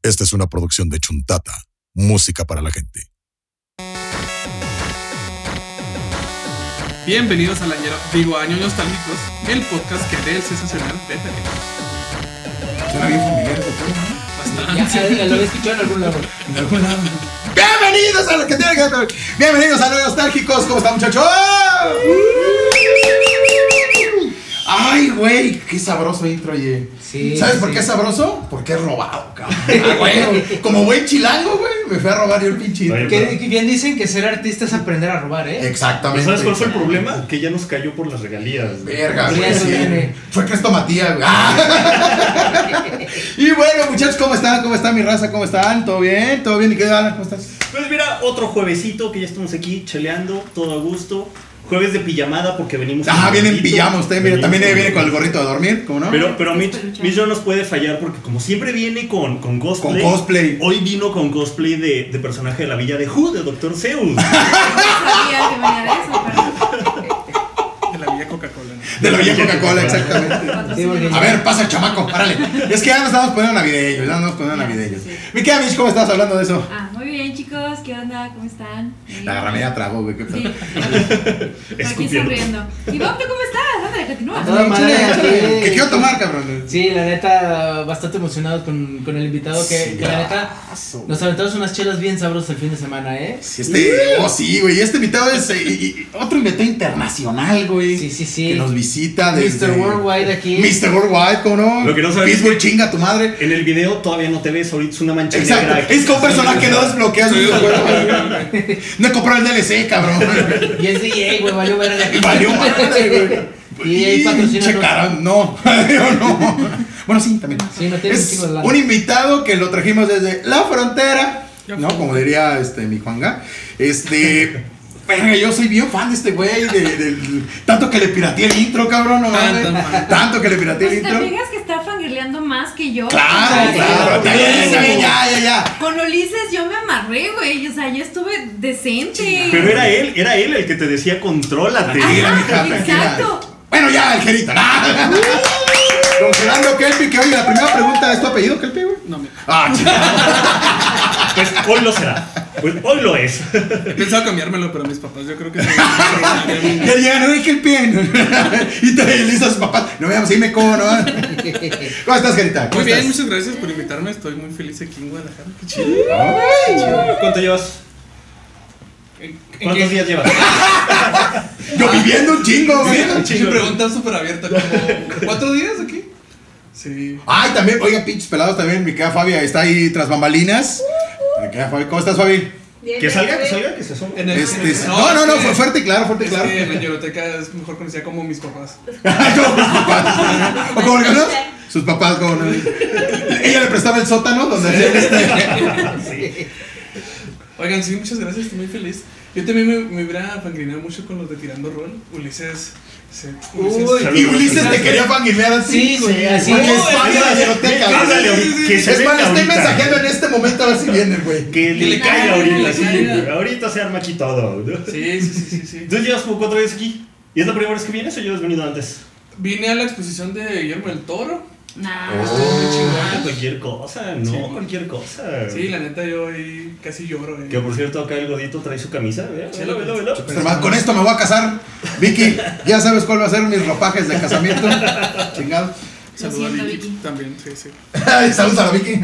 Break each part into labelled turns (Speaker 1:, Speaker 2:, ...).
Speaker 1: Esta es una producción de Chuntata, música para la gente.
Speaker 2: Bienvenidos al añero, digo, Año Nostálgicos, el podcast que lee el sensacional de películas.
Speaker 3: Suena bien familiar ese tema,
Speaker 4: Ya, ya,
Speaker 2: Bastante.
Speaker 4: ya, lo he escuchado en algún lado.
Speaker 3: ¿no? En algún lado.
Speaker 5: Bienvenidos a los que tienen que ver. Bienvenidos a los nostálgicos. ¿Cómo están, muchachos? Ay, güey, qué sabroso intro, oye.
Speaker 4: Sí,
Speaker 5: ¿Sabes
Speaker 4: sí.
Speaker 5: por qué es sabroso? Porque es robado, cabrón. Ah, güey, Como buen chilango, güey, me fui a robar yo el pinche intro.
Speaker 6: Oye,
Speaker 4: Que, que bien dicen que ser artista es aprender a robar, ¿eh?
Speaker 5: Exactamente.
Speaker 6: ¿Sabes cuál fue el problema? Que ya nos cayó por las regalías. güey.
Speaker 5: Verga,
Speaker 4: Sí,
Speaker 5: güey.
Speaker 4: eso
Speaker 5: sí.
Speaker 4: viene.
Speaker 5: Fue Crestomatía, güey. Ah. y bueno, muchachos, ¿cómo están? ¿Cómo está mi raza? ¿Cómo están? ¿Todo bien? ¿Todo bien? ¿Y qué tal? ¿Cómo estás?
Speaker 6: Pues mira, otro juevesito que ya estamos aquí cheleando, todo a gusto. Jueves de pijamada porque venimos.
Speaker 5: Ah,
Speaker 6: con
Speaker 5: viene en
Speaker 6: gorrito.
Speaker 5: pijama usted, mira,
Speaker 6: Venimos
Speaker 5: también viene con el gorrito de dormir, ¿cómo no?
Speaker 6: Pero, pero Mitch, Mitch no nos puede fallar porque como siempre viene con, con
Speaker 5: Con
Speaker 6: cosplay.
Speaker 5: cosplay.
Speaker 6: Hoy vino con cosplay de, de personaje de la Villa de Who, de Doctor Zeus.
Speaker 7: sabía que venía de eso, pero
Speaker 3: De la Villa Coca-Cola. ¿no?
Speaker 5: De la vieja Coca-Cola, exactamente.
Speaker 4: Sí, porque-
Speaker 5: A ver, pasa el chamaco, párale. Es que ya nos estamos poniendo navideños, ya nos estamos poniendo navideños. Mi querida Mitch, ¿cómo estás hablando de eso?
Speaker 7: Ah, muy bien, chicos. ¿Qué onda? ¿Cómo están? Bien.
Speaker 5: La media trago, güey, qué
Speaker 7: Sí.
Speaker 5: pedo.
Speaker 7: Por aquí
Speaker 6: Escupiendo.
Speaker 7: sonriendo. ¿Y Bob, tú cómo estás? Ándale, continúa.
Speaker 4: Toda madre, sí.
Speaker 5: ¿Qué quiero tomar, cabrón?
Speaker 4: Sí, la neta, bastante emocionado con, con el invitado que, que la neta,
Speaker 5: Aso.
Speaker 4: nos aventamos unas chelas bien sabrosas el fin de semana, ¿eh?
Speaker 5: Sí, Este, oh, sí, güey, este invitado es eh, y- y- otro invitado internacional, güey.
Speaker 4: Sí, sí, sí.
Speaker 5: Que nos visita desde...
Speaker 4: Mr. Worldwide aquí.
Speaker 5: Mr. Worldwide, ¿cómo no?
Speaker 6: Lo que no sabes es
Speaker 5: Pittsburgh,
Speaker 6: que-
Speaker 5: chinga tu madre.
Speaker 6: En el video todavía no te ves, ahorita es una mancha negra.
Speaker 5: Exacto,
Speaker 6: aquí.
Speaker 5: es que un personaje que no desbloqueas. güey, güey. No he comprado el DLC, cabrón.
Speaker 4: Y es DJ, güey, valió verga.
Speaker 5: Y valió madre, güey.
Speaker 4: Y ahí patrocina.
Speaker 5: Pinche cara, no. Yo no. Bueno, sí, también.
Speaker 4: Sí, no tiene un
Speaker 5: Es
Speaker 4: chingo de lana.
Speaker 5: un invitado que lo trajimos desde la frontera, ¿no? Como diría este, mi Juanga. Este. Verga, yo soy bien fan de este güey. de- del- tanto que le pirateé el intro, cabrón. No, mames.
Speaker 3: Tanto, man.
Speaker 5: tanto que le pirateé el
Speaker 7: Pues, ¿Te
Speaker 5: intro.
Speaker 7: fijas que está fangirleando más que yo?
Speaker 5: Claro,
Speaker 4: Sí,
Speaker 5: claro.
Speaker 4: claro.
Speaker 5: Ya, ya, ya, ya, ya.
Speaker 7: Con Ulises yo me amarré, güey. O sea, yo estuve decente.
Speaker 6: Pero era él, era él el que te decía contrólate.
Speaker 5: Tranquila, mija,
Speaker 7: exacto.
Speaker 5: tranquila. Bueno, ya, Angelita. nada. Don Fernando Kelpi, que oye, la primera pregunta es tu apellido, Kelpi, güey.
Speaker 3: No, me-
Speaker 5: Ah, chingada.
Speaker 6: Pues hoy lo será. Pues hoy lo es.
Speaker 3: he pensado cambiármelo, pero mis papás, yo creo que se me cambiaron.
Speaker 5: Ya llegan, oye, Kelpi. Y te deslizas a sus papás. No veamos, dime cómo, ¿no? ¿Cómo estás, Angelita? ¿Cómo
Speaker 3: Muy bien,
Speaker 5: estás?
Speaker 3: muchas gracias por invitarme. Estoy muy feliz aquí en Guadalajara. Qué chido.
Speaker 6: ¿Cuánto llevas?
Speaker 3: ¿En- en
Speaker 6: ¿Cuántos
Speaker 3: qué?
Speaker 6: días llevas?
Speaker 5: Yo viviendo un chingo, güey.
Speaker 3: Sí, sí, pregunta súper abierta, como cuatro días aquí. Sí.
Speaker 5: Ay, también, oiga, pinches pelados, también. Mi querida Fabia está ahí tras bambalinas. Mi querida Fabi, ¿cómo estás, Fabi?
Speaker 6: Que salga, que salga, que se asome.
Speaker 3: En el- en
Speaker 5: Este,
Speaker 3: el-
Speaker 5: no, no, no,
Speaker 3: es que-
Speaker 5: fue fuerte y claro, fuerte y
Speaker 3: Es
Speaker 5: claro.
Speaker 3: que la Yeroteca es mejor conocida como mis papás.
Speaker 5: Como mis papás. ¿O como no? Sus papás, como no. Ella le prestaba el sótano donde hacían este.
Speaker 3: Oigan, sí, muchas gracias, estoy muy feliz. Yo también me, me hubiera fangrineado mucho con los de Tirando Rol. Ulises. se- Ulises-
Speaker 4: Uy,
Speaker 5: Y Ulises te quería fangirlear así.
Speaker 4: Sí, sí, así
Speaker 5: Porque
Speaker 4: es.
Speaker 5: es fan de la yeroteca, güey.
Speaker 6: Ándale, ahorita, que se
Speaker 5: Es más,
Speaker 6: venga
Speaker 5: le estoy
Speaker 6: ahorita.
Speaker 5: mensajeando en este momento a ver si viene, güey.
Speaker 6: Que
Speaker 3: Que le
Speaker 6: le caiga
Speaker 3: caiga, que
Speaker 6: ahorita,
Speaker 3: le
Speaker 6: sí.
Speaker 3: caiga.
Speaker 6: güey. Ahorita se arma aquí todo. ¿no?
Speaker 3: Sí, sí, sí, sí, sí.
Speaker 6: Entonces llevas como cuatro días aquí. ¿Y es la primera vez que vienes o ya has venido antes?
Speaker 3: Vine a la exposición de Guillermo del Toro.
Speaker 7: Nah.
Speaker 6: Ah, cualquier cosa, no,
Speaker 3: Sí.
Speaker 6: cualquier cosa.
Speaker 3: Sí, la neta, yo ahí casi lloro. eh.
Speaker 6: Que por cierto, acá el godito trae su camisa. Velo, velo, velo. velo.
Speaker 5: Pues, hermano, Con esto me voy a casar. Vicky, ya sabes cuál va a ser mis ropajes de casamiento. Chingado.
Speaker 3: Saludo a
Speaker 7: siento,
Speaker 3: Vicky
Speaker 7: Vicky.
Speaker 3: También, sí, sí.
Speaker 5: Ay, Saludos a la Vicky.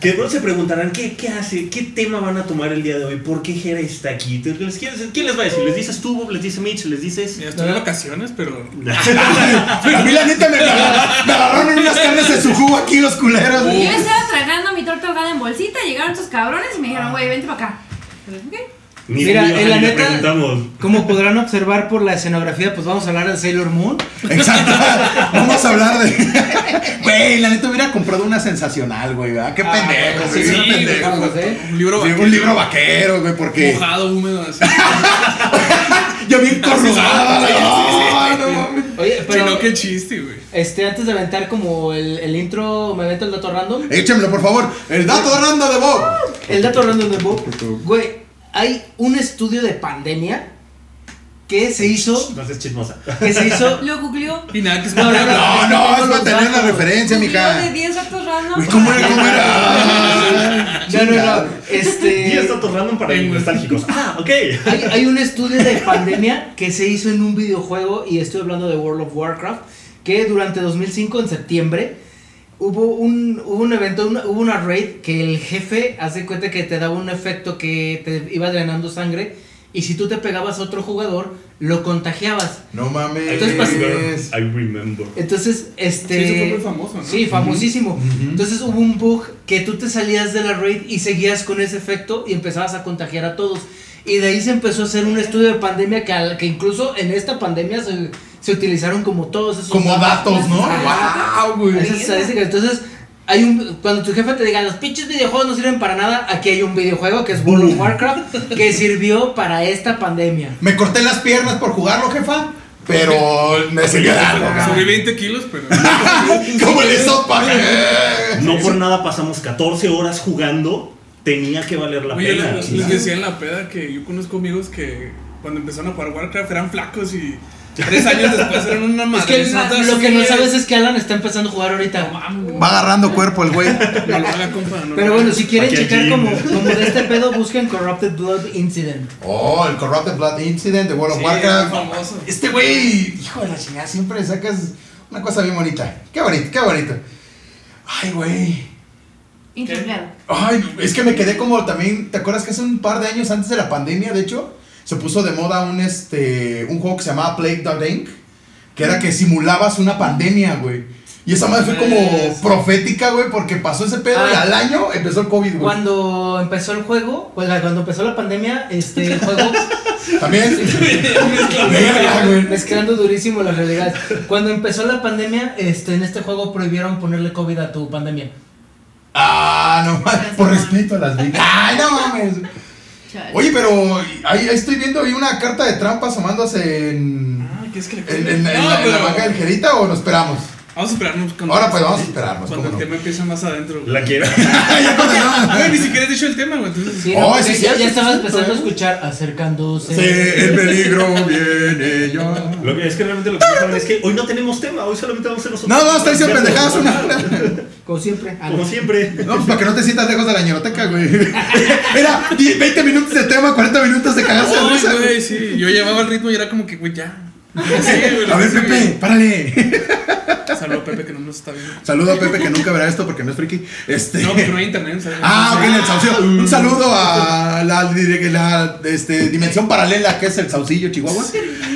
Speaker 6: Que de pronto se preguntarán, ¿qué, ¿qué hace? ¿Qué tema van a tomar el día de hoy? ¿Por qué Jera está aquí? Entonces, ¿Quién, quién les va a decir? ¿Les dices tú, Bob? ¿Les dice Mitch? ¿Les dices...?
Speaker 3: Mira, estoy de vacaciones, pero.
Speaker 5: A mí la neta me, agarra- me agarraron unas carnes en su jugo aquí los culeros.
Speaker 7: Yo
Speaker 5: güey.
Speaker 7: estaba tragando mi torta ahogada en bolsita. Llegaron estos cabrones y me dijeron, güey, vente para acá. Pero, ¿ok?
Speaker 6: Ni-
Speaker 4: Mira,
Speaker 6: ni
Speaker 4: en
Speaker 6: ojalá
Speaker 4: la
Speaker 6: le
Speaker 4: neta-
Speaker 6: preguntamos.
Speaker 4: Como podrán observar por la escenografía, pues vamos a hablar de Sailor Moon.
Speaker 5: Exacto. Vamos a hablar de. Güey, la neta hubiera comprado una sensacional, güey. ¿verdad? Qué
Speaker 4: Ah,
Speaker 5: pendejo,
Speaker 4: bueno,
Speaker 5: güey.
Speaker 4: sí,
Speaker 5: un
Speaker 4: sí,
Speaker 5: pendejo.
Speaker 4: vamos, ¿eh?
Speaker 3: Un libro
Speaker 5: Sí,
Speaker 3: vaquero,
Speaker 5: un libro vaquero, güey, porque
Speaker 3: Mojado, húmedo, así.
Speaker 5: yo bien corrugada,
Speaker 3: Sí,
Speaker 5: güey.
Speaker 3: sí, sí,
Speaker 5: Ay,
Speaker 3: sí.
Speaker 5: no mames.
Speaker 4: Oye,
Speaker 3: Sí,
Speaker 4: pero
Speaker 3: no, qué chiste, güey.
Speaker 4: este, antes de aventar como el, el intro, me avento el dato random.
Speaker 5: Échamelo, por favor. El dato rando de Bob.
Speaker 4: El dato random de Bob. Güey, hay un estudio de pandemia que se hizo.
Speaker 6: No seas chismosa.
Speaker 4: Que se hizo.
Speaker 7: Lo googleó.
Speaker 3: Y nada, que es
Speaker 5: Este-
Speaker 4: No, no,
Speaker 3: mojado.
Speaker 5: No, no, es mantener la
Speaker 4: Dato.
Speaker 5: referencia,
Speaker 7: Googleó de
Speaker 5: mija.
Speaker 7: 10 datos random.
Speaker 5: Uy, ¿Cómo era? ¿Cómo era?
Speaker 4: No, no, no. Este.
Speaker 6: 10 datos random para los nostálgicos. Ah, ok.
Speaker 4: Hay, hay un estudio de pandemia que se hizo en un videojuego, y estoy hablando de World of Warcraft, que durante 2005, en septiembre, hubo un, hubo un evento, una- hubo una raid que el jefe hace cuenta que te daba un efecto que te iba drenando sangre, y si tú te pegabas a otro jugador, lo contagiabas.
Speaker 5: No mames.
Speaker 4: Entonces, pues,
Speaker 6: I
Speaker 4: pas-
Speaker 6: remember.
Speaker 5: pues,
Speaker 6: I remember.
Speaker 4: Entonces, este...
Speaker 3: Sí, eso fue muy famoso, ¿no?
Speaker 4: Sí, famosísimo. Entonces hubo un bug que tú te salías de la raid y seguías con ese efecto y empezabas a contagiar a todos. Y de ahí se empezó a hacer un estudio de pandemia que, al- que incluso en esta pandemia se, se utilizaron como todos esos Ah,
Speaker 5: Como datos, ¿no? ¡Wow, güey!
Speaker 4: esas estadísticas. Entonces, hay un, cuando tu jefe te diga, los pinches videojuegos no sirven para nada, aquí hay un videojuego que es World of Warcraft que sirvió para esta pandemia.
Speaker 5: Me corté las piernas por jugarlo, jefa. Pero me sirvió de algo,
Speaker 3: Subí
Speaker 5: cabrón.
Speaker 3: 20 kilos, pero.
Speaker 5: Como el de South Park.
Speaker 6: No por nada pasamos 14 horas jugando. Tenía que valer la
Speaker 3: Oye,
Speaker 6: pena.
Speaker 3: les, les decía en la peda que yo conozco amigos que cuando empezaron a jugar Warcraft eran flacos y tres años después eran una
Speaker 4: Es
Speaker 3: madre.
Speaker 4: que lo que no sabes es que Alan está empezando a jugar ahorita.
Speaker 5: Va agarrando cuerpo el güey.
Speaker 3: "Ah, No lo haga, compa. No lo
Speaker 4: Pero
Speaker 3: haga.
Speaker 4: bueno, si quieren
Speaker 6: Aquí hay
Speaker 4: checar
Speaker 6: gym.
Speaker 4: como, como de este pedo, busquen Corrupted Blood Incident.
Speaker 5: Oh, el Corrupted Blood Incident de World of
Speaker 3: Sí,
Speaker 5: Warcraft.
Speaker 3: muy famoso.
Speaker 5: Este güey, hijo de la chingada, siempre sacas una cosa bien bonita. Qué bonito, qué bonito. Ay, güey.
Speaker 7: Inflamado.
Speaker 5: Ay, es que me quedé como también, ¿te acuerdas que hace un par de años antes de la pandemia, de hecho, se puso de moda un este un juego que se llamaba Plague Dot Inc, que era que simulabas una pandemia, güey. Y esa madre fue como
Speaker 3: Ah, sí.
Speaker 5: profética, güey, porque pasó ese pedo y
Speaker 4: Ah.
Speaker 5: al año empezó el COVID, güey.
Speaker 4: Cuando empezó el juego, pues, cuando empezó la pandemia, este el juego
Speaker 5: También. Verga, güey.
Speaker 4: mezclando durísimo la realidad. Cuando empezó la pandemia, este en este juego prohibieron ponerle COVID a tu pandemia.
Speaker 5: Ah, no mames, por respeto a las víctimas. Ay, no mames.
Speaker 7: Chale.
Speaker 5: Oye, pero ahí, ahí estoy viendo ahí una carta de trampa asomándose en,
Speaker 3: Ah, ¿qué es que le
Speaker 5: en, en- en la- en
Speaker 3: No,
Speaker 5: la,
Speaker 3: pero-
Speaker 5: banca del Jerita o nos esperamos.
Speaker 3: Vamos a esperarnos. cuando-
Speaker 5: Ahora pues vamos a esperarnos.
Speaker 3: Cuando el
Speaker 5: ¿cómo no?
Speaker 3: tema empieza más adentro.
Speaker 6: La quiero.
Speaker 3: Güey, ni siquiera he dicho el tema, güey. Entonces,
Speaker 4: Sí,
Speaker 5: Oh,
Speaker 4: no, porque
Speaker 5: sí, es
Speaker 4: ya,
Speaker 5: cierto,
Speaker 4: ya
Speaker 5: sí,
Speaker 4: estaba
Speaker 5: es
Speaker 4: empezando a
Speaker 5: cierto,
Speaker 4: escuchar acercándose.
Speaker 5: Sí, el peligro viene ya.
Speaker 6: Lo que es que realmente lo que no saben es que hoy no tenemos tema, hoy solamente vamos a ser nosotros.
Speaker 5: No, no, estáis siendo pendejadas una.
Speaker 4: Como siempre. Ah, Alan.
Speaker 6: Como siempre.
Speaker 5: No, pues para que no te sientas lejos de la ñeroteca, güey. Era 10, 20 minutos de tema, 40 minutos de cagarse de
Speaker 3: Ay,
Speaker 5: risa.
Speaker 3: güey, sí. Yo llevaba el ritmo y era como que, güey, ya. Sí, güey,
Speaker 5: A ver,
Speaker 3: sí,
Speaker 5: Pepe, párale.
Speaker 3: güey. Saludo a Pepe que no nos está viendo.
Speaker 5: Saludo a Pepe que nunca verá esto porque no es friki. Este.
Speaker 3: No, pues, pero no hay internet. ¿sabes?
Speaker 5: Ah, ok, el saucillo. Un saludo a la, dire- la, este, dimensión paralela que es el saucillo Chihuahua.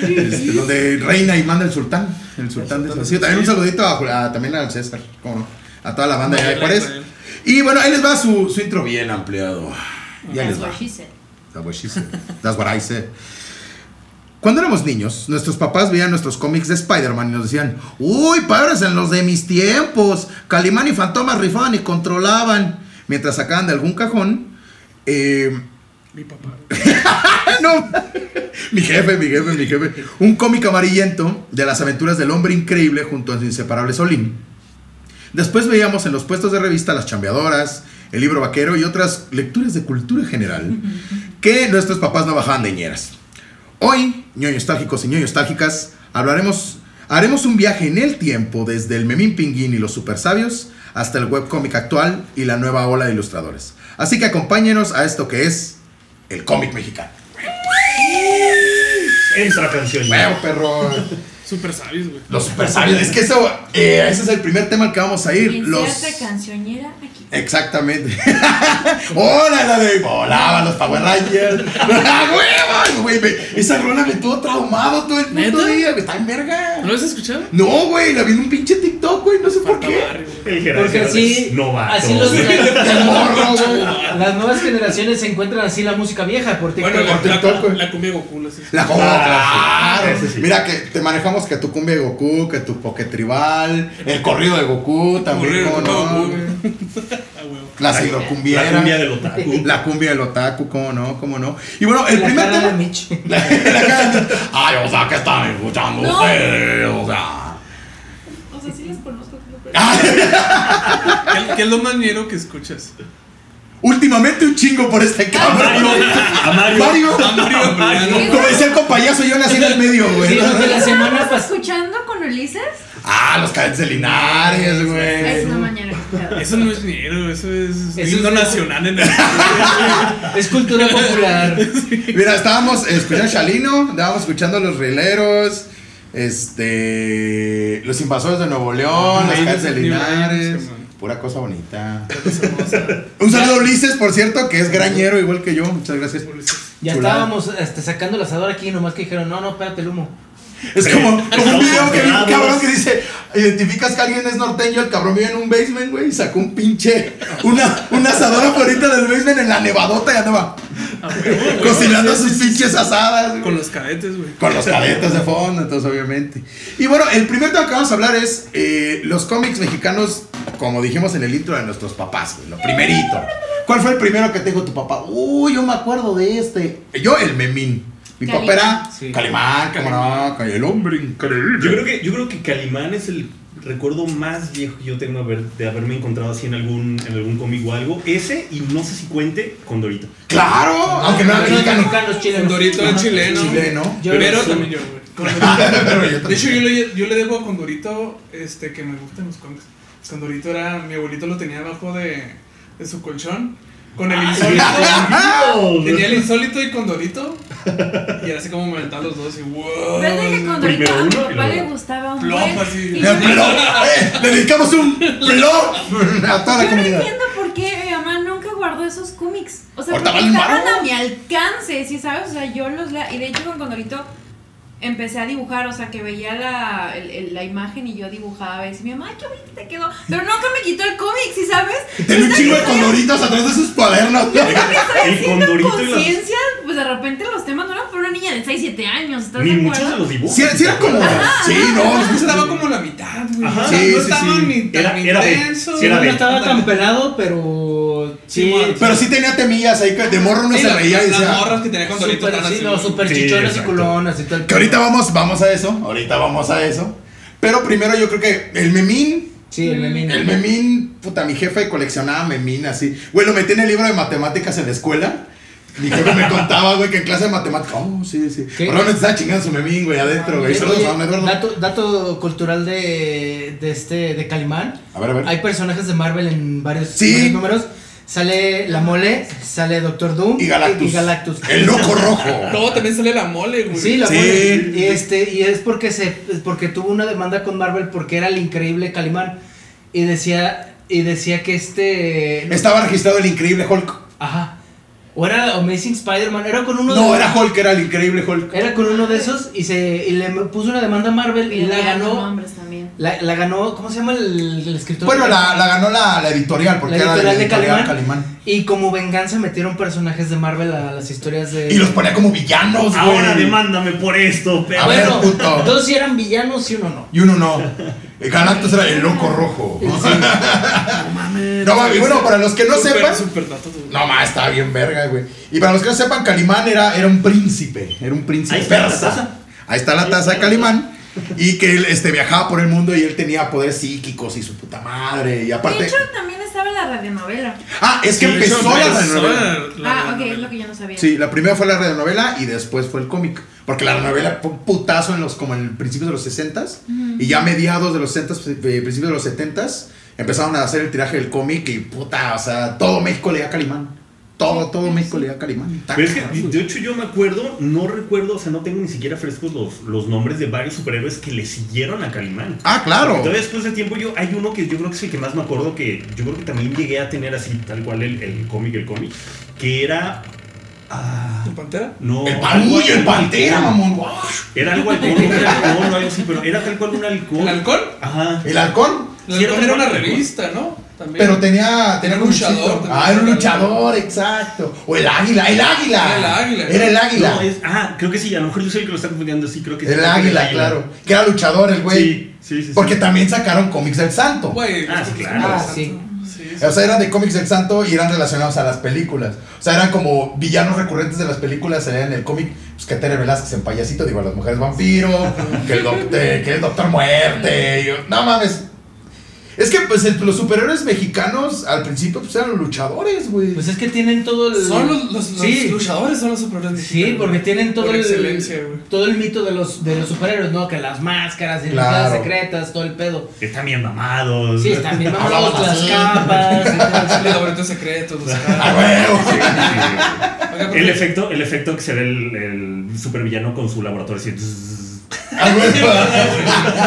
Speaker 5: Este, donde reina y manda el sultán. El sultán de saucillo. También un saludito a, Jul- a- también al César, cómo no, a toda la banda de
Speaker 3: Baila,
Speaker 5: Juárez.
Speaker 3: baila.
Speaker 5: Y bueno, ahí les va su, su intro bien ampliado. Ya les
Speaker 7: That's
Speaker 5: va.
Speaker 7: what she said.
Speaker 5: That's what she said. That's what I said. Cuando éramos niños, nuestros papás veían nuestros cómics de Spider-Man y nos decían, uy, padres en los de mis tiempos, Calimán y Fantomas rifaban y controlaban. Mientras sacaban de algún cajón, eh,
Speaker 3: Mi papá.
Speaker 5: ¡Ah, no! mi jefe, mi jefe, mi jefe. Un cómic amarillento de las aventuras del hombre increíble junto a su inseparable Solín. Después veíamos en los puestos de revista Las Chambeadoras, El Libro Vaquero y otras lecturas de cultura general que nuestros papás no bajaban de ñeras. Hoy, ñoños nostálgicos y ñoños nostálgicas, hablaremos, haremos un viaje en el tiempo desde el Memín Pinguín y los super sabios hasta el webcómic actual y la nueva ola de ilustradores. Así que acompáñenos a esto que es el cómic mexicano.
Speaker 6: Entra canción.
Speaker 5: Huevo, perro.
Speaker 3: Súper sabios, güey.
Speaker 5: Los super sabios. Es que eso, eh, ese es el primer tema al que vamos a ir. Los... Eh.
Speaker 7: Inserte cancionera aquí.
Speaker 5: Exactamente. ¡Hola, la de! Volaba los Power Rangers. ¡Ah, huevo! Güey, me- esa rola me tuvo traumado todo el puto
Speaker 3: ¿Neta?
Speaker 5: día. güey, Está en verga.
Speaker 3: ¿No lo has escuchado?
Speaker 5: No, güey, la vi en un pinche TikTok, güey. No sé por
Speaker 3: Falta
Speaker 5: qué.
Speaker 3: barrio, güey.
Speaker 6: El Gerardo
Speaker 4: Porque
Speaker 6: Gerardo
Speaker 4: así,
Speaker 6: es novato.
Speaker 4: así los,
Speaker 5: De morro, güey.
Speaker 4: las nuevas generaciones se encuentran así la música vieja por TikTok.
Speaker 3: Bueno, la,
Speaker 5: Por TikTok,
Speaker 3: la,
Speaker 5: güey.
Speaker 3: la cumbia Goku, la sí.
Speaker 5: La joda,
Speaker 6: Ah,
Speaker 5: claro.
Speaker 6: ese sí.
Speaker 5: Mira que te manejamos que tu cumbia de Goku, que tu poke tribal, el corrido de Goku también,
Speaker 3: Corrido,
Speaker 5: ¿cómo
Speaker 3: el corrido de
Speaker 5: no?
Speaker 3: Goku,
Speaker 5: güey?
Speaker 3: Ah, huevo.
Speaker 5: La
Speaker 6: La-
Speaker 5: sidrocumbiera.
Speaker 6: La cumbia del otaku.
Speaker 5: La cumbia del otaku, cómo no, cómo no. Y bueno, el
Speaker 4: La
Speaker 5: primer
Speaker 4: cara
Speaker 5: tema.
Speaker 4: de Mitch.
Speaker 5: La cara de- Ay, o sea, ¿qué están escuchando
Speaker 7: No.
Speaker 5: ustedes? O sea.
Speaker 7: O sea, sí las conozco. pero-
Speaker 5: Ah,
Speaker 3: ¿Qué, qué es lo más ñero que escuchas?
Speaker 5: últimamente un chingo por este cabrón.
Speaker 6: A Mario.
Speaker 5: Mario.
Speaker 3: Hambriento.
Speaker 5: Como decía el compayazo, yo nací en el medio, güey.
Speaker 4: Sí, los de la semana
Speaker 7: ¿Estás
Speaker 4: pasada.
Speaker 7: escuchando con Ulises?
Speaker 5: Ah, los cadetes de Linares,
Speaker 7: Es
Speaker 5: güey.
Speaker 7: una mañana.
Speaker 3: Eso no es dinero, eso es
Speaker 4: Eso
Speaker 3: himno
Speaker 4: es-
Speaker 3: nacional en el.
Speaker 4: Es cultura popular.
Speaker 5: Mira, estábamos escuchando Chalino, estábamos escuchando los rileros, este, los invasores de Nuevo León, las
Speaker 3: Leyes
Speaker 5: calles de
Speaker 3: de
Speaker 5: Linares,
Speaker 3: Linares, Simón.
Speaker 5: pura cosa bonita. Un saludo a Ulises, por cierto, que es grañero igual que yo. Muchas gracias.
Speaker 4: Ya
Speaker 5: Chulada.
Speaker 4: estábamos este, sacando el asador aquí, nomás que dijeron, no, no, espérate el humo.
Speaker 5: Es como, como un video que vi, un
Speaker 6: Estamos
Speaker 5: cabrón que dice, identificas que alguien es norteño, el cabrón vive en un basement, güey, y sacó un pinche, una, una asadora ahorita del basement en la nevadota y andaba cocinando sus pinches asadas. güey.
Speaker 3: Con los cadetes, güey.
Speaker 5: Con los cadetes de fondo, entonces obviamente. Y bueno, el primer tema que vamos a hablar es eh, los cómics mexicanos, como dijimos en el intro de nuestros papás, güey, lo primerito. ¿Cuál fue el primero que te dijo tu papá? Uy, yo me acuerdo de este. Yo, el Memín. Mi papá
Speaker 7: Calimán.
Speaker 5: era
Speaker 4: Sí.
Speaker 5: Calimán, cómo no, el hombre increíble.
Speaker 6: Yo creo que, yo creo que Calimán es el recuerdo más viejo que yo tengo haber- de haberme encontrado así en algún, en algún cómic o algo. Ese, y no sé si cuente, con Dorito.
Speaker 5: Claro, aunque no era
Speaker 4: no,
Speaker 5: mexicano.
Speaker 4: mexicanos, chilenos.
Speaker 3: Condorito era
Speaker 4: Ajá.
Speaker 3: chileno.
Speaker 5: Chileno.
Speaker 4: Yo-
Speaker 3: pero
Speaker 4: sí.
Speaker 3: también yo, güey.
Speaker 5: Pero yo
Speaker 3: De hecho,
Speaker 5: también.
Speaker 3: yo le, yo le debo a Condorito este, que me gustan los cómics. Condorito era. Mi abuelito lo tenía abajo de, de su colchón. Con el insólito. tenía el insólito y Condorito. Y era así como me aventaba los dos y wow.
Speaker 7: Fíjate que cuando
Speaker 6: Primero
Speaker 7: ahorita a
Speaker 6: uno
Speaker 7: mi
Speaker 6: y
Speaker 7: papá le
Speaker 6: luego-
Speaker 7: gustaba un
Speaker 3: Plop,
Speaker 7: buen-
Speaker 3: así.
Speaker 7: y
Speaker 5: Le
Speaker 7: yo no-
Speaker 5: plop, eh, le dedicamos un plop a toda la
Speaker 7: Yo no
Speaker 5: comunidad.
Speaker 7: entiendo por qué mi mamá nunca guardó esos cómics. O sea,
Speaker 5: Ahorita
Speaker 7: porque
Speaker 5: valen
Speaker 7: estaban
Speaker 5: varo.
Speaker 7: a mi alcance, ¿sí sabes? O sea, yo los lea. Y de hecho, con Condorito empecé a dibujar. O sea, que veía la, el- el- la imagen y yo dibujaba. Y decía, mi mamá, ay, qué bonito te quedó. Pero nunca me quitó el cómic, ¿sí sabes?
Speaker 5: Tiene un chingo de condoritos atrás de sus cuadernos.
Speaker 6: El Condorito y las.
Speaker 7: Conciencia, pues de repente los temas no eran para una niña de 6, 7 años. ¿Estás
Speaker 6: Ni
Speaker 7: de
Speaker 6: muchos de
Speaker 7: acuerdo?
Speaker 6: los dibujos. Ah,
Speaker 5: Sí, sí era como. Sí, no.
Speaker 3: Yo Estaba como la mitad, güey.
Speaker 6: Ajá.
Speaker 3: O sea,
Speaker 5: Sí,
Speaker 3: no
Speaker 5: sí,
Speaker 3: estaba
Speaker 5: sí.
Speaker 3: ni
Speaker 6: Era-
Speaker 3: tan
Speaker 6: era B.
Speaker 3: intenso.
Speaker 6: Sí, era
Speaker 4: no
Speaker 6: B.
Speaker 4: estaba tan pelado, pero. Sí,
Speaker 3: Sí,
Speaker 5: Pero sí tenía temillas ahí que de morro no
Speaker 3: Sí,
Speaker 5: se
Speaker 3: la-
Speaker 5: reía y
Speaker 3: las morras
Speaker 5: decía.
Speaker 3: que tenía Condorito
Speaker 4: Super,
Speaker 3: estaban
Speaker 4: sí,
Speaker 3: así.
Speaker 4: no, super
Speaker 6: Sí,
Speaker 4: chichones
Speaker 6: exacto.
Speaker 4: y culonas y todo el
Speaker 5: Que ahorita vamos, vamos a eso. Ahorita vamos a eso. Pero primero yo creo que el memín.
Speaker 4: Sí, el memín.
Speaker 5: El memín, puta, mi jefe coleccionaba memín así. Güey, lo metí en el libro de matemáticas en la escuela. Mi jefe me contaba, güey, que en clase de matemáticas. Oh, sí, sí.
Speaker 4: ¿Qué?
Speaker 5: Probablemente estaba chingando su memín, güey, adentro, güey.
Speaker 4: Oye,
Speaker 5: Saludos a don Eduardo.
Speaker 4: dato, dato cultural de, de este de Calimán.
Speaker 5: A ver, a ver.
Speaker 4: Hay personajes de Marvel en varios,
Speaker 5: Sí.
Speaker 4: varios números. Sale la mole, sale Doctor Doom
Speaker 5: Y Galactus.
Speaker 4: y Galactus.
Speaker 5: El loco rojo.
Speaker 3: Luego también sale la mole, güey.
Speaker 4: Sí, la
Speaker 5: Sí.
Speaker 4: mole. Y este y es porque se porque tuvo una demanda con Marvel porque era el increíble Calimán y decía y decía que este
Speaker 5: Estaba registrado el increíble Hulk.
Speaker 4: ajá o era Amazing Spider-Man, era con uno
Speaker 5: No,
Speaker 4: de-
Speaker 5: era Hulk, era el increíble Hulk.
Speaker 4: era con uno de esos y se y le puso una demanda a Marvel y la
Speaker 7: Tenía
Speaker 4: ganó
Speaker 7: nombres también.
Speaker 4: la, la ganó, ¿cómo se llama el, el escritor?
Speaker 5: Bueno, la, la ganó la, la editorial, porque
Speaker 4: La
Speaker 5: era
Speaker 4: editorial
Speaker 5: de
Speaker 4: de
Speaker 5: la editorial Calimán.
Speaker 4: Calimán. Y como venganza metieron personajes de Marvel a las historias de.
Speaker 5: Y los ponía como villanos, güey.
Speaker 6: Ahora demándame por esto,
Speaker 5: A
Speaker 6: pero.
Speaker 5: ver,
Speaker 4: Bueno,
Speaker 5: puto.
Speaker 4: dos sí eran villanos y uno no.
Speaker 5: Y uno no. El Galactus era el loco rojo. No mames. Bueno, para los que no
Speaker 3: Súper,
Speaker 5: sepan.
Speaker 3: súper dato, güey.
Speaker 5: No mames, estaba bien verga, güey. Y para los que no sepan, Calimán era, era un príncipe. Era un príncipe
Speaker 6: Ahí está la
Speaker 5: persa.
Speaker 6: taza.
Speaker 5: Ahí está la taza de Calimán. Y que él este, viajaba por el mundo y él tenía poderes psíquicos y su puta madre. Y
Speaker 7: De
Speaker 5: aparte.
Speaker 7: hecho, también estaba la radionovela.
Speaker 5: Ah, es que
Speaker 3: Sí,
Speaker 5: empezó
Speaker 3: eso
Speaker 5: la
Speaker 3: empezó
Speaker 5: novela.
Speaker 3: la- la
Speaker 7: Ah, ok, es
Speaker 3: novela.
Speaker 7: lo que yo no sabía.
Speaker 5: Sí, la primera fue la radionovela y después fue el cómic. Porque la novela fue un putazo en los, como en principios de los 60s y ya mediados de los 60s, eh, principios de los 70s, empezaron a hacer el tiraje del cómic y puta, o sea, todo México leía Calimán. Todo, todo México leía Calimán. Está
Speaker 6: Pero es que,
Speaker 5: cabrón,
Speaker 6: de
Speaker 5: güey.
Speaker 6: hecho, yo me acuerdo, no recuerdo, o sea, no tengo ni siquiera frescos los, los nombres de varios superhéroes que le siguieron a Calimán.
Speaker 5: Ah, claro.
Speaker 6: Todavía después de tiempo, yo hay uno que yo creo que es el que más me acuerdo que yo creo que también llegué a tener así, tal cual el, el cómic, el cómic, que era. ah,
Speaker 3: ¿Tu pantera?
Speaker 6: no.
Speaker 5: El pan,
Speaker 6: algo
Speaker 5: uy, el
Speaker 6: halcón.
Speaker 5: pantera, mamón. guau.
Speaker 6: Era algo halcón, no era halcón o algo así, pero era tal cual un halcón.
Speaker 3: ¿El halcón?
Speaker 6: Ajá.
Speaker 5: El halcón,
Speaker 3: El
Speaker 6: Sí,
Speaker 3: halcón
Speaker 6: era
Speaker 3: era una
Speaker 6: un-
Speaker 3: revista, ¿no? También.
Speaker 5: pero tenía, tenía
Speaker 3: Era
Speaker 5: un
Speaker 3: un
Speaker 5: luchador.
Speaker 3: luchador
Speaker 5: Ah, era un
Speaker 3: también.
Speaker 5: luchador, exacto. O el águila, el águila.
Speaker 3: Era el águila.
Speaker 5: Era el águila.
Speaker 6: No, es, ah, creo que sí, a lo mejor yo soy el que lo está confundiendo, sí, creo que sí.
Speaker 5: El águila, claro. Que era luchador el güey.
Speaker 6: Sí, sí, sí, sí.
Speaker 5: Porque también sacaron cómics del santo.
Speaker 3: Güey,
Speaker 6: Ah,
Speaker 3: es
Speaker 6: sí,
Speaker 3: que-
Speaker 6: claro.
Speaker 4: Ah, sí.
Speaker 3: Sí, sí.
Speaker 5: O sea, eran de cómics del santo y eran relacionados a las películas. O sea, eran como villanos recurrentes de las películas. Era en el cómic pues, que Tere Velázquez en payasito, digo, a las eh, mujeres vampiro, que el, doctor, que el doctor muerte. y yo, no mames. Es que pues el- los superhéroes mexicanos al principio pues eran los luchadores, güey.
Speaker 4: Pues es que tienen todo el.
Speaker 3: Son los, los- los
Speaker 4: Sí.
Speaker 3: luchadores, son los superhéroes.
Speaker 4: Sí,
Speaker 3: mexicanos,
Speaker 4: porque
Speaker 3: güey.
Speaker 4: tienen todo
Speaker 3: Por
Speaker 4: el
Speaker 3: excelencia, güey.
Speaker 4: todo el mito de los de los superhéroes, ¿no? Que las máscaras y las
Speaker 5: Claro.
Speaker 4: cosas secretas, todo el pedo.
Speaker 6: Están bien mamados.
Speaker 4: Sí, también
Speaker 5: Hablaban
Speaker 4: vamos las
Speaker 5: así.
Speaker 4: capas. y todo eso.
Speaker 3: Los laberintos secretos, los
Speaker 5: ¡A huevo!
Speaker 3: Oiga,
Speaker 6: El
Speaker 3: porque-
Speaker 6: efecto, el efecto que se ve el, el supervillano con su laboratorio así. zzz.
Speaker 5: ¡A huevo!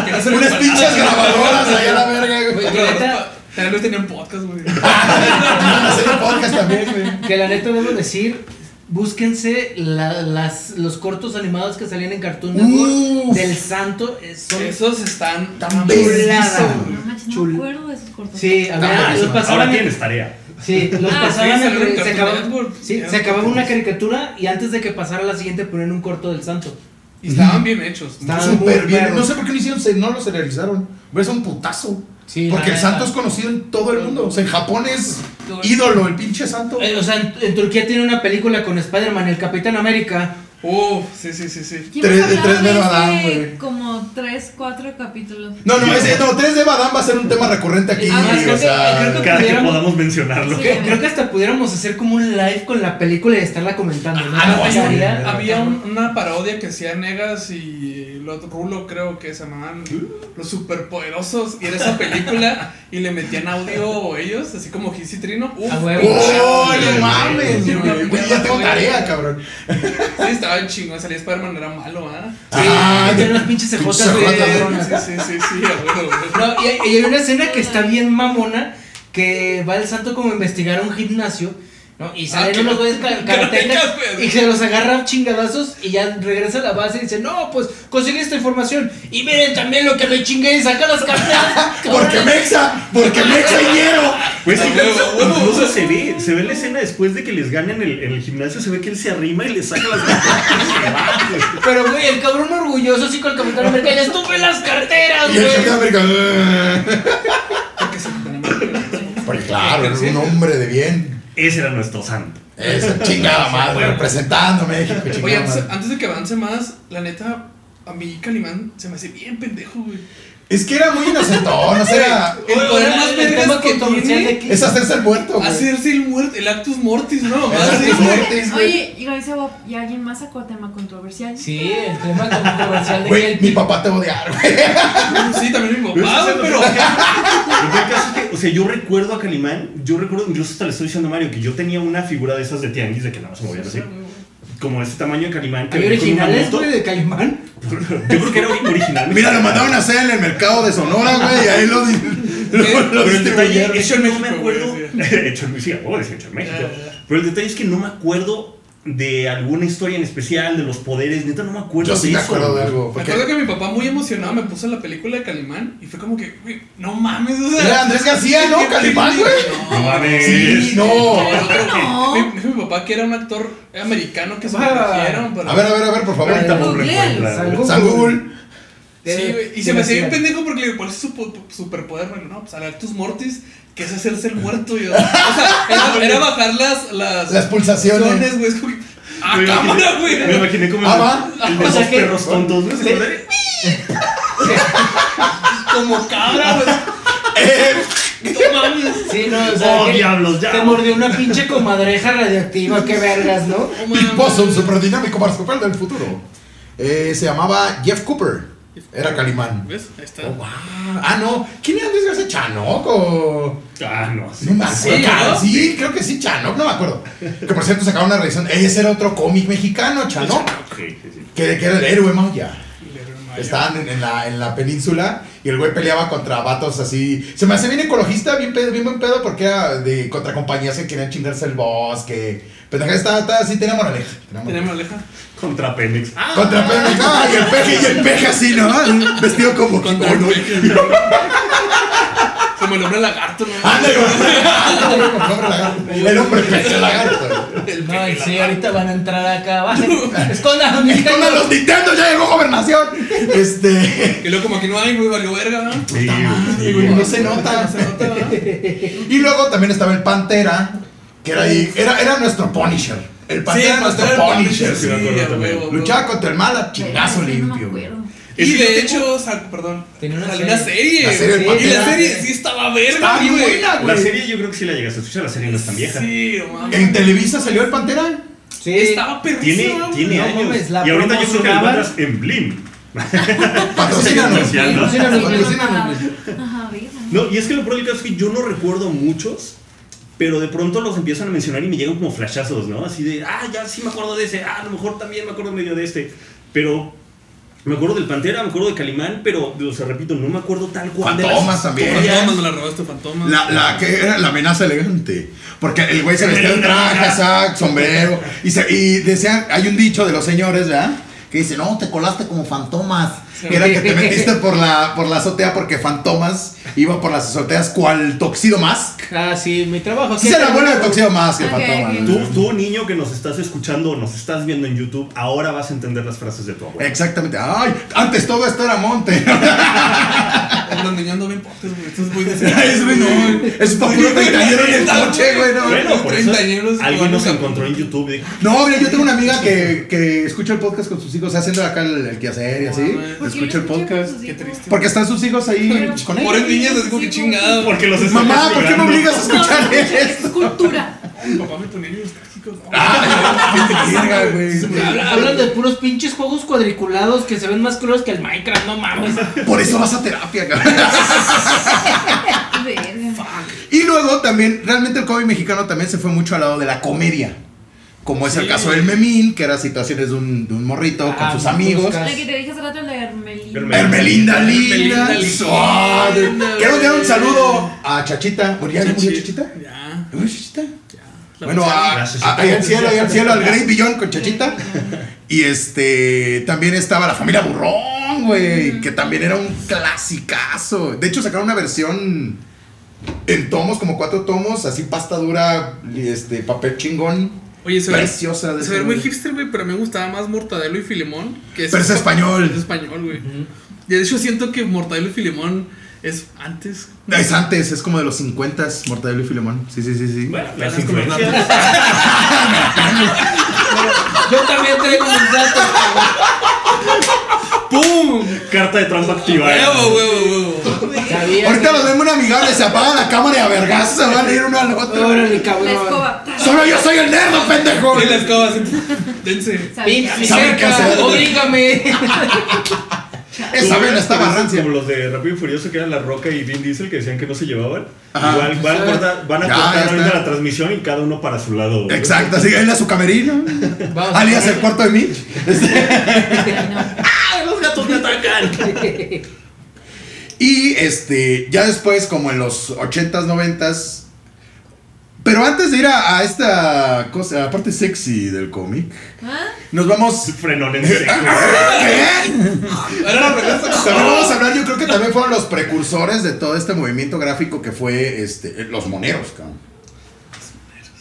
Speaker 3: que no se le
Speaker 5: Unas
Speaker 3: pasa.
Speaker 5: pinches grabadoras allá a la verga, güey.
Speaker 4: Güey, que
Speaker 3: Pero
Speaker 4: la
Speaker 3: los
Speaker 4: neta-
Speaker 3: pa- Tal vez tenían podcast, güey.
Speaker 5: Van a hacer un podcast también, güey.
Speaker 4: Que la neta debo decir, búsquense la- las, los cortos animados que salían en Cartoon Network
Speaker 5: Uf.
Speaker 4: del Santo. eh, Son,
Speaker 3: Esos están
Speaker 5: Tan
Speaker 4: chulada.
Speaker 5: bellísimo,
Speaker 7: No manches, no
Speaker 4: Chul-
Speaker 7: me acuerdo de esos cortos.
Speaker 4: Sí, había-
Speaker 5: Ah,
Speaker 4: los
Speaker 5: eso.
Speaker 4: pasaban.
Speaker 6: Ahora
Speaker 4: en-
Speaker 6: tienes tarea.
Speaker 4: Sí, los
Speaker 7: Ah,
Speaker 4: pasaban
Speaker 3: sí,
Speaker 4: entre-
Speaker 3: salieron en
Speaker 4: se,
Speaker 3: Cartoon
Speaker 4: acababa,
Speaker 3: Network.
Speaker 4: sí,
Speaker 3: Ya.
Speaker 4: se acababa una caricatura y antes de que pasara la siguiente ponían un corto del Santo.
Speaker 3: Y estaban bien hechos.
Speaker 4: Estaban-
Speaker 5: Súper
Speaker 4: muy
Speaker 5: bien.
Speaker 4: perro.
Speaker 5: No sé por qué lo hicieron, se- no lo serializaron. Pero es un putazo.
Speaker 4: Sí,
Speaker 5: Porque
Speaker 4: la
Speaker 5: el
Speaker 4: neta.
Speaker 5: santo es conocido en todo el mundo. O sea, en Japón es ídolo, el pinche santo.
Speaker 4: Eh, o sea, en, en Turquía tiene una película con Spider-Man, el Capitán América.
Speaker 3: Oh, sí, sí, sí, sí.
Speaker 7: ¿Quién me
Speaker 5: Tres-
Speaker 7: hablaba
Speaker 5: tres
Speaker 7: de
Speaker 5: Mero
Speaker 7: ese
Speaker 5: Adán, güey.
Speaker 7: Como tres, cuatro capítulos.
Speaker 5: No, no, ese, no, 3D Badam va a ser un tema recurrente aquí.
Speaker 4: Ah, creo
Speaker 5: o
Speaker 4: que- creo
Speaker 5: sea,
Speaker 6: Cada que
Speaker 4: ¿Pudieron?
Speaker 6: podamos mencionarlo.
Speaker 7: Sí.
Speaker 4: Que- Creo que hasta pudiéramos hacer como un live con la película y estarla comentando. ¿no?
Speaker 5: Ah, no,
Speaker 4: ¿Qué
Speaker 5: sí,
Speaker 4: pasaría?
Speaker 3: Había un- una parodia que hacía Negas y lo- Rulo, creo que se llamaban Los Superpoderosos. Y era esa película y le metían audio ellos, así como Gis y Trino. Uf,
Speaker 4: A huevo.
Speaker 5: ¡Oh, no mames!
Speaker 3: Sí,
Speaker 5: güey. Güey, ya tengo tarea, cabrón.
Speaker 3: Sí, estaba chingón, salía Spider-Man, era malo, ¿ah?
Speaker 4: Sí,
Speaker 5: Ah,
Speaker 4: tiene unas pinches
Speaker 5: pinches
Speaker 4: cejotas, güey.
Speaker 5: cejotas,
Speaker 4: cabronas.
Speaker 3: Sí, sí, sí, sí, a huevo, güey.
Speaker 4: No, y, hay- y hay una escena que está bien mamona que va el santo como a investigar a un gimnasio. ¿no? Y salen
Speaker 3: que-
Speaker 4: unos güeyes ca-
Speaker 3: que
Speaker 4: karatecas
Speaker 3: lo tengas, güey.
Speaker 4: y se los agarra a chingadazos y ya regresa a la base y dice, no, pues conseguí esta información. Y miren también lo que me chingué y saca las cartas.
Speaker 5: Porque Mexa, porque Mexa hiero.
Speaker 6: Pues sí,
Speaker 3: A huevo,
Speaker 6: incluso-
Speaker 3: a huevo.
Speaker 6: incluso se ve, se ve la escena después de que les ganan el, el gimnasio, se ve que él se arrima y le saca las ganas.
Speaker 4: Pero güey, el cabrón orgulloso sí con el capitán América, les tuve las carteras,
Speaker 5: Y el Capitán
Speaker 4: güey.
Speaker 5: América.
Speaker 3: Porque se ponían mal.
Speaker 5: Porque claro, es un hombre de bien.
Speaker 6: Ese era nuestro santo.
Speaker 5: Esa chingada madre, representando a México,
Speaker 3: Oye,
Speaker 5: chingada
Speaker 3: antes,
Speaker 4: pues,
Speaker 5: madre.
Speaker 3: antes de que avance más, la neta, a mí Calimán se me hace bien pendejo, güey.
Speaker 5: Es que era muy inocentón, o sea,
Speaker 3: El poder más
Speaker 4: El
Speaker 3: vergas
Speaker 4: tema
Speaker 3: que
Speaker 4: controversial de
Speaker 3: tiene
Speaker 4: aquí.
Speaker 5: es hacerse el muerto, güey.
Speaker 3: hacerse el muerto, el actus mortis, ¿no?
Speaker 5: Es
Speaker 3: Más,
Speaker 5: hacerse el
Speaker 3: güey.
Speaker 5: muertes, güey.
Speaker 7: Oye, y lo dice Bob, ¿y alguien más sacó tema controversial?
Speaker 4: Sí, el tema controversial de que
Speaker 5: Güey,
Speaker 4: el
Speaker 5: mi papá te va a odiar, güey.
Speaker 3: Sí, también mi papá, güey,
Speaker 6: Ese es
Speaker 3: pero.
Speaker 6: Lo peor caso es que, o sea, yo recuerdo a Calimán, yo recuerdo, incluso hasta le estoy diciendo a Mario que yo tenía una figura de esas de tianguis de que nada más se movían así. Como ese tamaño de Calimán que
Speaker 4: ¿Había
Speaker 6: venía con una
Speaker 4: originales,
Speaker 6: moto.
Speaker 4: güey, de Calimán?
Speaker 6: Yo creo que era ori- original.
Speaker 5: Mira, lo mandaron a hacer en el mercado de Sonora, güey, y ahí lo, di- lo, lo
Speaker 6: Pero el detalle
Speaker 5: distribuyeron.
Speaker 6: es
Speaker 3: Hecho
Speaker 6: que
Speaker 3: este en
Speaker 6: no me
Speaker 3: México,
Speaker 6: acuerdo.
Speaker 3: güey,
Speaker 6: Hecho en sí, a huevo, es hecho en México.
Speaker 3: Ya, ya.
Speaker 6: Pero el detalle es que no me acuerdo de alguna historia en especial, de los poderes. Neta, no me acuerdo
Speaker 5: Yo sí
Speaker 6: de
Speaker 5: me
Speaker 6: eso.
Speaker 5: acuerdo de algo,
Speaker 3: Me
Speaker 5: porque
Speaker 3: acuerdo que mi papá, muy emocionado, me puso la película de Calimán y fue como que, güey, no mames, o sea.
Speaker 5: era Andrés García, ¿no? Calimán, güey.
Speaker 6: No mames.
Speaker 5: Sí, no.
Speaker 3: No, no, no.
Speaker 7: No.
Speaker 3: Mi- Dijo mi papá que era un actor americano que se lo trajeron para.
Speaker 5: A ver, a ver, a ver, por
Speaker 6: Ahorita
Speaker 5: favor.
Speaker 6: lo
Speaker 7: Google.
Speaker 6: reencuentras.
Speaker 4: Salgo-
Speaker 5: San Google.
Speaker 3: Sí, güey, y se me hacía bien pendejo porque le digo, ¿cuál es su po- superpoder? Bueno, no, pues al Actus Mortis, que es hacerse el muerto. Yo. O sea, era, era bajar las, las,
Speaker 5: Las pulsaciones.
Speaker 3: güey. Es como que, ¡Ah,
Speaker 6: Me imaginé-
Speaker 3: cámara, güey!
Speaker 6: Me imaginé como
Speaker 5: Ah, va.
Speaker 6: el de
Speaker 4: O sea
Speaker 6: esos
Speaker 4: que-
Speaker 6: perros tontos. ¿no? ¿Se acuerdan?
Speaker 3: Como cabra, güey. No mames.
Speaker 4: Sí, no, o sea,
Speaker 6: Oh,
Speaker 4: que
Speaker 6: diablos, ya.
Speaker 4: Te mordió una pinche comadreja radioactiva, qué vergas, ¿no?
Speaker 3: no
Speaker 5: Big
Speaker 3: mames.
Speaker 5: Possum, superdinámico marsupial del futuro. Eh, se llamaba Jeff Cooper. Era Calimán.
Speaker 3: ¿Ves? Ahí está.
Speaker 5: Oh, wow. Ah, no. ¿Quién era Andrés García? ¿Chanoc o...?
Speaker 6: Ah, no. sí.
Speaker 5: No me
Speaker 3: Sí,
Speaker 5: acuerdo. Claro,
Speaker 3: ¿no?
Speaker 5: Sí, creo que sí, Chanoc, no me acuerdo. Que por cierto sacaron una revisión. Ese era otro cómic mexicano, Chanoc.
Speaker 6: Ok, sí, sí.
Speaker 5: Que, que era el héroe maya. Estaban en, en la, en la península y el güey peleaba contra vatos así. Se me hace bien ecologista, bien, pedo, bien buen pedo, porque era de contra compañías que querían chingarse el bosque. Pero acá está, está así, tenía moraleja. tenía moraleja.
Speaker 3: Tenemos aleja.
Speaker 6: Contra Pemex. Ah,
Speaker 5: Contra Pemex, ah, y el peje, y el peje así, ¿no? Vestido como kimono.
Speaker 3: Como el hombre lagarto, ¿no?
Speaker 5: Ándale, güey. El hombre peje lagarto.
Speaker 4: No, y sí, ahorita van a entrar acá, bajen, escondan donde
Speaker 5: Escondan los Nintendo, ya llegó gobernación. Este.
Speaker 3: Y luego, como aquí no hay, güey, valió verga, ¿no?
Speaker 6: sí, sí.
Speaker 5: No se nota.
Speaker 3: Se nota, ¿verdad?
Speaker 5: Y luego también estaba el Pantera, que era ahí, era, era nuestro Punisher. El Pantera
Speaker 3: Sí,
Speaker 5: era nuestro
Speaker 3: Pantera era el
Speaker 5: Punisher.
Speaker 3: Punisher, sí,
Speaker 6: me acuerdo
Speaker 3: a
Speaker 6: también.
Speaker 3: huevo,
Speaker 5: Luchaba contra el mal a chingazo
Speaker 7: Sí, no me
Speaker 5: limpio. güey.
Speaker 7: acuerdo.
Speaker 3: Y
Speaker 2: que yo
Speaker 3: de
Speaker 2: tengo-
Speaker 3: hecho, o sea, perdón.
Speaker 4: Tenía una
Speaker 3: salió una serie.
Speaker 5: La serie del
Speaker 3: y la
Speaker 4: Pantera.
Speaker 3: serie sí estaba verga,
Speaker 5: Estaba bien
Speaker 3: güey.
Speaker 5: buena,
Speaker 6: La
Speaker 5: güey.
Speaker 6: serie yo creo que sí la llegas a escuchar, la serie no es tan vieja.
Speaker 3: Sí, no mames.
Speaker 5: En Televisa salió el Pantera.
Speaker 4: Sí.
Speaker 3: Estaba
Speaker 6: Tiene,
Speaker 3: perrísima, güey.
Speaker 6: tiene
Speaker 4: no
Speaker 6: años.
Speaker 4: mames, la
Speaker 6: y ahorita yo creo que la
Speaker 4: promocionaban.
Speaker 6: encuentras en Blim.
Speaker 5: Patrocínanos.
Speaker 6: Comercial, ¿no?
Speaker 5: Patrocínanos,
Speaker 7: Pero
Speaker 5: patrocínanos,
Speaker 7: nada.
Speaker 5: güey.
Speaker 7: Ajá, verga.
Speaker 6: No, y es que lo peor del caso es que yo no recuerdo muchos, pero de pronto los empiezan a mencionar y me llegan como flashazos, ¿no? Así de, ah, ya sí me acuerdo de ese, ah, a lo mejor también me acuerdo medio de este. Pero me acuerdo del Pantera, me acuerdo de Calimán, pero, o sea, repito, no me acuerdo tal cual de las
Speaker 5: Fantomas también.
Speaker 6: historias.
Speaker 2: Fantomas, me la robaste, Fantomas.
Speaker 5: La, la que era la amenaza elegante. Porque el güey se vestía de traje, sac, sombrero. Y, se- y decían, hay un dicho de los señores, ¿verdad? Que dice, no, te colaste como fantomas. Que era que te metiste por la, por la azotea porque fantomas iba por las azoteas cual Toxido Mask.
Speaker 4: Ah, sí, mi trabajo.
Speaker 5: Sí,
Speaker 4: ¿qué
Speaker 5: era
Speaker 4: tal?
Speaker 5: buena de Toxido Mask el
Speaker 7: Ok,
Speaker 5: fantoma.
Speaker 7: ok.
Speaker 5: ¿no?
Speaker 6: Tú, tú, niño que nos estás escuchando o nos estás viendo en YouTube, ahora vas a entender las frases de tu abuelo.
Speaker 5: Exactamente. Ay, antes todo esto era monte.
Speaker 3: Cuando yo ando bien potes, güey. Esto es muy
Speaker 5: es
Speaker 3: desesperado,
Speaker 5: bueno.
Speaker 3: güey.
Speaker 5: Es para puro treintañero en el coche, güey. no.
Speaker 6: Bueno, por eso
Speaker 3: Treintañeros
Speaker 6: alguien nos
Speaker 3: jugando
Speaker 6: encontró en YouTube y dijo,
Speaker 5: No, mira, yo tengo una amiga que, que escucha el podcast con sus hijos, haciendo acá el, el quehacer y así.
Speaker 3: mames.
Speaker 7: ¿Por qué
Speaker 5: Escucha el
Speaker 7: lo escuchan
Speaker 5: podcast.
Speaker 7: sus
Speaker 3: Qué
Speaker 7: hijos?
Speaker 3: triste.
Speaker 5: Porque están sus hijos ahí
Speaker 7: Pero-
Speaker 5: con
Speaker 7: Por
Speaker 5: él.
Speaker 3: Pobres niñas, es como que chingada.
Speaker 6: porque los estás
Speaker 5: Mamá, ¿por qué me
Speaker 6: castigando".
Speaker 5: obligas a escuchar esto?
Speaker 7: Es cultura.
Speaker 3: Mi papá me ponía los trágicos.
Speaker 5: Ah, Verga, güey.
Speaker 4: Habla- Hablan de puros pinches juegos cuadriculados que se ven más crudos que el Minecraft, no mames.
Speaker 5: Por eso vas a terapia, cabrón.
Speaker 7: Verga.
Speaker 5: Y luego también, realmente el cómic mexicano también se fue mucho al lado de la comedia. Como es el
Speaker 2: Sí.
Speaker 5: caso del Memín, que era situaciones de un, de un morrito
Speaker 4: Ah,
Speaker 5: con sus
Speaker 4: Moluscas.
Speaker 5: amigos.
Speaker 7: La que te dije hace rato, la de Hermelina.
Speaker 5: Hermelinda
Speaker 3: Hermelinda
Speaker 5: Lina.
Speaker 3: Lina.
Speaker 5: Ah, de- Quiero dar un saludo a Chachita. ¿Ya murió Chachita?
Speaker 2: Ya.
Speaker 5: ¿Murió Chachita?
Speaker 2: La
Speaker 5: Bueno,
Speaker 2: pasaron.
Speaker 5: a-
Speaker 6: Gracias,
Speaker 5: a-
Speaker 6: Chachita.
Speaker 5: ahí al cielo, ahí al cielo, al Great Beyond con Chachita. Y este, también estaba la familia Burrón, güey, que también era un clasicazo. De hecho, sacaron una versión en tomos, como cuatro tomos, así pasta dura, y este, papel chingón.
Speaker 2: Oye, se ve,
Speaker 5: Preciosa de
Speaker 2: se
Speaker 5: ese
Speaker 2: ve muy
Speaker 5: güey.
Speaker 2: hipster, güey, pero me gustaba más Mortadelo y Filemón. Que
Speaker 5: Pero es español.
Speaker 2: Es español, güey. Y de hecho siento que Mortadelo y Filemón es antes.
Speaker 5: Es antes, es como de los 50 Mortadelo y Filemón. Sí, sí, sí, sí.
Speaker 6: Bueno, las
Speaker 2: Apenas como
Speaker 6: influencias.
Speaker 4: Yo también traigo mis datos, cabrón.
Speaker 2: ¡Pum!
Speaker 6: Carta de trampa activada.
Speaker 2: ¡Huevo, huevo, huevo!
Speaker 4: Sabía
Speaker 5: Ahorita
Speaker 4: que-
Speaker 5: los vemos amigable, se apaga la cámara y a vergas se van a ir uno al otro.
Speaker 4: Órale,
Speaker 7: La
Speaker 4: cabrón.
Speaker 7: escoba.
Speaker 5: Solo yo soy el nerdo, pendejo.
Speaker 3: Y las escoba así. Dense.
Speaker 4: Pinche
Speaker 7: Sabía.
Speaker 5: ¿Saben qué hacer?
Speaker 4: cerca, oblígame.
Speaker 5: Esa vena estaba rancia.
Speaker 6: Como los de Rápido y Furioso, que eran La Roca y Vin Diesel, que decían que no se llevaban.
Speaker 5: Ajá.
Speaker 6: Igual van a cortar, van a
Speaker 5: Ya,
Speaker 6: cortar
Speaker 5: ya
Speaker 6: ahorita
Speaker 5: está.
Speaker 6: la transmisión y cada uno para su lado. güey.
Speaker 5: Exacto, así él a su camerino.
Speaker 4: Vamos a-
Speaker 5: Alias el cuarto de Mitch.
Speaker 6: ¡Ah, los gatos me atacan!
Speaker 5: Y este, ya después, como en los 80s, 90s. Pero antes de ir a, a esta cosa, a la parte sexy del cómic,
Speaker 7: ¿Ah?
Speaker 5: nos vamos.
Speaker 6: Frenón en seco.
Speaker 3: Ahora la regresa.
Speaker 5: También vamos a hablar, yo creo que también fueron los precursores de todo este movimiento gráfico que fue este, eh, los moneros, cabrón.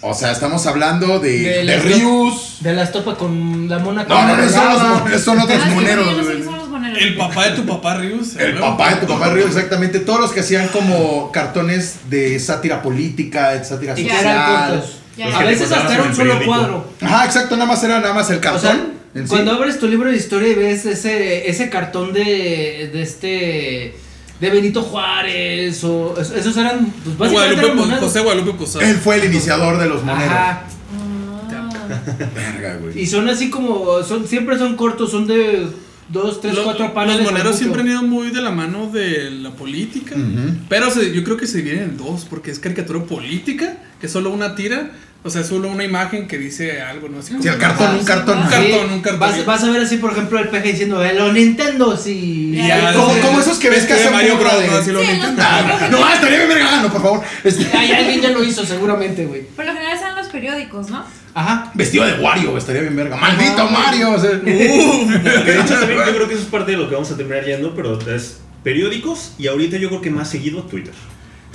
Speaker 5: O sea, estamos hablando de,
Speaker 4: De
Speaker 5: de,
Speaker 4: las-
Speaker 5: Rius.
Speaker 4: De las topa con la mona.
Speaker 5: No, no, no, son, los mon- son otros
Speaker 7: Ah, sí,
Speaker 5: moneros.
Speaker 7: yo no sé
Speaker 5: güey.
Speaker 7: quién son los moneros.
Speaker 3: El papá de tu papá, Rius.
Speaker 5: El papá de tu papá Río, exactamente. Todos los que hacían como cartones de sátira política, de sátira
Speaker 4: Y
Speaker 5: social.
Speaker 4: que eran cortos.
Speaker 7: Ya,
Speaker 4: A
Speaker 7: ya.
Speaker 4: veces hasta era un solo cuadro.
Speaker 5: Ajá, exacto, nada más era nada más el
Speaker 4: O
Speaker 5: cartón.
Speaker 4: sea,
Speaker 5: en sí.
Speaker 4: cuando abres tu libro de historia y ves ese, ese cartón de, de este de Benito Juárez o es- esos eran pues básicamente
Speaker 2: Guadalupe,
Speaker 4: eran
Speaker 2: Po-
Speaker 4: monedas.
Speaker 2: José Guadalupe Posada.
Speaker 5: Él fue el iniciador de los moneros.
Speaker 4: Ajá.
Speaker 7: Ah.
Speaker 5: Verga, güey.
Speaker 4: Y son así como son siempre son cortos, son de dos, tres,
Speaker 2: Lo-
Speaker 4: cuatro panes.
Speaker 2: Los moneros siempre han ido muy de la mano de la política.
Speaker 5: Ujú.
Speaker 2: Pero se- yo creo que se dividen en dos, porque es caricatura política, que es solo una tira, o sea, es solo una imagen que dice algo, ¿no? Así
Speaker 5: Sí,
Speaker 2: como-
Speaker 5: el cartón, un cartón.
Speaker 2: Un cartón, un cartón.
Speaker 4: Vas, vas a ver así, por ejemplo, el peje diciendo, eh, lo Nintendo, sí.
Speaker 7: Y ya,
Speaker 5: Como, como esos que ves que hacen
Speaker 2: Mario
Speaker 5: burla
Speaker 2: Bros.
Speaker 5: de-
Speaker 2: ¿no? Así lo
Speaker 7: Sí,
Speaker 2: Nintendo.
Speaker 7: los-
Speaker 5: Ah, No, más, estaría bien verga, no, por favor. Este,
Speaker 4: Ay, alguien ya lo hizo, seguramente, güey.
Speaker 7: Por lo general son los periódicos, ¿no?
Speaker 4: Ajá.
Speaker 5: vestido de Wario, estaría bien verga. Maldito
Speaker 4: Ajá.
Speaker 5: Mario. o sea,
Speaker 6: Que de hecho, también yo creo que eso es parte de lo que vamos a terminar yendo, pero es periódicos y ahorita yo creo que más seguido Twitter.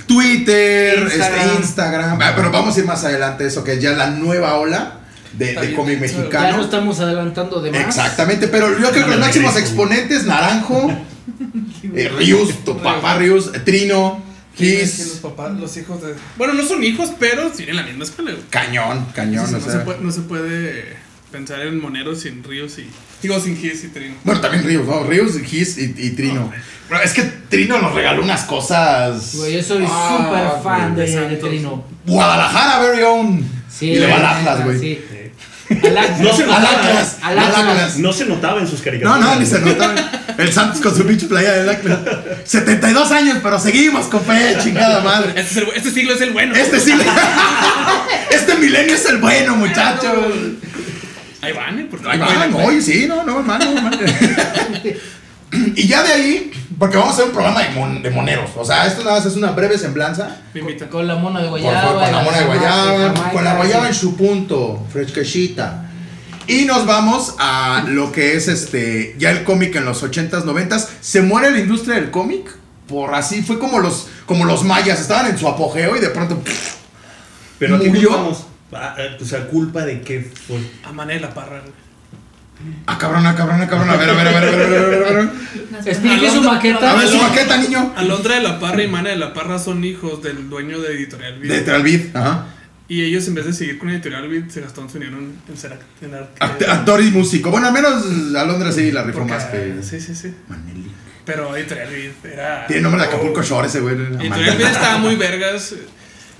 Speaker 5: Twitter,
Speaker 4: Instagram.
Speaker 5: Instagram. Este, Instagram. Ah, pero vamos a ir más adelante eso, que es ya la nueva ola de, de
Speaker 2: También, sí,
Speaker 5: cómic
Speaker 4: Ya no
Speaker 5: mexicano.
Speaker 4: estamos adelantando de más.
Speaker 5: Exactamente, pero yo creo que los máximos exponentes, Naranjo, eh, Rius, tu papá Rius, eh, Trino,
Speaker 3: Rius. Los
Speaker 5: Gis,
Speaker 3: papás, los hijos de.
Speaker 2: Bueno, no son hijos, pero siguen la misma escuela. güey.
Speaker 5: cañón, cañón,
Speaker 2: Entonces, no,
Speaker 5: o
Speaker 2: se
Speaker 5: sea.
Speaker 2: puede, no se puede pensar en moneros sin ríos y. Digo, sin gis y trino.
Speaker 5: Bueno, también Ríos, ¿no? Ríos, Gis y, y Trino. Pero es que Trino nos regaló unas cosas.
Speaker 4: Güey, yo soy
Speaker 5: Ah,
Speaker 4: súper fan
Speaker 2: güey,
Speaker 4: de, de
Speaker 2: santos.
Speaker 4: Trino.
Speaker 5: Guadalajara, very own.
Speaker 4: Sí,
Speaker 5: y le
Speaker 4: la
Speaker 5: balazas,
Speaker 4: neta,
Speaker 5: güey.
Speaker 4: sí. Al Atlas.
Speaker 6: No se
Speaker 5: Al
Speaker 6: notaba.
Speaker 5: Atlas,
Speaker 4: Al
Speaker 5: al
Speaker 4: Atlas.
Speaker 5: Atlas.
Speaker 6: No se notaba en sus
Speaker 5: No,
Speaker 6: caricaturas.
Speaker 5: no, ni se nota. El Santos con su pinche playa del Atlas. 72 años, pero seguimos con fe, chingada madre.
Speaker 2: Este, es el bu- este siglo es el bueno.
Speaker 5: Este sí. Este milenio es el bueno, muchachos.
Speaker 2: Ahí van, ¿eh? Porque
Speaker 5: Ahí va, no, oye, sí, no, no, hermano, hermano. Y ya de ahí, porque vamos a hacer un programa de, mon- de moneros. O sea, esto nada más es una breve semblanza.
Speaker 2: Me invitan.
Speaker 4: Con la mona de
Speaker 5: Por
Speaker 4: guayaba.
Speaker 5: favor, con la mona de guayaba,
Speaker 4: Jamaica,
Speaker 5: con la guayaba en
Speaker 4: sí.
Speaker 5: su punto, fresquecita. Y nos vamos a lo que es este ya el cómic en los 80s, 90s. Se muere la industria del cómic por así, fue como los como los mayas, estaban en su apogeo y de pronto pff,
Speaker 6: Pero aquí
Speaker 5: Murió.
Speaker 6: vamos. Ah, eh, O sea, culpa de qué fue.
Speaker 2: A Mané de la Parra, güey.
Speaker 5: ah cabrón, ah cabrón, ah cabrón, a ver, a ver, a ver, a ver, a ver, a ver, a ver.
Speaker 4: Explique su maqueta.
Speaker 5: A ver su maqueta, niño.
Speaker 2: Alondra de la Parra y Mana de la Parra son hijos del dueño de Editorial Beat.
Speaker 5: De Tralvid, ajá.
Speaker 2: Y ellos, en vez de seguir con Editorial Beat, se gastaron su dinero en, en ser act- en arte.
Speaker 5: Act- Actor y músico. Bueno, al menos Alondra sí la rifó
Speaker 2: Porque- ah,
Speaker 5: más que.
Speaker 2: Sí, sí, sí.
Speaker 5: Maneli.
Speaker 2: Pero Editorial Beat era. Oh.
Speaker 5: Tiene nombre de Acapulco Shore ese güey. la
Speaker 2: Editorial
Speaker 5: madre.
Speaker 2: Beat estaba muy vergas.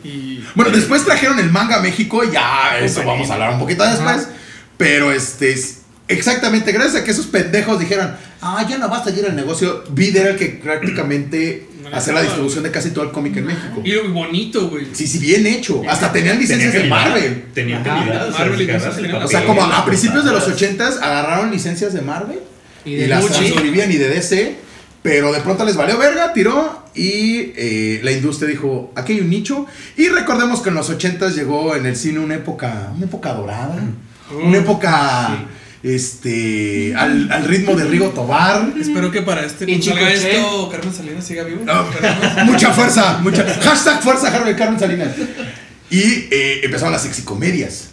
Speaker 2: eh, Y.
Speaker 5: Bueno, después trajeron el manga a México, ya eso vamos a hablar un poquito después. Pero este es- exactamente, gracias a que esos pendejos dijeron, ah, ya no basta ir al negocio, Vid era el que prácticamente
Speaker 2: No le
Speaker 5: hacía la
Speaker 2: daba,
Speaker 5: distribución de casi todo el cómic en México.
Speaker 2: Y bonito, güey.
Speaker 5: Sí, sí, bien hecho. Hasta tenían
Speaker 6: Tenía
Speaker 5: licencias de
Speaker 6: calidad,
Speaker 5: Marvel.
Speaker 6: Tenía
Speaker 4: Ajá.
Speaker 6: calidad.
Speaker 2: Marvel y
Speaker 6: agarras
Speaker 2: Disney
Speaker 6: el
Speaker 2: tenían
Speaker 5: O
Speaker 6: papel,
Speaker 5: sea, como a
Speaker 6: las
Speaker 5: principios de los
Speaker 6: portadas.
Speaker 5: 80s agarraron licencias de Marvel
Speaker 4: Y
Speaker 5: y,
Speaker 4: de
Speaker 5: las
Speaker 2: muchas.
Speaker 5: transcribían y de DC, pero de pronto les valió verga, tiró y eh, la industria dijo, aquí hay un nicho. Y recordemos que en los 80 llegó en el cine una época, una época dorada, una época... Este, al, al ritmo de Rigo Tobar.
Speaker 2: Espero que para este
Speaker 4: Y
Speaker 2: no salga
Speaker 4: Chicoche.
Speaker 2: esto Carmen Salinas siga vivo.
Speaker 5: No, mucha fuerza, mucha. Hashtag fuerza, Harvey Carmen Salinas. Y eh, empezaron las sexicomedias.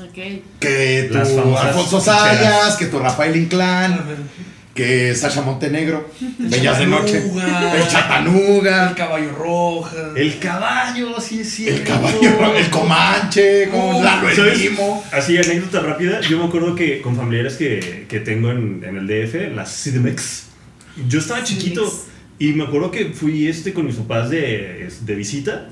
Speaker 7: Ok.
Speaker 5: Que tu
Speaker 6: Las famosas
Speaker 5: Alfonso
Speaker 6: ficheras.
Speaker 5: Sayas, que tu Rafael Inclán, que Sasha Montenegro, Bellas de Noche,
Speaker 2: Chattanooga.
Speaker 5: el Chatanuga,
Speaker 2: El caballo roja.
Speaker 6: El caballo, sí es cierto.
Speaker 5: el Caballo, Rojo, el Comanche, como
Speaker 4: Oh,
Speaker 2: Uh,
Speaker 5: Lalo el
Speaker 6: ¿Sabes?
Speaker 5: Limo.
Speaker 6: Así, anécdota rápida. Yo me acuerdo que con familiares que, que tengo en, en el DF, en las CDMX, yo estaba chiquito
Speaker 7: CDMX.
Speaker 6: y me acuerdo que fui este con mis papás de, es- de visita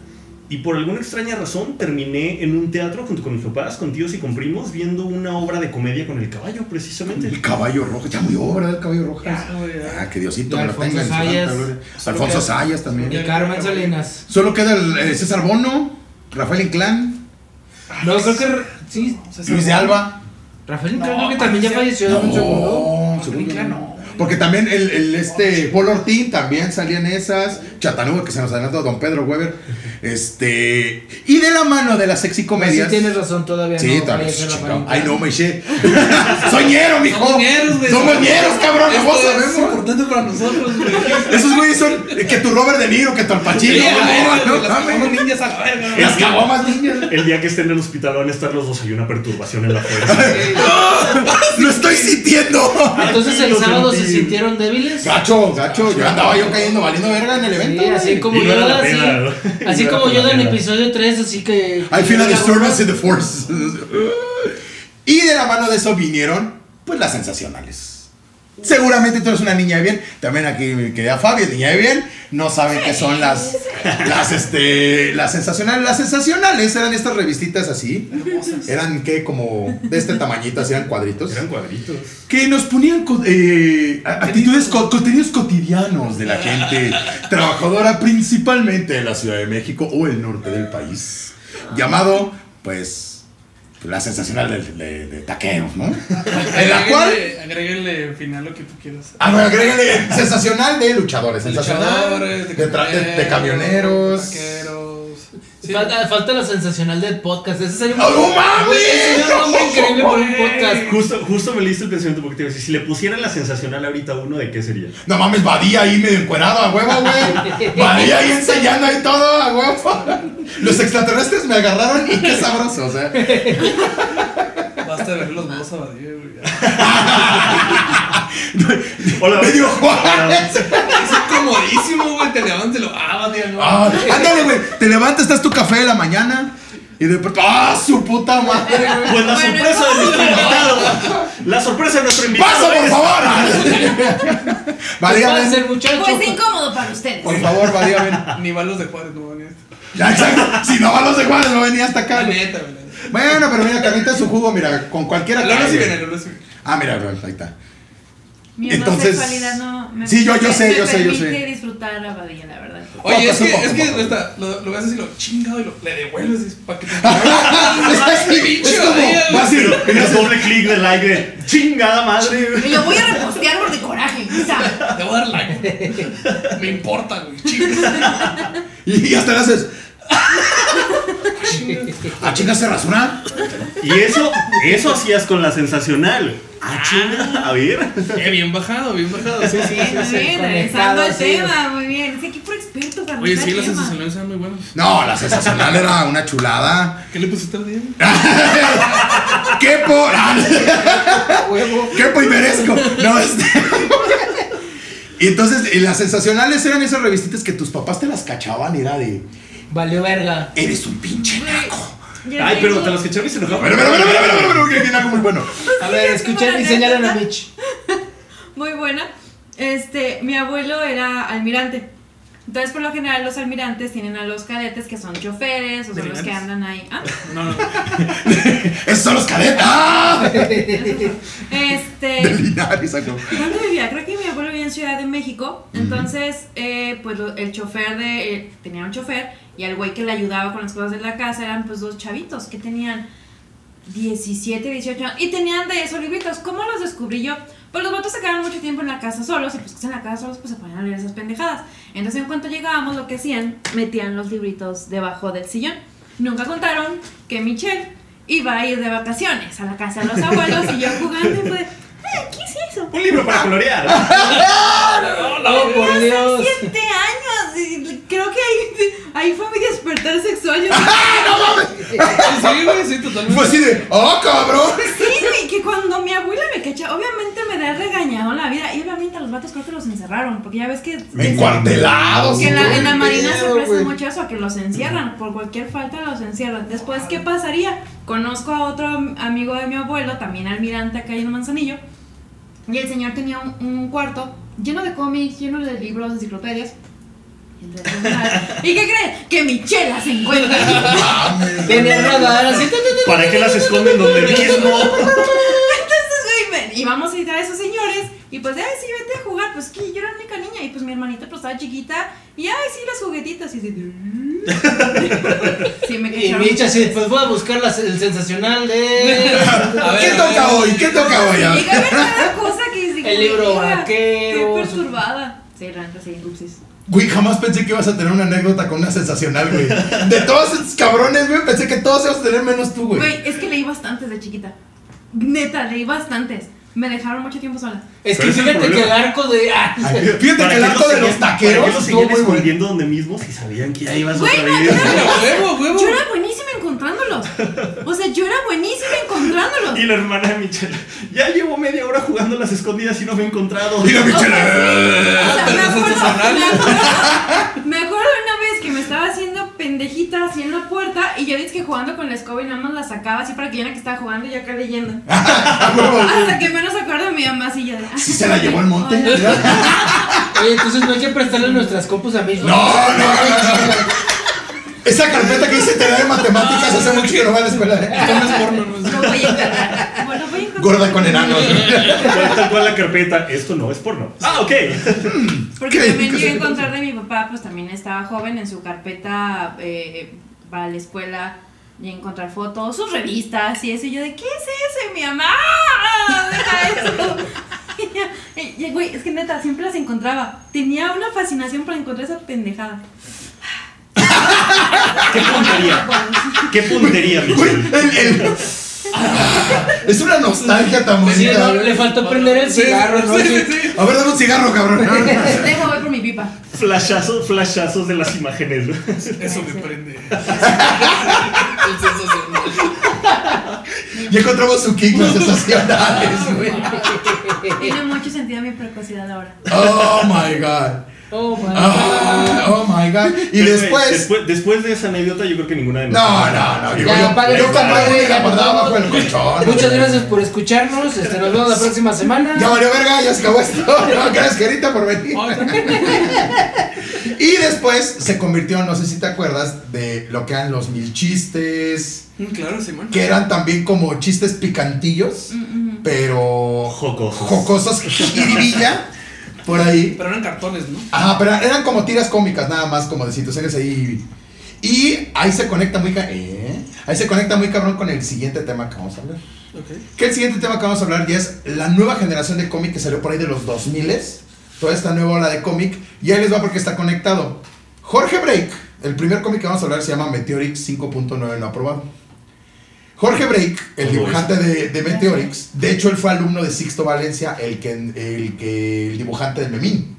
Speaker 6: y por alguna extraña razón terminé en un teatro junto con mis papás, con tíos y con primos, viendo una obra de comedia con el caballo, precisamente.
Speaker 5: El caballo rojo, ya murió, ¿verdad? El caballo rojo.
Speaker 2: Ya, Pues, güey, ya.
Speaker 5: Ah, que Diosito
Speaker 4: Y
Speaker 5: me lo
Speaker 4: Alfonso
Speaker 5: tenga en su
Speaker 4: Sayas.
Speaker 5: santa gloria. Alfonso Sayas
Speaker 4: Y
Speaker 5: también.
Speaker 4: Carmen Salinas.
Speaker 5: Solo queda el, eh, César Bono, Rafael Inclán,
Speaker 4: No, creo que. re- Sí,
Speaker 5: Luis de Alba.
Speaker 4: Rafael
Speaker 2: No,
Speaker 4: creo que también ya falleció. dame un segundo.
Speaker 5: No, segundo no. Porque también el, el este Paul Ortín también salían esas. Chatanuga, que se nos adelantó Don Pedro Weber. Este. Y de la mano de las sexy
Speaker 4: Pues Sí,
Speaker 5: comedias.
Speaker 4: tienes razón, todavía
Speaker 5: Sí,
Speaker 4: no.
Speaker 5: también.
Speaker 4: falleció Rafael
Speaker 5: chingado.
Speaker 4: Inclán.
Speaker 5: Ay, no, me eché. Soy ñero, mijo.
Speaker 2: Somos ñeros, güey.
Speaker 5: Somos ñeros, cabrón.
Speaker 2: Esto
Speaker 5: Vos
Speaker 2: es
Speaker 5: sabemos.
Speaker 2: importante para nosotros, güey.
Speaker 5: Esos güeyes son eh, que tu Robert De Niro, que tu Al Pacino.
Speaker 2: Sí, güey,
Speaker 5: No,
Speaker 2: las
Speaker 5: no, mames.
Speaker 2: caguamas ninjas a la verga.
Speaker 5: Las caguamas niñas.
Speaker 6: El día que esté en el hospital van a estar los dos, hay una perturbación en la fuerza.
Speaker 5: Lo estoy sintiendo.
Speaker 4: Ah, Entonces el
Speaker 6: Lo
Speaker 4: sábado se
Speaker 6: sentí.
Speaker 4: sintieron débiles.
Speaker 5: Gacho, gacho. Yo andaba yo cayendo valiendo verga en el evento.
Speaker 4: Sí, así
Speaker 5: güey.
Speaker 4: como
Speaker 6: Y no era
Speaker 4: yo
Speaker 6: la
Speaker 4: así,
Speaker 6: pena, ¿no?
Speaker 4: así
Speaker 6: Y no
Speaker 4: como
Speaker 6: era
Speaker 4: yo
Speaker 6: la
Speaker 4: en el
Speaker 6: pena.
Speaker 4: episodio 3, así que
Speaker 5: I feel a disturbance in the force. y de la mano de eso vinieron, pues, las sensacionales. Seguramente tú eres una niña de bien. También aquí mi querida Fabi es niña de bien. No saben qué son las, las, este, las sensacionales. Las sensacionales eran estas revistitas así. Eran, ¿qué? Como de este tamañito, así eran cuadritos.
Speaker 6: Eran cuadritos.
Speaker 5: Que nos ponían co- eh, a- actitudes, co- contenidos cotidianos de la gente trabajadora principalmente de la Ciudad de México o el norte del país, llamado, pues, la sensacional de, de- de taqueros, ¿no? En la cual...
Speaker 2: Agréguenle- Agréguenle final lo que tú quieras.
Speaker 5: Ah, bueno, agrégale, sensacional de luchadores, sensacional
Speaker 2: Luchadores,
Speaker 5: de, tra- de- de camioneros.
Speaker 2: taqueros. Sí.
Speaker 4: falta, falta lo sensacional del podcast. Ese sería un,
Speaker 5: ¡Oh, no mames! ¡Oh,
Speaker 4: Ese sería un nombre increíble para un podcast.
Speaker 6: Justo, justo me leíste el pensamiento porque te iba a decir, si le pusieran la sensacional ahorita a uno, ¿de qué sería?
Speaker 5: No mames, Badía ahí medio encuerado, a huevo, güey. Badía ahí ensayando ahí todo, a huevo. Los extraterrestres me agarraron y qué sabroso, o sea.
Speaker 2: Basta de ver los modos abadíes, güey.
Speaker 6: Hola.
Speaker 5: ¡Medio Juárez!
Speaker 2: Es incomodísimo, güey. Te levantas y lo abadías, ¿no?
Speaker 5: Ah, ándale, güey. Te levantas, estás tu café de la mañana. Y de pronto, ¡ah, su puta madre! güey!
Speaker 6: Pues la
Speaker 7: Bueno,
Speaker 6: sorpresa de nuestro invitado. La sorpresa de nuestro invitado.
Speaker 5: ¡Pasa, por
Speaker 6: es-
Speaker 5: favor! Valía
Speaker 4: Pase
Speaker 5: Ben.
Speaker 4: el muchacho.
Speaker 7: Pues incómodo para ustedes.
Speaker 5: Por favor, valía Ben.
Speaker 3: Ni balos de Juárez, no, ni esto.
Speaker 5: Ya, exacto. Si no, a los de Juárez no venía hasta acá.
Speaker 3: La
Speaker 5: güey.
Speaker 3: neta, güey, la neta.
Speaker 5: Bueno, pero mira, que ahorita su jugo, mira, con cualquiera.
Speaker 3: Lolo
Speaker 5: cae,
Speaker 3: sí
Speaker 5: güey.
Speaker 3: viene, Lolo sí viene.
Speaker 5: Ah, mira, bro, ahí está.
Speaker 7: Mi
Speaker 5: Entonces-
Speaker 7: homosexualidad no me
Speaker 5: Sí, yo- yo
Speaker 7: me-
Speaker 5: sé,
Speaker 7: me
Speaker 5: yo sé, yo
Speaker 7: permite
Speaker 5: sé.
Speaker 7: disfrutar la abadía, la verdad.
Speaker 3: Oye,
Speaker 5: Poco,
Speaker 3: es que,
Speaker 5: pues, poco,
Speaker 3: es que
Speaker 5: poco.
Speaker 3: está, lo, lo ves así, lo chingado y lo, le devuelves es para que te
Speaker 5: es como, va a ser-
Speaker 6: Pero el doble clic del like de chingada madre. güey.
Speaker 7: Y lo voy a repostear por de coraje, ¿sabes?
Speaker 3: Te voy a dar like. güey. Me importa, güey. Chingas.
Speaker 5: Y y hasta le haces. ¿A chingas se rasura?
Speaker 6: Y eso, eso hacías con la sensacional. Ah, chinga. A ver.
Speaker 3: Eh, bien bajado, bien bajado. Sí, sí.
Speaker 7: Muy
Speaker 4: sí,
Speaker 7: bien, regresando
Speaker 4: conectado,
Speaker 7: al
Speaker 4: sí.
Speaker 7: tema, muy bien. Es equipo experto para
Speaker 2: Oye,
Speaker 7: manejar
Speaker 2: sí, las
Speaker 7: tema.
Speaker 2: sensaciones eran muy buenas.
Speaker 5: No, la sensacional era una chulada.
Speaker 3: ¿Qué le pusiste al día?
Speaker 5: ¡Qué por! ¡Qué por y merezco! No, este. Y entonces, y las sensacionales eran esas revistitas que tus papás te las cachaban y era de.
Speaker 4: Valió verga.
Speaker 5: Eres un pinche naco.
Speaker 7: Ya
Speaker 6: Ay, pero
Speaker 7: digo,
Speaker 6: te las echaron y se enojaron.
Speaker 5: Pero, pero, pero, pero, pero, pero, que tiene algo muy bueno.
Speaker 4: A ver, escuchen y señalen a Mitch.
Speaker 7: Muy buena. Este, mi abuelo era almirante. Entonces, por lo general, los almirantes tienen a los cadetes que son choferes o son los que
Speaker 2: Delirantes.
Speaker 7: andan ahí. ¿Ah?
Speaker 2: No, no.
Speaker 5: ¡Esos son los cadetes! ¡Ah! De
Speaker 7: Este.
Speaker 5: Linares, algo.
Speaker 7: ¿Dónde vivía? Creo que mi abuelo vivía en Ciudad de México. Entonces, eh, pues lo- el chofer de. eh, tenía un chofer y el güey que le ayudaba con las cosas de la casa eran pues dos chavitos que tenían 17, 18 años y tenían de esos libritos. ¿Cómo los descubrí yo? Pues los vatos se quedaban mucho tiempo en la casa solos y pues que en la casa solos pues se ponían a leer esas pendejadas. Entonces, en cuanto llegábamos, lo que hacían, metían los libritos debajo del sillón. Nunca contaron que Michelle iba a ir de vacaciones a la casa de los abuelos y yo jugando y fue, de, "Ah, ¿qué es eso?
Speaker 6: Un libro para colorear.
Speaker 4: Oh, por
Speaker 7: Hace
Speaker 4: Dios.
Speaker 7: siete años. y Creo que ahí, ahí fue mi despertar sexual. Yo
Speaker 4: ¡Ah,
Speaker 7: dije,
Speaker 3: Sí, güey, sí, totalmente.
Speaker 5: Fue así de. ¡Oh, cabrón!
Speaker 7: sí, güey, que cuando mi abuela me cacha, obviamente me da regañado la vida. Y obviamente a los vatos creo que los encerraron, porque ya ves que...
Speaker 5: Encuartelados.
Speaker 7: que en
Speaker 5: y todo
Speaker 7: la, en
Speaker 5: el
Speaker 7: la marina se
Speaker 5: pedo,
Speaker 7: presta
Speaker 5: güey.
Speaker 7: mucho eso, a que los encierran, por cualquier falta los encierran. Después, ¿qué pasaría? Conozco a otro am- amigo de mi abuelo, también almirante acá en Manzanillo, y el señor tenía un, un cuarto lleno de cómics, lleno de libros, enciclopedias. Y entonces, ¿Y qué crees? Que Michela se encuentra.
Speaker 4: Tenía rodadas así. tu, tu, tu.
Speaker 6: ¿Para qué las esconden donde mismo?
Speaker 7: Entonces, güey, me- íbamos a ir a esos señores y pues, ay, sí, vete a jugar. Pues que yo era la única niña y pues mi hermanita pues estaba chiquita y, ay, sí, los juguetitos. Y así de- sí, me
Speaker 4: Y
Speaker 7: cacharon.
Speaker 4: Mitch así, pues voy a buscar las- el sensacional de.
Speaker 3: A ver,
Speaker 5: ¿Qué
Speaker 3: a ver.
Speaker 5: toca hoy? ¿Qué toca hoy? A ver.
Speaker 7: Llega a ver cada cosa que dice.
Speaker 4: El libro
Speaker 7: Estoy
Speaker 4: vaquero.
Speaker 7: perturbada. Sí, ranta, sí, upsis.
Speaker 5: Güey, jamás pensé que ibas a tener una anécdota con una sensacional, güey. De todos esos cabrones, güey, pensé que todos ibas a tener menos tú, güey.
Speaker 7: Güey, es que leí bastantes de chiquita. Neta, leí bastantes. Me dejaron mucho tiempo sola.
Speaker 4: Es que
Speaker 6: Pero ese es el
Speaker 4: fíjate que el
Speaker 6: problema.
Speaker 4: arco de. ah,
Speaker 5: Ay, Fíjate que el arco de los
Speaker 6: ¿Para qué
Speaker 5: taqueros
Speaker 6: los
Speaker 5: estuvo
Speaker 6: seguían
Speaker 5: muy bueno.
Speaker 6: escondiendo donde mismo si sabían que ya ibas
Speaker 7: Güey,
Speaker 6: otra
Speaker 7: no,
Speaker 6: vez?
Speaker 7: no,
Speaker 3: A huevo, a huevo.
Speaker 7: Yo era buenísima encontrándolos. O sea, yo era buenísima encontrándolos.
Speaker 6: Y la hermana de Michelle, ya llevo media hora jugando a las escondidas y no me he encontrado.
Speaker 5: Mira,
Speaker 7: O sea, sí.
Speaker 5: Michelle.
Speaker 7: O sea, me
Speaker 3: Ah, Pero
Speaker 7: acuerdo,
Speaker 3: sensacional.
Speaker 7: me acuerdo- me acuerdo una vez que me estaba haciendo pendejita así en la puerta y yo dije que jugando con la escoba y nada más la sacaba así para que viera que estaba jugando y yo acá leyendo.
Speaker 5: A Ah, huevo, güey.
Speaker 7: Hasta que menos acuerdo mi mamá así yo de, "Ah,
Speaker 5: Sí se la llevó al monte.
Speaker 7: Ay,
Speaker 5: No,
Speaker 4: Oye, entonces no hay que prestarle nuestras compus a Mitch.
Speaker 5: no, no. no. Esa carpeta que hice tarea de matemáticas hace mucho que no va a la escuela. ¿eh?
Speaker 3: Esto no es porno, no es-
Speaker 7: Lo voy a encontrar. Bueno, voy a encontrar.
Speaker 5: Gorda con enanos. güey.
Speaker 6: Tal cual la carpeta, esto no es porno. Ah, ok.
Speaker 7: Porque
Speaker 5: ¿Qué?
Speaker 7: también
Speaker 5: ¿Qué
Speaker 7: llegué a
Speaker 5: se-
Speaker 7: encontrar de mi papá, pues también estaba joven en su carpeta eh, para la escuela y encontrar fotos, sus revistas y eso. Y yo de, ¿qué es eso? Y mi mamá, "Ah, deja eso. Y ya- Y, y, güey, es que neta, siempre las encontraba. Tenía una fascinación por encontrar esa pendejada.
Speaker 6: Qué puntería. Qué puntería,
Speaker 5: Güey,
Speaker 6: Michelle.
Speaker 5: el- el- Es una nostalgia tan
Speaker 4: Sí,
Speaker 5: bonita.
Speaker 4: no, le faltó prender el cigarro, ¿no?
Speaker 3: Sí, sí,
Speaker 5: A ver, dame un cigarro, cabrón.
Speaker 7: Dejo, voy por mi pipa.
Speaker 6: Flashazos, flashazos de las imágenes.
Speaker 3: sí. Eso me prende.
Speaker 5: Ya encontramos su kick, las sensacionales, güey.
Speaker 7: Tiene mucho sentido mi precocidad ahora.
Speaker 5: Oh my god.
Speaker 4: Oh, my
Speaker 5: Ah, oh my god. Y
Speaker 6: Pero, güey,
Speaker 5: después.
Speaker 6: después. Después de esa anécdota, yo creo que ninguna de
Speaker 5: No, no, no. Digo,
Speaker 4: Ya,
Speaker 5: yo yo
Speaker 4: apague el
Speaker 5: compré
Speaker 4: celular,
Speaker 5: una y la
Speaker 4: ya, por
Speaker 5: guardaba bajo
Speaker 4: favor.
Speaker 5: el colchón.
Speaker 4: Muchas gracias por escucharnos. Este, nos vemos la próxima semana.
Speaker 5: Ya valió verga, ya se acabó esto. No, gracias, Gerita, por venir. Y después se convirtió, no sé si te acuerdas, de lo que eran los mil chistes,
Speaker 3: Mm, Claro, Simón.
Speaker 5: que eran también como chistes picantillos, pero
Speaker 6: Jocosos.
Speaker 5: jocosos, jiribilla, por ahí.
Speaker 3: Pero eran cartones, ¿no?
Speaker 5: Ajá, pero eran como tiras cómicas, nada más, como de situaciones ahí. Y ahí se conecta muy ca- ¿eh? Ahí se conecta muy cabrón con el siguiente tema que vamos a hablar.
Speaker 3: Ok.
Speaker 5: Que el siguiente tema que vamos a hablar ya es la nueva generación de cómic que salió por ahí de los 2000 Toda esta nueva ola de cómic. Y ahí les va porque está conectado. Jorge Break. El primer cómic que vamos a hablar se llama Meteorix 5.9 no aprobado. Jorge Break, el
Speaker 6: Todo
Speaker 5: dibujante de, de Meteorix, de hecho él fue alumno de Sixto Valencia, el que, el que el dibujante de Memín.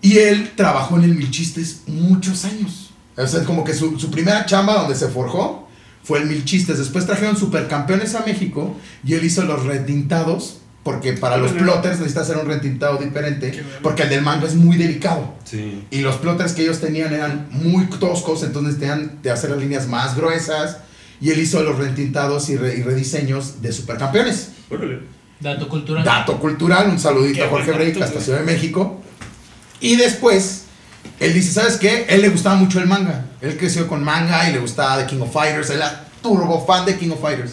Speaker 5: Y él trabajó en el Mil Chistes muchos años. O sea, como que su, su primera chamba donde se forjó fue el Mil Chistes. Después trajeron supercampeones a México y él hizo los retintados. Porque para los plotters necesita hacer un retintado diferente. Porque el del manga es muy delicado.
Speaker 6: Sí.
Speaker 5: Y los plotters que ellos tenían eran muy toscos. Entonces tenían de hacer las líneas más gruesas. Y él hizo los retintados y, re- y rediseños de supercampeones.
Speaker 6: Órale.
Speaker 4: Dato cultural.
Speaker 5: Dato cultural, un saludito
Speaker 3: Qué
Speaker 5: a Jorge
Speaker 3: buen dato,
Speaker 5: Break hasta
Speaker 3: güey.
Speaker 5: Ciudad de México. Y después, él dice, ¿sabes qué? Él le gustaba mucho el manga. Él creció con manga y le gustaba de King of Fighters. Él era turbo fan de King of Fighters.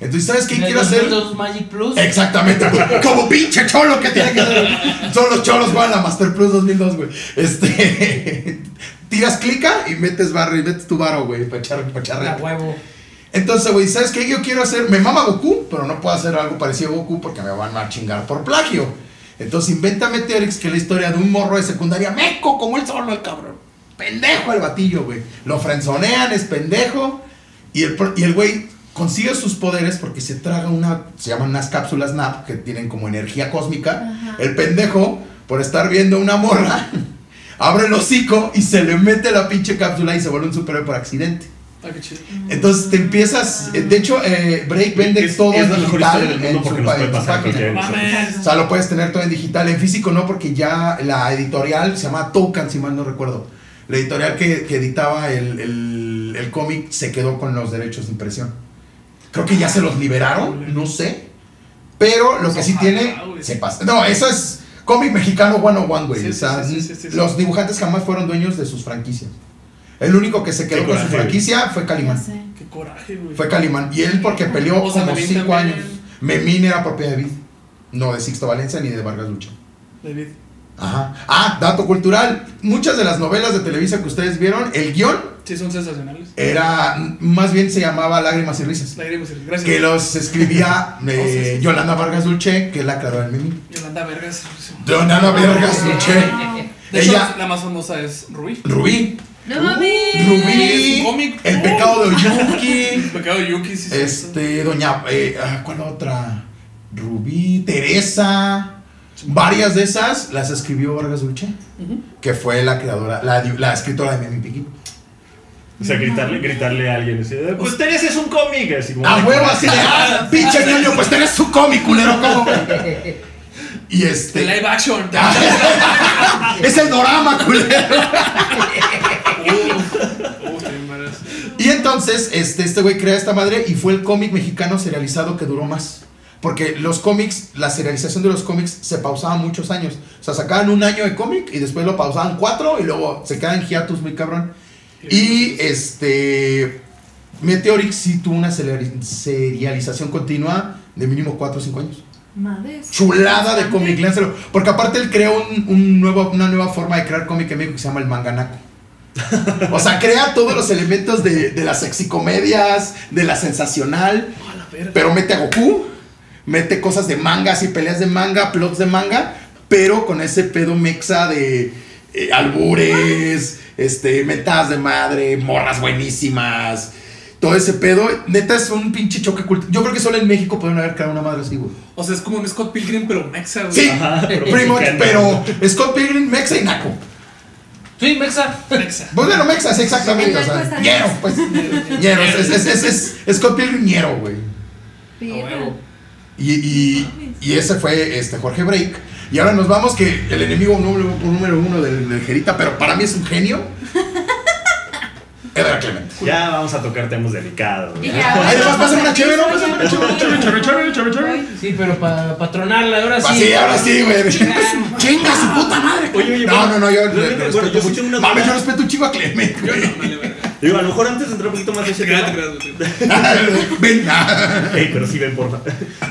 Speaker 5: Entonces, ¿sabes qué?
Speaker 4: En el
Speaker 5: Quiero hacer...
Speaker 4: 2002 Magic Plus.
Speaker 5: Exactamente, güey. Como pinche cholo que tiene que hacer. Son los cholos, güey, la Master Plus 2002, güey. Este... Tiras clica y metes barro y metes tu varo, güey, para echar, para echar
Speaker 4: A
Speaker 5: reta.
Speaker 4: huevo.
Speaker 5: Entonces, güey, ¿sabes qué? Yo quiero hacer. Me mama Goku, pero no puedo hacer algo parecido a Goku porque me van a chingar por plagio. Entonces inventa Meteorix, que es la historia de un morro de secundaria meco, como él solo, el cabrón. Pendejo el batillo, güey. Lo frenzonean, es pendejo. Y el, pro- y el güey consigue sus poderes porque se traga una. Se llaman unas cápsulas NAP que tienen como energía cósmica.
Speaker 7: Ajá.
Speaker 5: El pendejo, por estar viendo una morra, abre el hocico y se le mete la pinche cápsula y se vuelve un superhéroe por accidente.
Speaker 3: Ah, qué chido.
Speaker 5: Entonces te empiezas. De hecho, eh, Break vende
Speaker 6: es,
Speaker 5: todo
Speaker 6: es
Speaker 5: en
Speaker 6: la mejor
Speaker 5: digital
Speaker 6: historia del mundo
Speaker 5: en
Speaker 6: porque
Speaker 5: su
Speaker 6: nos
Speaker 5: pa-
Speaker 6: puede
Speaker 5: en su
Speaker 6: pasar a cualquiera
Speaker 5: página.
Speaker 6: de nosotros.
Speaker 5: O sea, lo puedes tener todo en digital. En físico no, porque ya la editorial se llama Token, si mal no recuerdo. La editorial que, que editaba el, el- el cómic se quedó con los derechos de impresión. Creo que ya se los liberaron, no sé. Pero lo que sí
Speaker 3: Ojalá,
Speaker 5: tiene,
Speaker 3: güey.
Speaker 5: se pasa. No, eso es cómic mexicano one on one, güey.
Speaker 3: Sí,
Speaker 5: o sea,
Speaker 3: sí, sí, sí, sí, sí.
Speaker 5: los dibujantes jamás fueron dueños de sus franquicias. El único que se quedó
Speaker 6: Qué
Speaker 5: con su
Speaker 6: coraje, güey.
Speaker 5: franquicia fue
Speaker 7: Ya
Speaker 5: Calimán.
Speaker 7: sé.
Speaker 3: Qué coraje, güey.
Speaker 5: Fue Calimán. Y él porque peleó
Speaker 3: O sea,
Speaker 5: como
Speaker 3: Memín
Speaker 5: 5
Speaker 3: también.
Speaker 5: años. Memín era propiedad de Vid. No de Sixto Valencia ni de Vargas Lucha.
Speaker 3: David.
Speaker 5: Ajá. Ah, dato cultural. Muchas de las novelas de Televisa que ustedes vieron, el guión
Speaker 3: Sí, son sensacionales.
Speaker 5: era, más bien se llamaba Lágrimas y Risas.
Speaker 3: Lágrimas y risas. Gracias.
Speaker 5: Que los escribía eh,
Speaker 3: Oh, sí, sí.
Speaker 5: Yolanda Vargas Dulce, que es la creadora del Memín.
Speaker 3: Yolanda Vergas. sí.
Speaker 5: Yolanda Vargas Dulce.
Speaker 3: Oh, De hecho,
Speaker 5: Ella-
Speaker 3: la más famosa es Rubí.
Speaker 5: Rubí.
Speaker 7: No mames.
Speaker 5: Rubí.
Speaker 3: un cómic. Oh.
Speaker 5: El pecado de Oyuki.
Speaker 3: Pecado Yuki, sí. sí,
Speaker 5: Este, doña, eh, ah, ¿cuál otra? Rubí, Teresa, varias de esas las escribió Vargas Dulce,
Speaker 3: Ujú.
Speaker 5: que fue la creadora, la, di- la escritora de Mimi Piquín.
Speaker 6: O sea, gritarle, gritarle a alguien. Así, "Eh, pues Teresa es un cómic. Así como,
Speaker 5: A Ah, huevo así de, ah, pinche niño, pues tenés su cómic, culero, ¿cómo? Y
Speaker 3: De
Speaker 5: este,
Speaker 3: live action.
Speaker 5: Ah. es el dorama, culero.
Speaker 3: Uh, te embarazas.
Speaker 5: Y entonces, este, este güey crea esta madre y fue el cómic mexicano serializado que duró más. Porque los cómics, la serialización de los cómics se pausaba muchos años. O sea, sacaban un año de cómic y después lo pausaban cuatro y luego se quedan hiatus muy cabrón. Y este. Meteorix sí tuvo una seriali- serialización continua de mínimo cuatro o cinco años.
Speaker 3: Pues,
Speaker 7: Madres.
Speaker 5: Chulada de cómic, léanselo. Porque aparte él creó un, un nuevo, una nueva forma de crear cómic en México que se llama el manganaco. O sea, crea todos los elementos de, de las sexicomedias, de la sensacional,
Speaker 3: A la verga.
Speaker 5: pero mete a Goku, mete cosas de mangas y peleas de manga, plots de manga, pero con ese pedo mexa de eh, albures, este, mentadas de madre, morras buenísimas, todo ese pedo. Neta es un pinche choque cultural. Yo creo que solo en México pueden haber creado una madre así, güey.
Speaker 3: O sea, es como un Scott Pilgrim, pero mexa, güey.
Speaker 5: Sí,
Speaker 6: Ajá, pero pues,
Speaker 5: primo,
Speaker 6: mexicano.
Speaker 5: pero Scott Pilgrim, Mexa y Naco.
Speaker 4: Sí, Mexa.
Speaker 3: Mexa.
Speaker 5: Bueno, Mexa, sí, exactamente. O
Speaker 7: Naco
Speaker 5: sea,
Speaker 7: está
Speaker 5: ñero,
Speaker 7: bien.
Speaker 5: pues. ñero, es, es, es, es, es Scott Pilgrim ñero, güey.
Speaker 7: Perra.
Speaker 5: Y, y, y ese fue este Jorge Break. Y ahora nos vamos que el enemigo número, número uno del, del Jerita, pero para mí es un genio. Edgar Clemente.
Speaker 6: Ya vamos a tocar temas delicados.
Speaker 7: Y
Speaker 6: ¿no?
Speaker 7: ya,
Speaker 5: Ay, además, pásame una chévere, ¿no?
Speaker 7: Ya,
Speaker 5: Pásame una
Speaker 7: ya,
Speaker 5: chévere,
Speaker 7: ya.
Speaker 5: chévere,
Speaker 2: Chorre, chorre, chorre, chorre.
Speaker 7: Voy.
Speaker 4: Sí, pero para patronarla, ahora sí.
Speaker 5: Así, ahora Pues sí, güey. Chinga su puta madre.
Speaker 6: Oye, oye,
Speaker 5: no,
Speaker 6: bueno,
Speaker 5: no, no, yo
Speaker 6: yo-
Speaker 5: le- le
Speaker 6: bueno,
Speaker 5: respeto
Speaker 6: yo escuché
Speaker 5: mucho.
Speaker 6: una-
Speaker 5: Mames, yo respeto un chivo a Clemente.
Speaker 3: Yo
Speaker 5: güey.
Speaker 3: no, vale, verga.
Speaker 6: Digo, a lo mejor antes de entrar un poquito más a ese
Speaker 3: Te creas,
Speaker 6: tema.
Speaker 3: te creas, güey.
Speaker 5: Ven. ah.
Speaker 6: Ey, pero sí ven, porfa.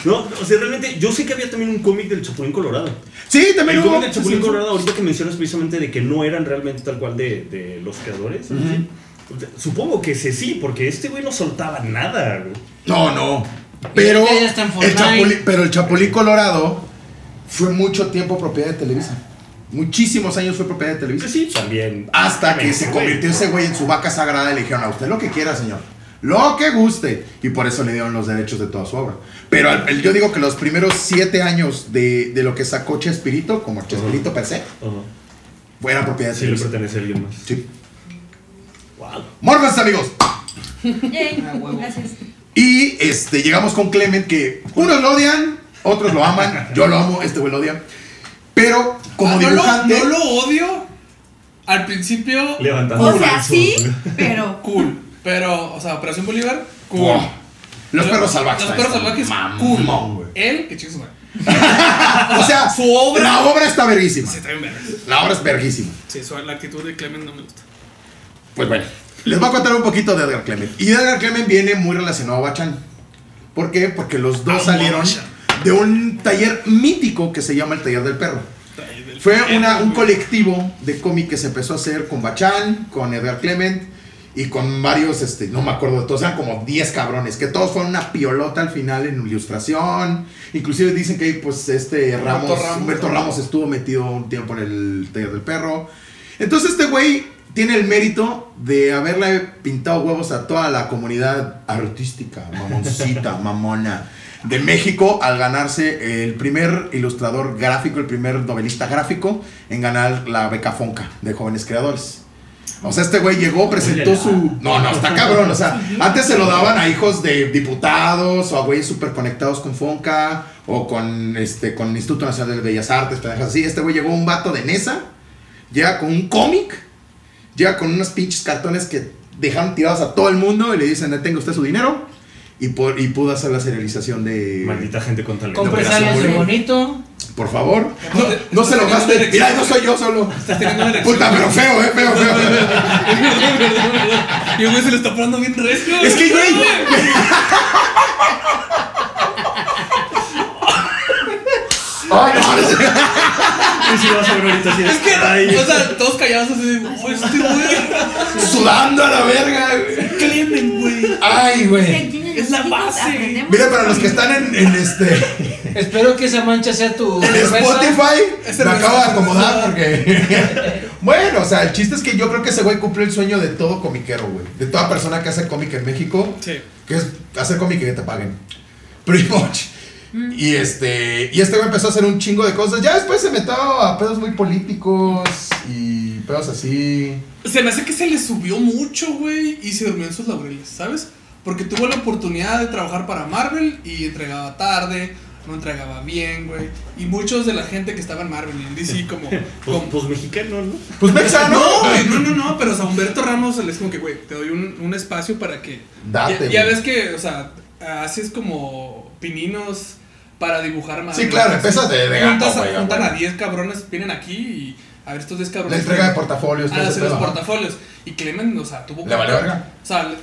Speaker 6: No, o sea, realmente, yo sé que había también un cómic del Chapulín Colorado.
Speaker 5: Sí, también
Speaker 6: El
Speaker 5: hubo.
Speaker 6: cómic del Chapulín Colorado, ahorita que mencionas precisamente de que no eran realmente tal cual de, de los creadores. ¿sí? Supongo que ese sí, porque este güey no soltaba nada. güey.
Speaker 5: No, no. Pero
Speaker 4: Ya está en
Speaker 5: el,
Speaker 4: Fortnite.
Speaker 5: Chapulín, pero el Chapulín Colorado fue mucho tiempo propiedad de Televisa. Muchísimos años fue propiedad de Televisa.
Speaker 6: Pues sí, también.
Speaker 5: Hasta que se
Speaker 6: Güey.
Speaker 5: convirtió ese güey en su vaca sagrada y le dijeron a usted lo que quiera, señor. Lo que guste. Y por eso le dieron los derechos de toda su obra. Pero al- el- yo digo que los primeros siete años de, de lo que sacó Chespirito, como Chespirito per se,
Speaker 6: Ajá.
Speaker 5: fuera propiedad de
Speaker 6: Sí, le
Speaker 5: Televisa.
Speaker 6: pertenece a alguien más.
Speaker 5: Sí.
Speaker 6: Wow.
Speaker 5: Morfes, amigos.
Speaker 7: Yay,
Speaker 4: Ah, huevo.
Speaker 7: gracias.
Speaker 5: Y este, llegamos con Clement, que unos lo odian, otros lo aman. Yo lo amo, este güey lo odia. Pero como
Speaker 3: Ah, no, lo,
Speaker 5: dibujante.
Speaker 3: no lo odio. Al principio,
Speaker 6: Levantando
Speaker 7: O
Speaker 6: el
Speaker 7: sea,
Speaker 6: brazo,
Speaker 7: sí,
Speaker 6: güey.
Speaker 7: pero.
Speaker 3: cool. Pero, o sea, Operación Bolívar, cool.
Speaker 5: ¡buah! Los
Speaker 3: Pero-
Speaker 5: perros salvajes.
Speaker 3: Los perros salvajes,
Speaker 5: Mamón,
Speaker 3: cool.
Speaker 5: güey.
Speaker 3: Él, que chicos, güey.
Speaker 5: O sea,
Speaker 3: Su obra-
Speaker 5: La obra está verguísima.
Speaker 3: Sí, está bien verga.
Speaker 5: La obra es verguísima.
Speaker 3: Sí, su, la actitud de Clement no me gusta.
Speaker 5: Pues bueno, les voy a contar un poquito de Edgar Clement. Y Edgar Clement viene muy relacionado a Bachan. ¿Por qué? Porque los dos
Speaker 3: Amo a
Speaker 5: salieron
Speaker 3: Bachan.
Speaker 5: de un taller mítico que se llama el Taller del Perro. Fue una- un colectivo de cómic que se empezó a hacer con Bachan, con Edgar Clement y con varios, este, no me acuerdo de todos, eran como 10 cabrones, que todos fueron una piolota al final en ilustración. Inclusive dicen que pues este Ramos,
Speaker 3: Humberto Ramos.
Speaker 5: Humberto Ramos estuvo metido un tiempo en el taller del perro. Entonces este güey tiene el mérito de haberle pintado huevos a toda la comunidad artística, mamoncita, mamona de México al ganarse el primer ilustrador gráfico, el primer novelista gráfico en ganar la beca Fonca de jóvenes creadores. O sea, este güey llegó, presentó
Speaker 6: Huele la-
Speaker 5: su... No, no, está cabrón. O sea, antes se lo daban a hijos de diputados o a güeyes súper conectados con Fonca o con, este, con el Instituto Nacional de Bellas Artes, pendejas así. Este güey llegó un vato de Nesa, llega con un cómic, llega con unos pinches cartones que dejaron tirados a todo el mundo y le dicen, "Eh, tenga usted su dinero. Y, por- y pudo hacer la serialización de...
Speaker 6: Maldita gente con talento.
Speaker 4: Compres
Speaker 5: Operación
Speaker 4: algo de
Speaker 5: Bolívar.
Speaker 4: bonito.
Speaker 5: Por favor. No, no se lo gaste. Mira, no soy yo solo.
Speaker 3: Estás teniendo una erección.
Speaker 5: Puta, pero feo, eh, feo, feo.
Speaker 3: Perdón, perdón, perdón. Y el güey se le está poniendo bien recio.
Speaker 5: Es que, güey. Ay, no, es-
Speaker 6: Sí, sí, vas a ver ahorita, sí.
Speaker 3: Es que,
Speaker 6: Ay.
Speaker 3: o sea, todos callados así de, "Uy, este güey,
Speaker 5: sudando a la verga, güey.
Speaker 3: Clement, güey.
Speaker 5: Ay, güey.
Speaker 3: Es la base.
Speaker 5: Mira, para los que están en, en este
Speaker 4: Espero que esa mancha sea tu.
Speaker 5: en
Speaker 4: cerveza.
Speaker 5: Spotify, me
Speaker 3: cerveza.
Speaker 5: acabo de acomodar porque. Bueno, o sea, el chiste es que yo creo que ese güey cumple el sueño de todo comiquero, güey. De toda persona que hace cómic en México.
Speaker 3: Sí.
Speaker 5: que es hacer cómic y que te paguen. Pretty much.
Speaker 3: Mm.
Speaker 5: Y este, y este güey empezó a hacer un chingo de cosas. Ya después se metió a pedos muy políticos y pedos así.
Speaker 3: Se me hace que se le subió mucho, güey, y se durmió en sus laureles, ¿sabes? Porque tuvo la oportunidad de trabajar para Marvel y entregaba tarde, no entregaba bien, güey. Y muchos de la gente que estaba en Marvel y en DC, como.
Speaker 6: Pues,
Speaker 3: como-
Speaker 6: pues mexicano, ¿no?
Speaker 5: Pues Mexa, ¿no?
Speaker 3: no, güey, no, no, no, pero o sea, Humberto Ramos es como que, güey, te doy un, un espacio para que.
Speaker 5: Date,
Speaker 3: ya, ya
Speaker 5: güey.
Speaker 3: ves que, o sea, haces como pininos para dibujar Marvel.
Speaker 5: Sí, claro, empiezas de- de gato,
Speaker 3: Juntas a-
Speaker 5: güey, a
Speaker 3: Juntan
Speaker 5: huevo.
Speaker 3: a 10 cabrones, vienen aquí y. A ver, estos 10 cabrones.
Speaker 5: La entrega de portafolios. todo
Speaker 3: Ah,
Speaker 5: ese
Speaker 3: hacer los
Speaker 5: pedo, ¿no?
Speaker 3: portafolios. Y Clement, o sea, tuvo.
Speaker 5: Le valió verga.
Speaker 3: O sea, le,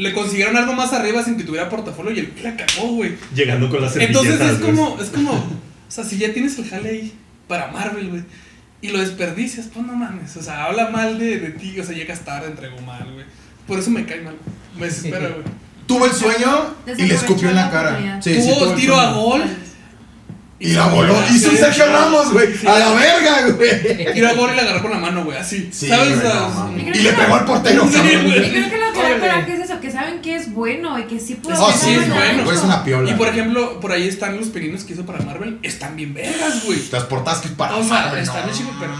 Speaker 3: le consiguieron algo más arriba sin que tuviera portafolio y él la cagó, güey.
Speaker 6: Llegando con las servilletas.
Speaker 3: Entonces es
Speaker 6: güey.
Speaker 3: como, es como. O sea, si ya tienes el jale ahí para Marvel, güey. Y lo desperdicias, pues no mames. O sea, habla mal de, de ti. O sea, llegas tarde, entregó mal, güey. Por eso me cae mal. Me desespera, güey.
Speaker 5: Tuvo el sueño y le escupió en la cara. Sí, sí,
Speaker 3: Tuvo
Speaker 5: tuvo el
Speaker 3: tiro
Speaker 5: sueño.
Speaker 3: a gol.
Speaker 5: Y la voló. Hizo un Sergio Ramos, güey. A la verga, güey.
Speaker 3: Tiro a gol y la agarró con la mano, güey. Así.
Speaker 5: Sí,
Speaker 3: ¿Sabes?
Speaker 5: güey,
Speaker 3: O sea,
Speaker 5: no mames.
Speaker 7: creo
Speaker 5: y le
Speaker 7: que-
Speaker 5: pegó al portero.
Speaker 3: Sí,
Speaker 5: cabrón.
Speaker 3: güey.
Speaker 7: Yo creo que lo que da
Speaker 4: Órale.
Speaker 7: coraje es eso, que saben que es bueno y que sí puede
Speaker 5: Oh,
Speaker 7: haber
Speaker 5: sí, es
Speaker 7: algo
Speaker 5: bueno.
Speaker 7: hecho.
Speaker 5: güey, Es una piola.
Speaker 3: Y por ejemplo, por ahí están los pininos que hizo para Marvel. Están bien vergas, güey.
Speaker 5: Las portadas que es para.
Speaker 3: O sea,
Speaker 5: madre,
Speaker 3: están
Speaker 5: no.
Speaker 3: bien chicos, pero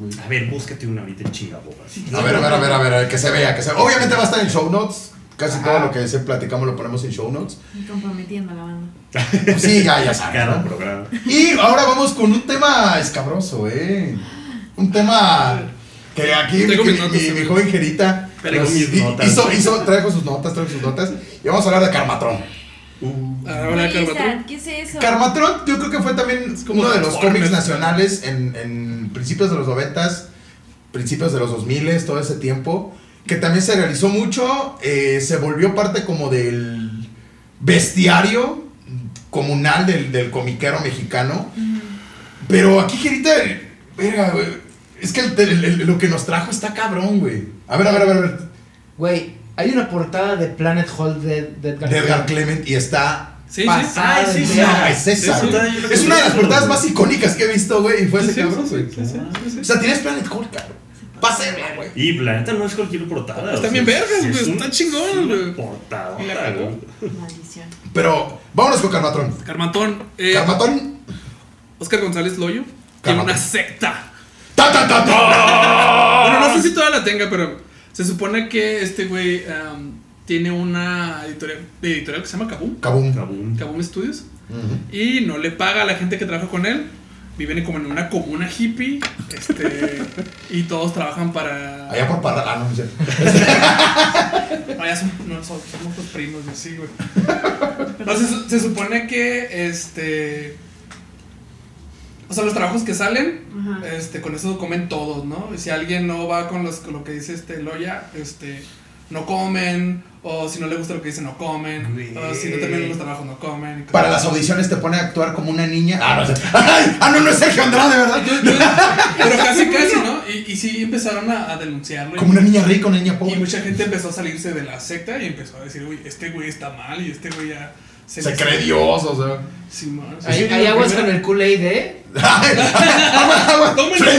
Speaker 6: pues, A ver, búscate una ahorita en chingaboba.
Speaker 5: A ver, a ver, a ver, a ver, que se vea, que se Obviamente va a estar en show notes. Casi todo lo que se platicamos lo ponemos en show notes. Pues
Speaker 7: Y comprometiendo a la banda.
Speaker 5: Sí, ya, ya sabes.
Speaker 6: Cada
Speaker 5: ¿no?
Speaker 6: programa.
Speaker 5: Y ahora vamos con un tema escabroso, ¿eh? Un tema que aquí mi,
Speaker 3: Traigo mis
Speaker 5: mi-
Speaker 3: notas,
Speaker 5: mi- mi
Speaker 3: amigo.
Speaker 5: joven Gerita
Speaker 6: Traigo
Speaker 5: nos
Speaker 6: mis
Speaker 5: hi-
Speaker 6: notas.
Speaker 5: Hizo, hizo- trajo sus notas, trajo sus notas. Y vamos a hablar de Carmatrón.
Speaker 6: Uh,
Speaker 3: Ahora,
Speaker 7: Oye,
Speaker 3: Carmatrón.
Speaker 7: Isaac, ¿Qué es eso?
Speaker 5: Carmatrón, yo creo que fue también
Speaker 3: como
Speaker 5: uno de los
Speaker 3: Transformers.
Speaker 5: cómics nacionales en, en principios de los 90s, principios de los 2000, todo ese tiempo, que también se realizó mucho, eh, se volvió parte como del bestiario comunal del, del comiquero mexicano. Pero aquí, Gerita, verga, güey, es que el- el- el- lo que nos trajo está cabrón, güey. A ver, a ver, a ver, a ver.
Speaker 4: Güey, hay una portada de Planet Hall de, de Edgar
Speaker 5: De Edgar
Speaker 4: Cayce.
Speaker 5: Clement y está
Speaker 3: Sí, sí.
Speaker 4: Pasada
Speaker 3: Ay, sí,
Speaker 4: de
Speaker 3: sí.
Speaker 5: No,
Speaker 6: pues,
Speaker 4: verga.
Speaker 5: es esa,
Speaker 3: Sí, sí.
Speaker 5: güey. Es una de las portadas más icónicas que he visto, güey. Y fue ese
Speaker 3: Sí, sí,
Speaker 5: cabrón,
Speaker 3: sí,
Speaker 5: güey.
Speaker 3: sí, sí, sí, sí.
Speaker 5: O sea, tienes Planet Hulk, cabrón. Pásela, güey.
Speaker 6: Y la neta no es cualquier portada.
Speaker 3: Está
Speaker 6: o
Speaker 3: bien
Speaker 6: sea,
Speaker 3: Pues vergas,
Speaker 6: es
Speaker 3: güey,
Speaker 6: un-
Speaker 3: está chingón,
Speaker 6: es una
Speaker 3: güey.
Speaker 6: portadota,
Speaker 3: Y la cagó.
Speaker 6: güey.
Speaker 7: Maldición.
Speaker 5: Pero vámonos con Carmatron.
Speaker 3: Carmatón. eh,
Speaker 5: Carmatón.
Speaker 3: Oscar González Loyo. Tiene
Speaker 5: Carmatón.
Speaker 3: una secta.
Speaker 5: ¡Ta, ta, ta, ta!
Speaker 3: Bueno, no sé si todavía la tenga, pero se supone que este güey um, tiene una editorial, editorial que se llama Kaboom.
Speaker 5: Kabum.
Speaker 6: Cabum.
Speaker 3: Kaboom Studios.
Speaker 5: Ujú.
Speaker 3: Y no le paga a la gente que trabaja con él. Viven como en una comuna hippie. Este, y todos trabajan para.
Speaker 5: Allá por Parral. Ah, no, no es cierto.
Speaker 3: Allá son, no, son- somos los primos y así, güey. Entonces se supone que este. O sea, los trabajos que salen,
Speaker 7: Ajá.
Speaker 3: este, con eso comen todos, ¿no? Y si alguien no va con, los, con lo que dice este Loya, este, no comen. O si no le gusta lo que dice, no comen.
Speaker 6: Güey.
Speaker 3: O si no terminan los trabajos, no comen.
Speaker 5: Para las audiciones te pone a actuar como una niña. Ah, no es cierto. ¡Ay! Ah, no, no es Sergio Andrade, ¿verdad?
Speaker 3: Pero casi, casi, ¿no? Y, y sí empezaron a, a denunciarlo. y-
Speaker 5: Como una niña rica, una niña
Speaker 3: Y
Speaker 5: pobre.
Speaker 3: mucha gente empezó a salirse de la secta y empezó a decir, uy, este güey está mal y este güey ya
Speaker 5: Se cree Dios, o sea.
Speaker 3: Sí, man.
Speaker 4: Hay, hay aguas con el Kool-Aid, ¿eh?
Speaker 5: Ay, agua, agua.
Speaker 3: Tómale.
Speaker 5: Frey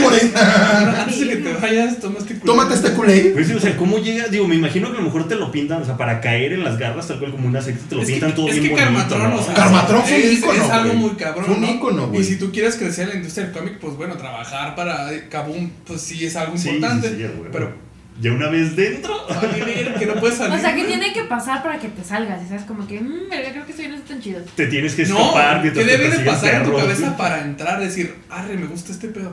Speaker 5: Morena.
Speaker 3: Antes de que te vayas, toma este culo.
Speaker 5: Tómate este culé.
Speaker 6: Pues sí, o sea, ¿cómo llega? Digo, me imagino que a lo mejor te lo pintan, o sea, para caer en las garras, tal cual como una secta, te lo
Speaker 3: Es que-
Speaker 6: pintan todo
Speaker 3: es
Speaker 6: bien
Speaker 3: que
Speaker 6: bonito,
Speaker 3: Carmatrón,
Speaker 6: ¿no?
Speaker 3: o sea,
Speaker 5: Carmatrón fue un
Speaker 3: es,
Speaker 5: ícono,
Speaker 3: Es algo
Speaker 5: güey.
Speaker 3: muy cabrón.
Speaker 5: Fue un
Speaker 3: ¿no?
Speaker 5: ícono, güey.
Speaker 3: Y si tú quieres crecer en la industria del cómic, pues bueno, trabajar para Kaboom, pues sí es algo
Speaker 6: Sí,
Speaker 3: importante.
Speaker 6: sí, sí, ya, güey.
Speaker 3: pero
Speaker 6: Ya una vez dentro.
Speaker 3: salir, que no puedes salir.
Speaker 7: O sea, que
Speaker 3: güey.
Speaker 7: tiene que pasar para que te salgas. Y sabes, como que, mmm, verga, creo que estoy no es tan chido.
Speaker 6: Te tienes que
Speaker 3: No,
Speaker 6: escapar
Speaker 3: ¿qué
Speaker 6: mientras te
Speaker 3: debe de
Speaker 6: persigue el
Speaker 3: pasar en tu
Speaker 6: perro.
Speaker 3: cabeza para entrar? Decir, arre, me gusta este pedo.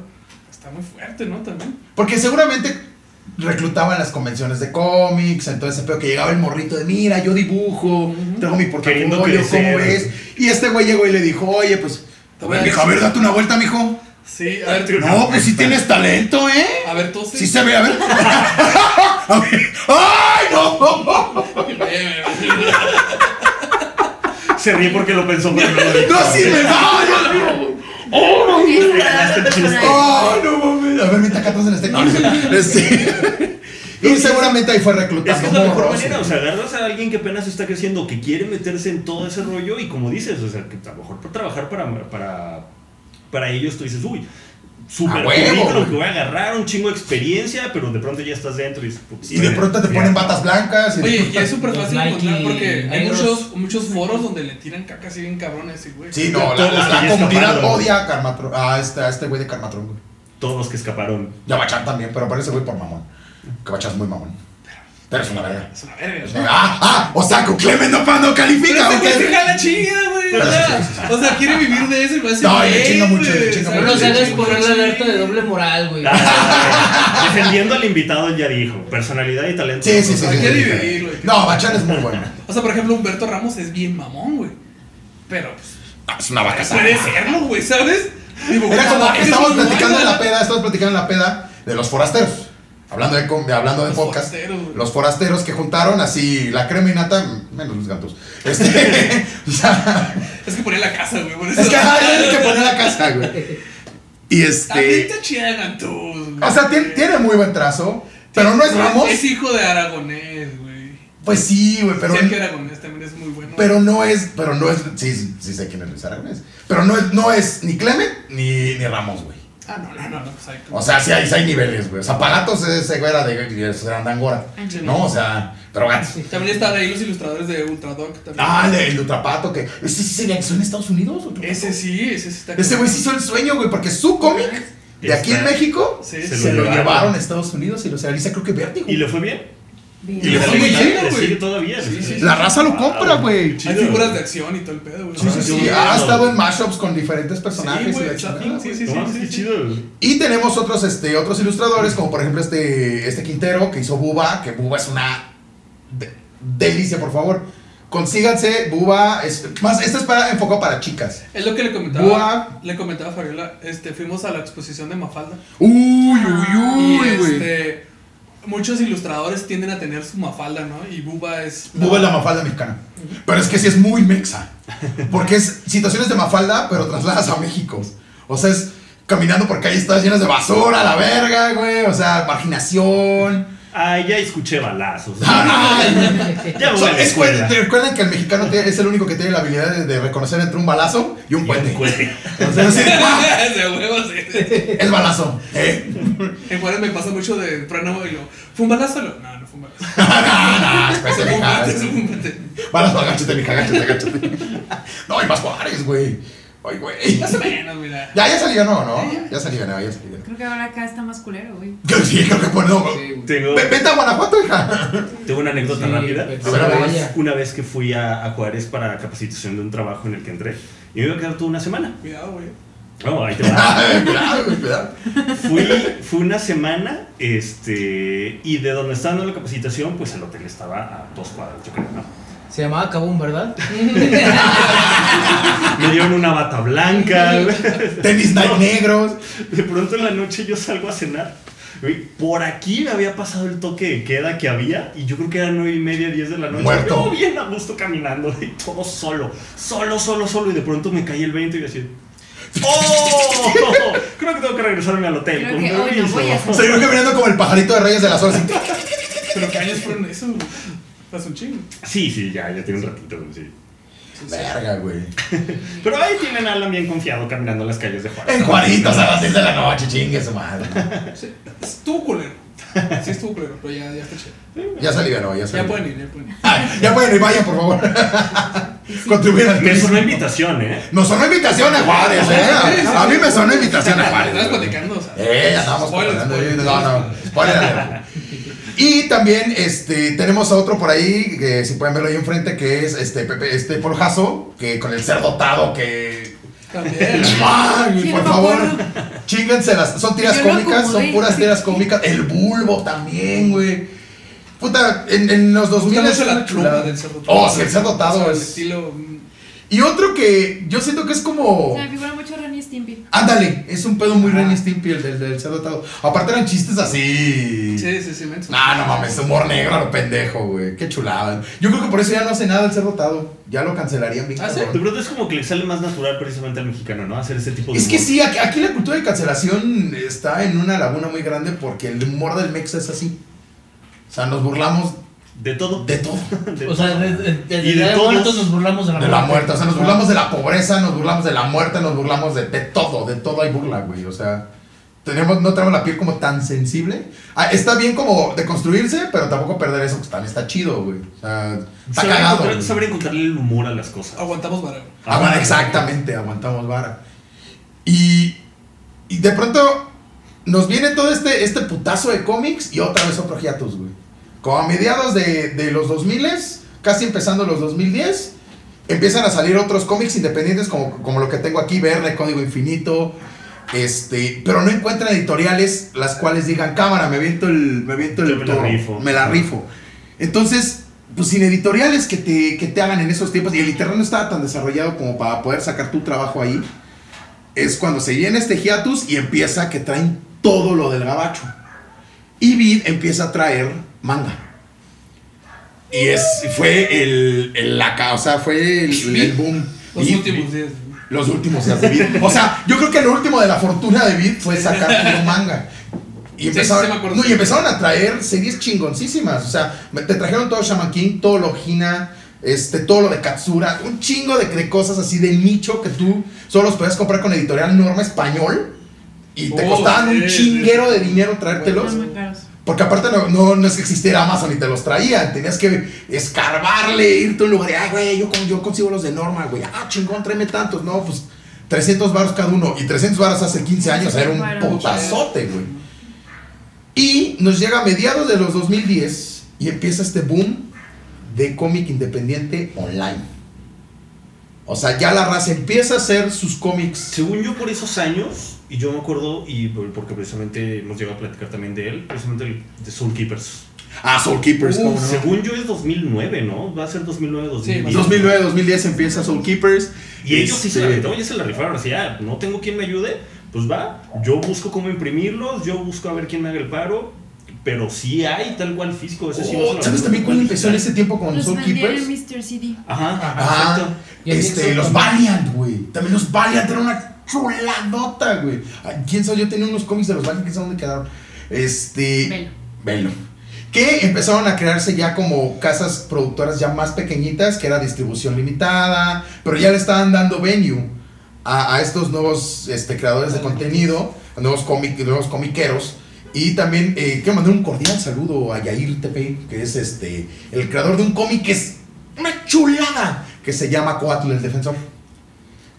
Speaker 3: Está muy fuerte, ¿no? También.
Speaker 5: Porque seguramente reclutaban las convenciones de cómics, entonces ese pedo que llegaba el morrito de, mira, yo dibujo, tengo mi portafolio,
Speaker 6: Queriendo
Speaker 5: ¿cómo
Speaker 6: crecer.
Speaker 5: ves? Y este güey llegó y le dijo, oye, pues,
Speaker 3: Te voy a
Speaker 5: mijo, a ver, date una vuelta, mijo.
Speaker 3: Sí, a ver,
Speaker 5: No, pues sí tienes talento, ¿eh?
Speaker 3: a ver, tú sí.
Speaker 5: Sí se ve, a ver. A ver. ¡Ay, no!
Speaker 6: Se ríe porque lo pensó, pero no lo dijo.
Speaker 5: No, sí me va. ¡Oh, no mames! A ver, vete acá atrás en este cómic. Este. Y seguramente ahí fue
Speaker 6: Es que
Speaker 5: reclutando
Speaker 6: es la mejor
Speaker 5: morros.
Speaker 6: manera, o sea, agarras a alguien que apenas está creciendo, que quiere meterse en todo ese rollo y como dices, o sea, que a lo mejor por trabajar para, para, para ellos tú dices, uy,
Speaker 5: A
Speaker 6: super
Speaker 5: Ah, huevo,
Speaker 6: currículum
Speaker 5: güey.
Speaker 6: que voy a agarrar, un chingo de experiencia, pero de pronto ya estás dentro y dices, "Putz,
Speaker 5: Y de pronto te
Speaker 6: ya".
Speaker 5: ponen batas blancas. y-
Speaker 3: Oye, y es súper
Speaker 4: Los
Speaker 3: fácil
Speaker 4: Nike
Speaker 3: encontrar porque hay
Speaker 4: Airos.
Speaker 3: muchos, muchos foros donde le tiran caca así bien cabrones y güey.
Speaker 5: Sí,
Speaker 6: De
Speaker 5: no, la,
Speaker 6: todos
Speaker 5: la-
Speaker 6: que
Speaker 5: la
Speaker 6: ya
Speaker 5: comunidad
Speaker 6: escaparon.
Speaker 5: odia a Carmatron, a este, a este güey de Carmatron, güey.
Speaker 6: Todos los que escaparon.
Speaker 5: Y a Bachán también, pero parece güey por mamón. Que Bachán es muy mamón. Pero es una verga.
Speaker 3: Es una verga.
Speaker 5: Es una- Ah, ah, o sea, con Clemen no, pa- no califica,
Speaker 3: Pero
Speaker 5: güey. Ah,
Speaker 3: se deja la chingada, güey. O sea, o sea, quiere vivir de eso y va a decir,
Speaker 5: No, le
Speaker 3: "Ey,
Speaker 5: chinga mucho, le
Speaker 3: güey,
Speaker 5: chinga
Speaker 4: No
Speaker 3: ¿sabes?
Speaker 4: nos
Speaker 5: mucho,
Speaker 4: hagas
Speaker 5: sí,
Speaker 4: poner la alerta de doble moral, güey.
Speaker 6: Ah, Defendiendo al invitado, ya dijo, personalidad y talento.
Speaker 5: Sí, sí, sí.
Speaker 3: Hay
Speaker 5: sí,
Speaker 3: que
Speaker 5: sí.
Speaker 3: dividirlo.
Speaker 5: No, Bachán es muy bueno.
Speaker 3: O sea, por ejemplo, Humberto Ramos es bien mamón, güey. Pero pues,
Speaker 5: Ah, Es una vaca.
Speaker 3: puede serlo, güey, ¿sabes? Digo,
Speaker 5: Era como,
Speaker 3: cada vez
Speaker 5: estamos
Speaker 3: es más
Speaker 5: platicando en
Speaker 3: buena.
Speaker 5: la peda, estamos platicando en la peda de los forasteros. Hablando de, com- de- hablando de
Speaker 3: Los
Speaker 5: podcast,
Speaker 3: forasteros, güey.
Speaker 5: los forasteros que juntaron así la crema y nata, menos los gatos. Este, o sea,
Speaker 3: Es que ponía la casa, güey, por eso.
Speaker 5: es que ay, hay que poner la casa, güey. Y
Speaker 3: También
Speaker 5: este.
Speaker 3: está chida Gantú.
Speaker 5: O sea, tiene, tiene muy buen trazo, pero no es Ramos.
Speaker 3: Es hijo de Aragonés, güey.
Speaker 5: Pues sí, güey, pero,
Speaker 3: Pero que Aragonés también es muy bueno.
Speaker 5: pero no es, pero no es, sí, sí, sí sé quién es Luis Aragonés, pero no es, no es ni Clement ni, ni Ramos, güey.
Speaker 3: Ah, no, no, no, no, pues ahí-
Speaker 5: O sea, sí hay, sí hay niveles, güey. O sea, Pagatos ese güey era de, era de Angora, ¿no? O sea, pero gatos.
Speaker 3: También están ahí los ilustradores de Ultradoc también.
Speaker 5: Ah, el, el Ultrapato que, ¿ese sí se lanzó en Estados Unidos? Ultrapato?
Speaker 3: Ese sí, ese sí está.
Speaker 5: Ese güey sí hizo el sueño, güey, porque su cómic de aquí en
Speaker 6: Está-
Speaker 5: México
Speaker 3: Sí,
Speaker 5: se,
Speaker 6: se
Speaker 3: sí.
Speaker 5: lo
Speaker 6: lo
Speaker 5: llevaron.
Speaker 6: llevaron
Speaker 5: a Estados Unidos y lo realiza creo que Vértigo.
Speaker 6: ¿Y le fue bien?
Speaker 5: Y le
Speaker 6: Le
Speaker 5: sigue
Speaker 6: sigue,
Speaker 5: yendo,
Speaker 6: le
Speaker 5: güey.
Speaker 6: sigue todavía.
Speaker 3: Sí, sí, sí.
Speaker 5: La raza lo compra, güey.
Speaker 3: Hay
Speaker 6: Chido.
Speaker 3: figuras de acción y todo el pedo, güey.
Speaker 5: Ah, Sí, sí, sí.
Speaker 6: Sí,
Speaker 5: Ha
Speaker 6: claro.
Speaker 5: estado en mashups con diferentes personajes
Speaker 3: güey,
Speaker 5: y la
Speaker 3: está
Speaker 5: chingada,
Speaker 3: bien,
Speaker 5: güey.
Speaker 3: Sí,
Speaker 6: No,
Speaker 3: sí,
Speaker 6: mames,
Speaker 3: sí,
Speaker 6: qué
Speaker 3: sí.
Speaker 6: chido. güey.
Speaker 5: Y tenemos otros, este, otros ilustradores, como por ejemplo este, este Quintero que hizo Buba, que Buba es una de- delicia, por favor. Consíganse, Buba, es, más, este es para, enfocado para chicas.
Speaker 3: Es lo que le comentaba.
Speaker 5: Buah.
Speaker 3: Le comentaba a Fabiola. Este, fuimos a la exposición de Mafalda.
Speaker 5: Uy, uy,
Speaker 3: y
Speaker 5: uy, güey.
Speaker 3: este, muchos ilustradores tienden a tener su Mafalda, ¿no? Y Buba es.
Speaker 5: Buba es la mafalda mexicana. Pero es que sí es muy mexa. Porque es situaciones de mafalda, pero trasladas a México. O sea, es caminando por calles todas llenas de basura, la verga, güey. O sea, marginación.
Speaker 6: Ay, ya escuché balazos.
Speaker 5: Ay.
Speaker 6: Ya
Speaker 5: O
Speaker 6: voy a la
Speaker 5: sea, es que-
Speaker 6: escuela.
Speaker 5: ¿te recuerdan que el mexicano tiene- es el único que tiene la habilidad de, de reconocer entre un balazo y un
Speaker 6: Y un
Speaker 5: puente.
Speaker 6: cohete.
Speaker 5: O sea, sí, ¡ah!
Speaker 3: de huevos. sí.
Speaker 5: el balazo. ¿eh?
Speaker 3: En Juárez me pasa mucho de Prano y lo. ¿Fue un balazo? Lo- No, no fue un balazo.
Speaker 5: Ah, espérate,
Speaker 3: Fue un
Speaker 5: mija.
Speaker 3: bate, fue un bate.
Speaker 5: Balazo, agáchate, mija, agáchate, agáchate. No, y más Juárez, güey. Ay, güey.
Speaker 3: Más o menos, mira.
Speaker 5: Ya, ya salió, no, ¿no? Ya salió, no, ya salió.
Speaker 7: Creo que ahora acá está más culero, güey.
Speaker 5: Yo sí, creo que bueno.
Speaker 6: Tengo,
Speaker 5: Ve- Vete a Guanajuato, hija.
Speaker 6: tengo una anécdota
Speaker 4: Sí,
Speaker 6: rápida.
Speaker 4: pero
Speaker 5: A ver, a ver.
Speaker 4: vaya.
Speaker 6: Una vez que fui a, a Juárez para capacitación de un trabajo en el que entré, y me iba a quedar toda una semana.
Speaker 3: Cuidado, güey.
Speaker 6: No, ahí te va.
Speaker 5: Ay, cuidado, güey, cuidado.
Speaker 6: Fui, fui una semana, este, y de donde estaba dando la capacitación, pues el hotel estaba a dos cuadras, yo creo, ¿no?
Speaker 4: Se llamaba Kabum, ¿verdad?
Speaker 6: Me dieron una bata blanca.
Speaker 5: Tenis Nike negros.
Speaker 6: De pronto en la noche yo salgo a cenar. güey, Por aquí me había pasado el toque de queda que había y yo creo que eran nueve y media, 10 de la noche.
Speaker 5: Muerto.
Speaker 6: Yo bien a gusto caminando y todo solo, solo, solo, solo y de pronto me caí el 20 y así. ¡Oh! Creo que tengo que regresarme al hotel.
Speaker 7: Creo
Speaker 6: con
Speaker 7: que hoy no
Speaker 6: permiso".
Speaker 7: voy a hacer-
Speaker 5: Salió caminando como el pajarito de Reyes de las Horas.
Speaker 3: Pero qué años fueron eso, güey. Estás un chingo.
Speaker 6: Sí, sí, ya, ya tiene un ratito, güey, sí.
Speaker 5: Verga, güey.
Speaker 6: Pero ahí tienen a Alan bien confiado caminando las calles de Juárez.
Speaker 5: En Juanitos a las 6 de la noche, chingue su madre.
Speaker 3: Sí, Estuvo culero. Sí, estuvo culero, pero ya, ya está chido.
Speaker 5: Ya se liberó, ya se
Speaker 3: Ya
Speaker 5: liberó.
Speaker 3: pueden ir, ya pueden ir.
Speaker 5: Ay, ya pueden ir, vayan, por favor. Contribuyen al
Speaker 6: Me
Speaker 5: turismo.
Speaker 6: sonó invitación, ¿eh?
Speaker 5: Nos sonó invitación a Juárez, ¿eh? A mí me sonó invitación a Juárez.
Speaker 3: Estás platicando, o sea.
Speaker 5: Eh, ya estábamos
Speaker 3: Spoiler,
Speaker 5: platicando. eh,
Speaker 3: spoiler.
Speaker 5: No, no, spoiler alert. Y también este, tenemos a otro por ahí, que si pueden verlo ahí enfrente, que es este, Pepe, este Paul Jasso, que con el ser dotado que...
Speaker 3: También.
Speaker 5: ¡Ay,
Speaker 7: Sí,
Speaker 5: por
Speaker 7: no me
Speaker 5: favor!
Speaker 7: acuerdo.
Speaker 5: Chínganselas. Son tiras
Speaker 7: Yo lo
Speaker 5: cómicas, son
Speaker 7: acomodé.
Speaker 5: puras tiras cómicas. El bulbo también, güey. Puta, en, en los 2000
Speaker 3: gusta mucho
Speaker 5: es una
Speaker 3: la pluma
Speaker 5: chulada.
Speaker 3: del cerdo.
Speaker 5: Oh, sí, el ser
Speaker 3: O
Speaker 5: dotado
Speaker 3: sea, el
Speaker 5: es...
Speaker 3: estilo. mm,
Speaker 5: Y otro que yo siento que es como...
Speaker 7: Se me figura mucho Ren y Stimpy.
Speaker 5: Ándale, es un pedo
Speaker 3: Ah.
Speaker 5: muy Ren y Stimpy el del, del ser dotado. Aparte eran chistes así.
Speaker 3: Sí, sí, sí, menso.
Speaker 5: No, no mames, humor negro a lo pendejo, güey. Qué chulada. Yo creo que por eso ya no hace nada el ser dotado. Ya lo cancelarían bien.
Speaker 3: ¿Ah, sí?
Speaker 5: cabrón.
Speaker 6: De pronto es como que le sale más natural precisamente al mexicano, ¿no? Hacer ese tipo de.
Speaker 5: Es que
Speaker 6: humor.
Speaker 5: sí, aquí, aquí la cultura de cancelación está en una laguna muy grande porque el humor del mexa es así. O sea, nos burlamos
Speaker 6: De todo.
Speaker 5: de todo.
Speaker 6: De-
Speaker 4: O sea, desde de,
Speaker 6: Y de
Speaker 4: de
Speaker 6: todos.
Speaker 4: muertos nos burlamos de la Ah,
Speaker 5: De la muerte, o sea, nos burlamos de la pobreza, nos burlamos de la muerte, nos burlamos de, de todo, de todo hay burla, güey. O sea, tenemos, no tenemos la piel como tan sensible. Ah, está bien como de construirse, pero tampoco perder eso, que también está chido, güey. O sea, está
Speaker 6: saber,
Speaker 5: cagado.
Speaker 6: encontrar-
Speaker 5: güey.
Speaker 6: saber encontrarle el humor a las cosas.
Speaker 3: Aguantamos vara. güey.
Speaker 5: Ah, bueno, exactamente, aguantamos vara. Y, y de pronto nos viene todo este, este putazo de cómics y otra vez otro hiatus, güey. Como a mediados de, de los 2000, casi empezando los 2010, empiezan a salir otros cómics independientes como, como lo que tengo aquí, Verne, Código Infinito. Este, pero no encuentran editoriales las cuales digan, cámara, me aviento el, me aviento el
Speaker 6: Yo me la
Speaker 5: toro,
Speaker 6: rifo".
Speaker 5: me la rifo. Entonces, pues sin editoriales que te, que te hagan en esos tiempos, y el internet no estaba tan desarrollado como para poder sacar tu trabajo ahí, es cuando se llena este hiatus y empieza que traen todo lo del gabacho. Y Vid empieza a traer manga. Y es, fue el, el- la causa, fue el, el boom.
Speaker 3: Los
Speaker 5: Y-
Speaker 3: últimos días. güey.
Speaker 5: los últimos días de Vid. O sea, yo creo que lo último de la fortuna de Vid fue sacar puro manga. Y
Speaker 3: Sí,
Speaker 5: empezaron,
Speaker 3: sí, me acuerdo.
Speaker 5: no, y empezaron a traer series chingoncísimas. O sea, me- te trajeron todo Shaman King, todo lo Hina, este, todo lo de Katsura, un chingo de, de cosas así de nicho que tú solo los podías comprar con editorial Norma Español. Y te
Speaker 3: Oh,
Speaker 5: costaban un
Speaker 3: sí, sí.
Speaker 5: chinguero de dinero traértelos.
Speaker 7: Están muy caros.
Speaker 5: Porque aparte no, no, no es que existiera Amazon y te los traían, tenías que escarbarle, irte a un lugar, y, ay, güey, yo, con- yo consigo los de Norma, güey, ah, chingón, tráeme tantos, no, pues 300 baros cada uno, y 300 baros hace 15 años era un
Speaker 7: Bueno,
Speaker 5: potazote, güey. Y nos llega a mediados de los 2010 Y empieza este boom de cómic independiente online. O sea, ya la raza empieza a hacer sus cómics.
Speaker 6: Según yo, por esos años, y yo me acuerdo, y por- porque precisamente hemos llegado a platicar también de él, precisamente el- de Soul Keepers.
Speaker 5: Ah, Soul Keepers,
Speaker 6: Uf,
Speaker 5: ¿cómo no?
Speaker 6: Según yo es 2009, ¿no? Va a ser 2009, 2010.
Speaker 5: 2009, 2010 empieza Soul Keepers.
Speaker 6: Y ellos sí se la
Speaker 5: Este,
Speaker 6: aventaron, ya se la rifaron. Así, ah, no tengo quien me ayude, pues va, yo busco cómo imprimirlos, yo busco a ver quién me haga el paro. Pero sí hay tal cual físico. Ese sí no se
Speaker 5: oh,
Speaker 6: lo
Speaker 5: ¿Sabes
Speaker 6: aventaron
Speaker 5: también cuál
Speaker 6: digital.
Speaker 5: empezó en ese tiempo con
Speaker 7: Los
Speaker 5: Soul
Speaker 7: vendía
Speaker 5: Keepers?
Speaker 7: en Mr. CD.
Speaker 6: Ajá,
Speaker 5: Ajá.
Speaker 6: exacto.
Speaker 4: Y el
Speaker 5: Este,
Speaker 4: Dixon
Speaker 5: los
Speaker 4: también.
Speaker 5: Valiant, güey. También los Valiant era una chuladota, güey. Ay, ¿Quién sabe? Yo tenía unos cómics de los Valiant, ¿quién sabe dónde quedaron? Este.
Speaker 7: Velo.
Speaker 5: Velo. Que empezaron a crearse ya como casas productoras ya más pequeñitas, que era distribución limitada, pero ya le estaban dando venue a, a estos nuevos este, creadores de contenido, a nuevos, cómic, nuevos comiqueros. Y también eh, quiero mandar un cordial saludo a Yair Tepe, que es este el creador de un cómic que es una chulada, que se llama Coatl el Defensor.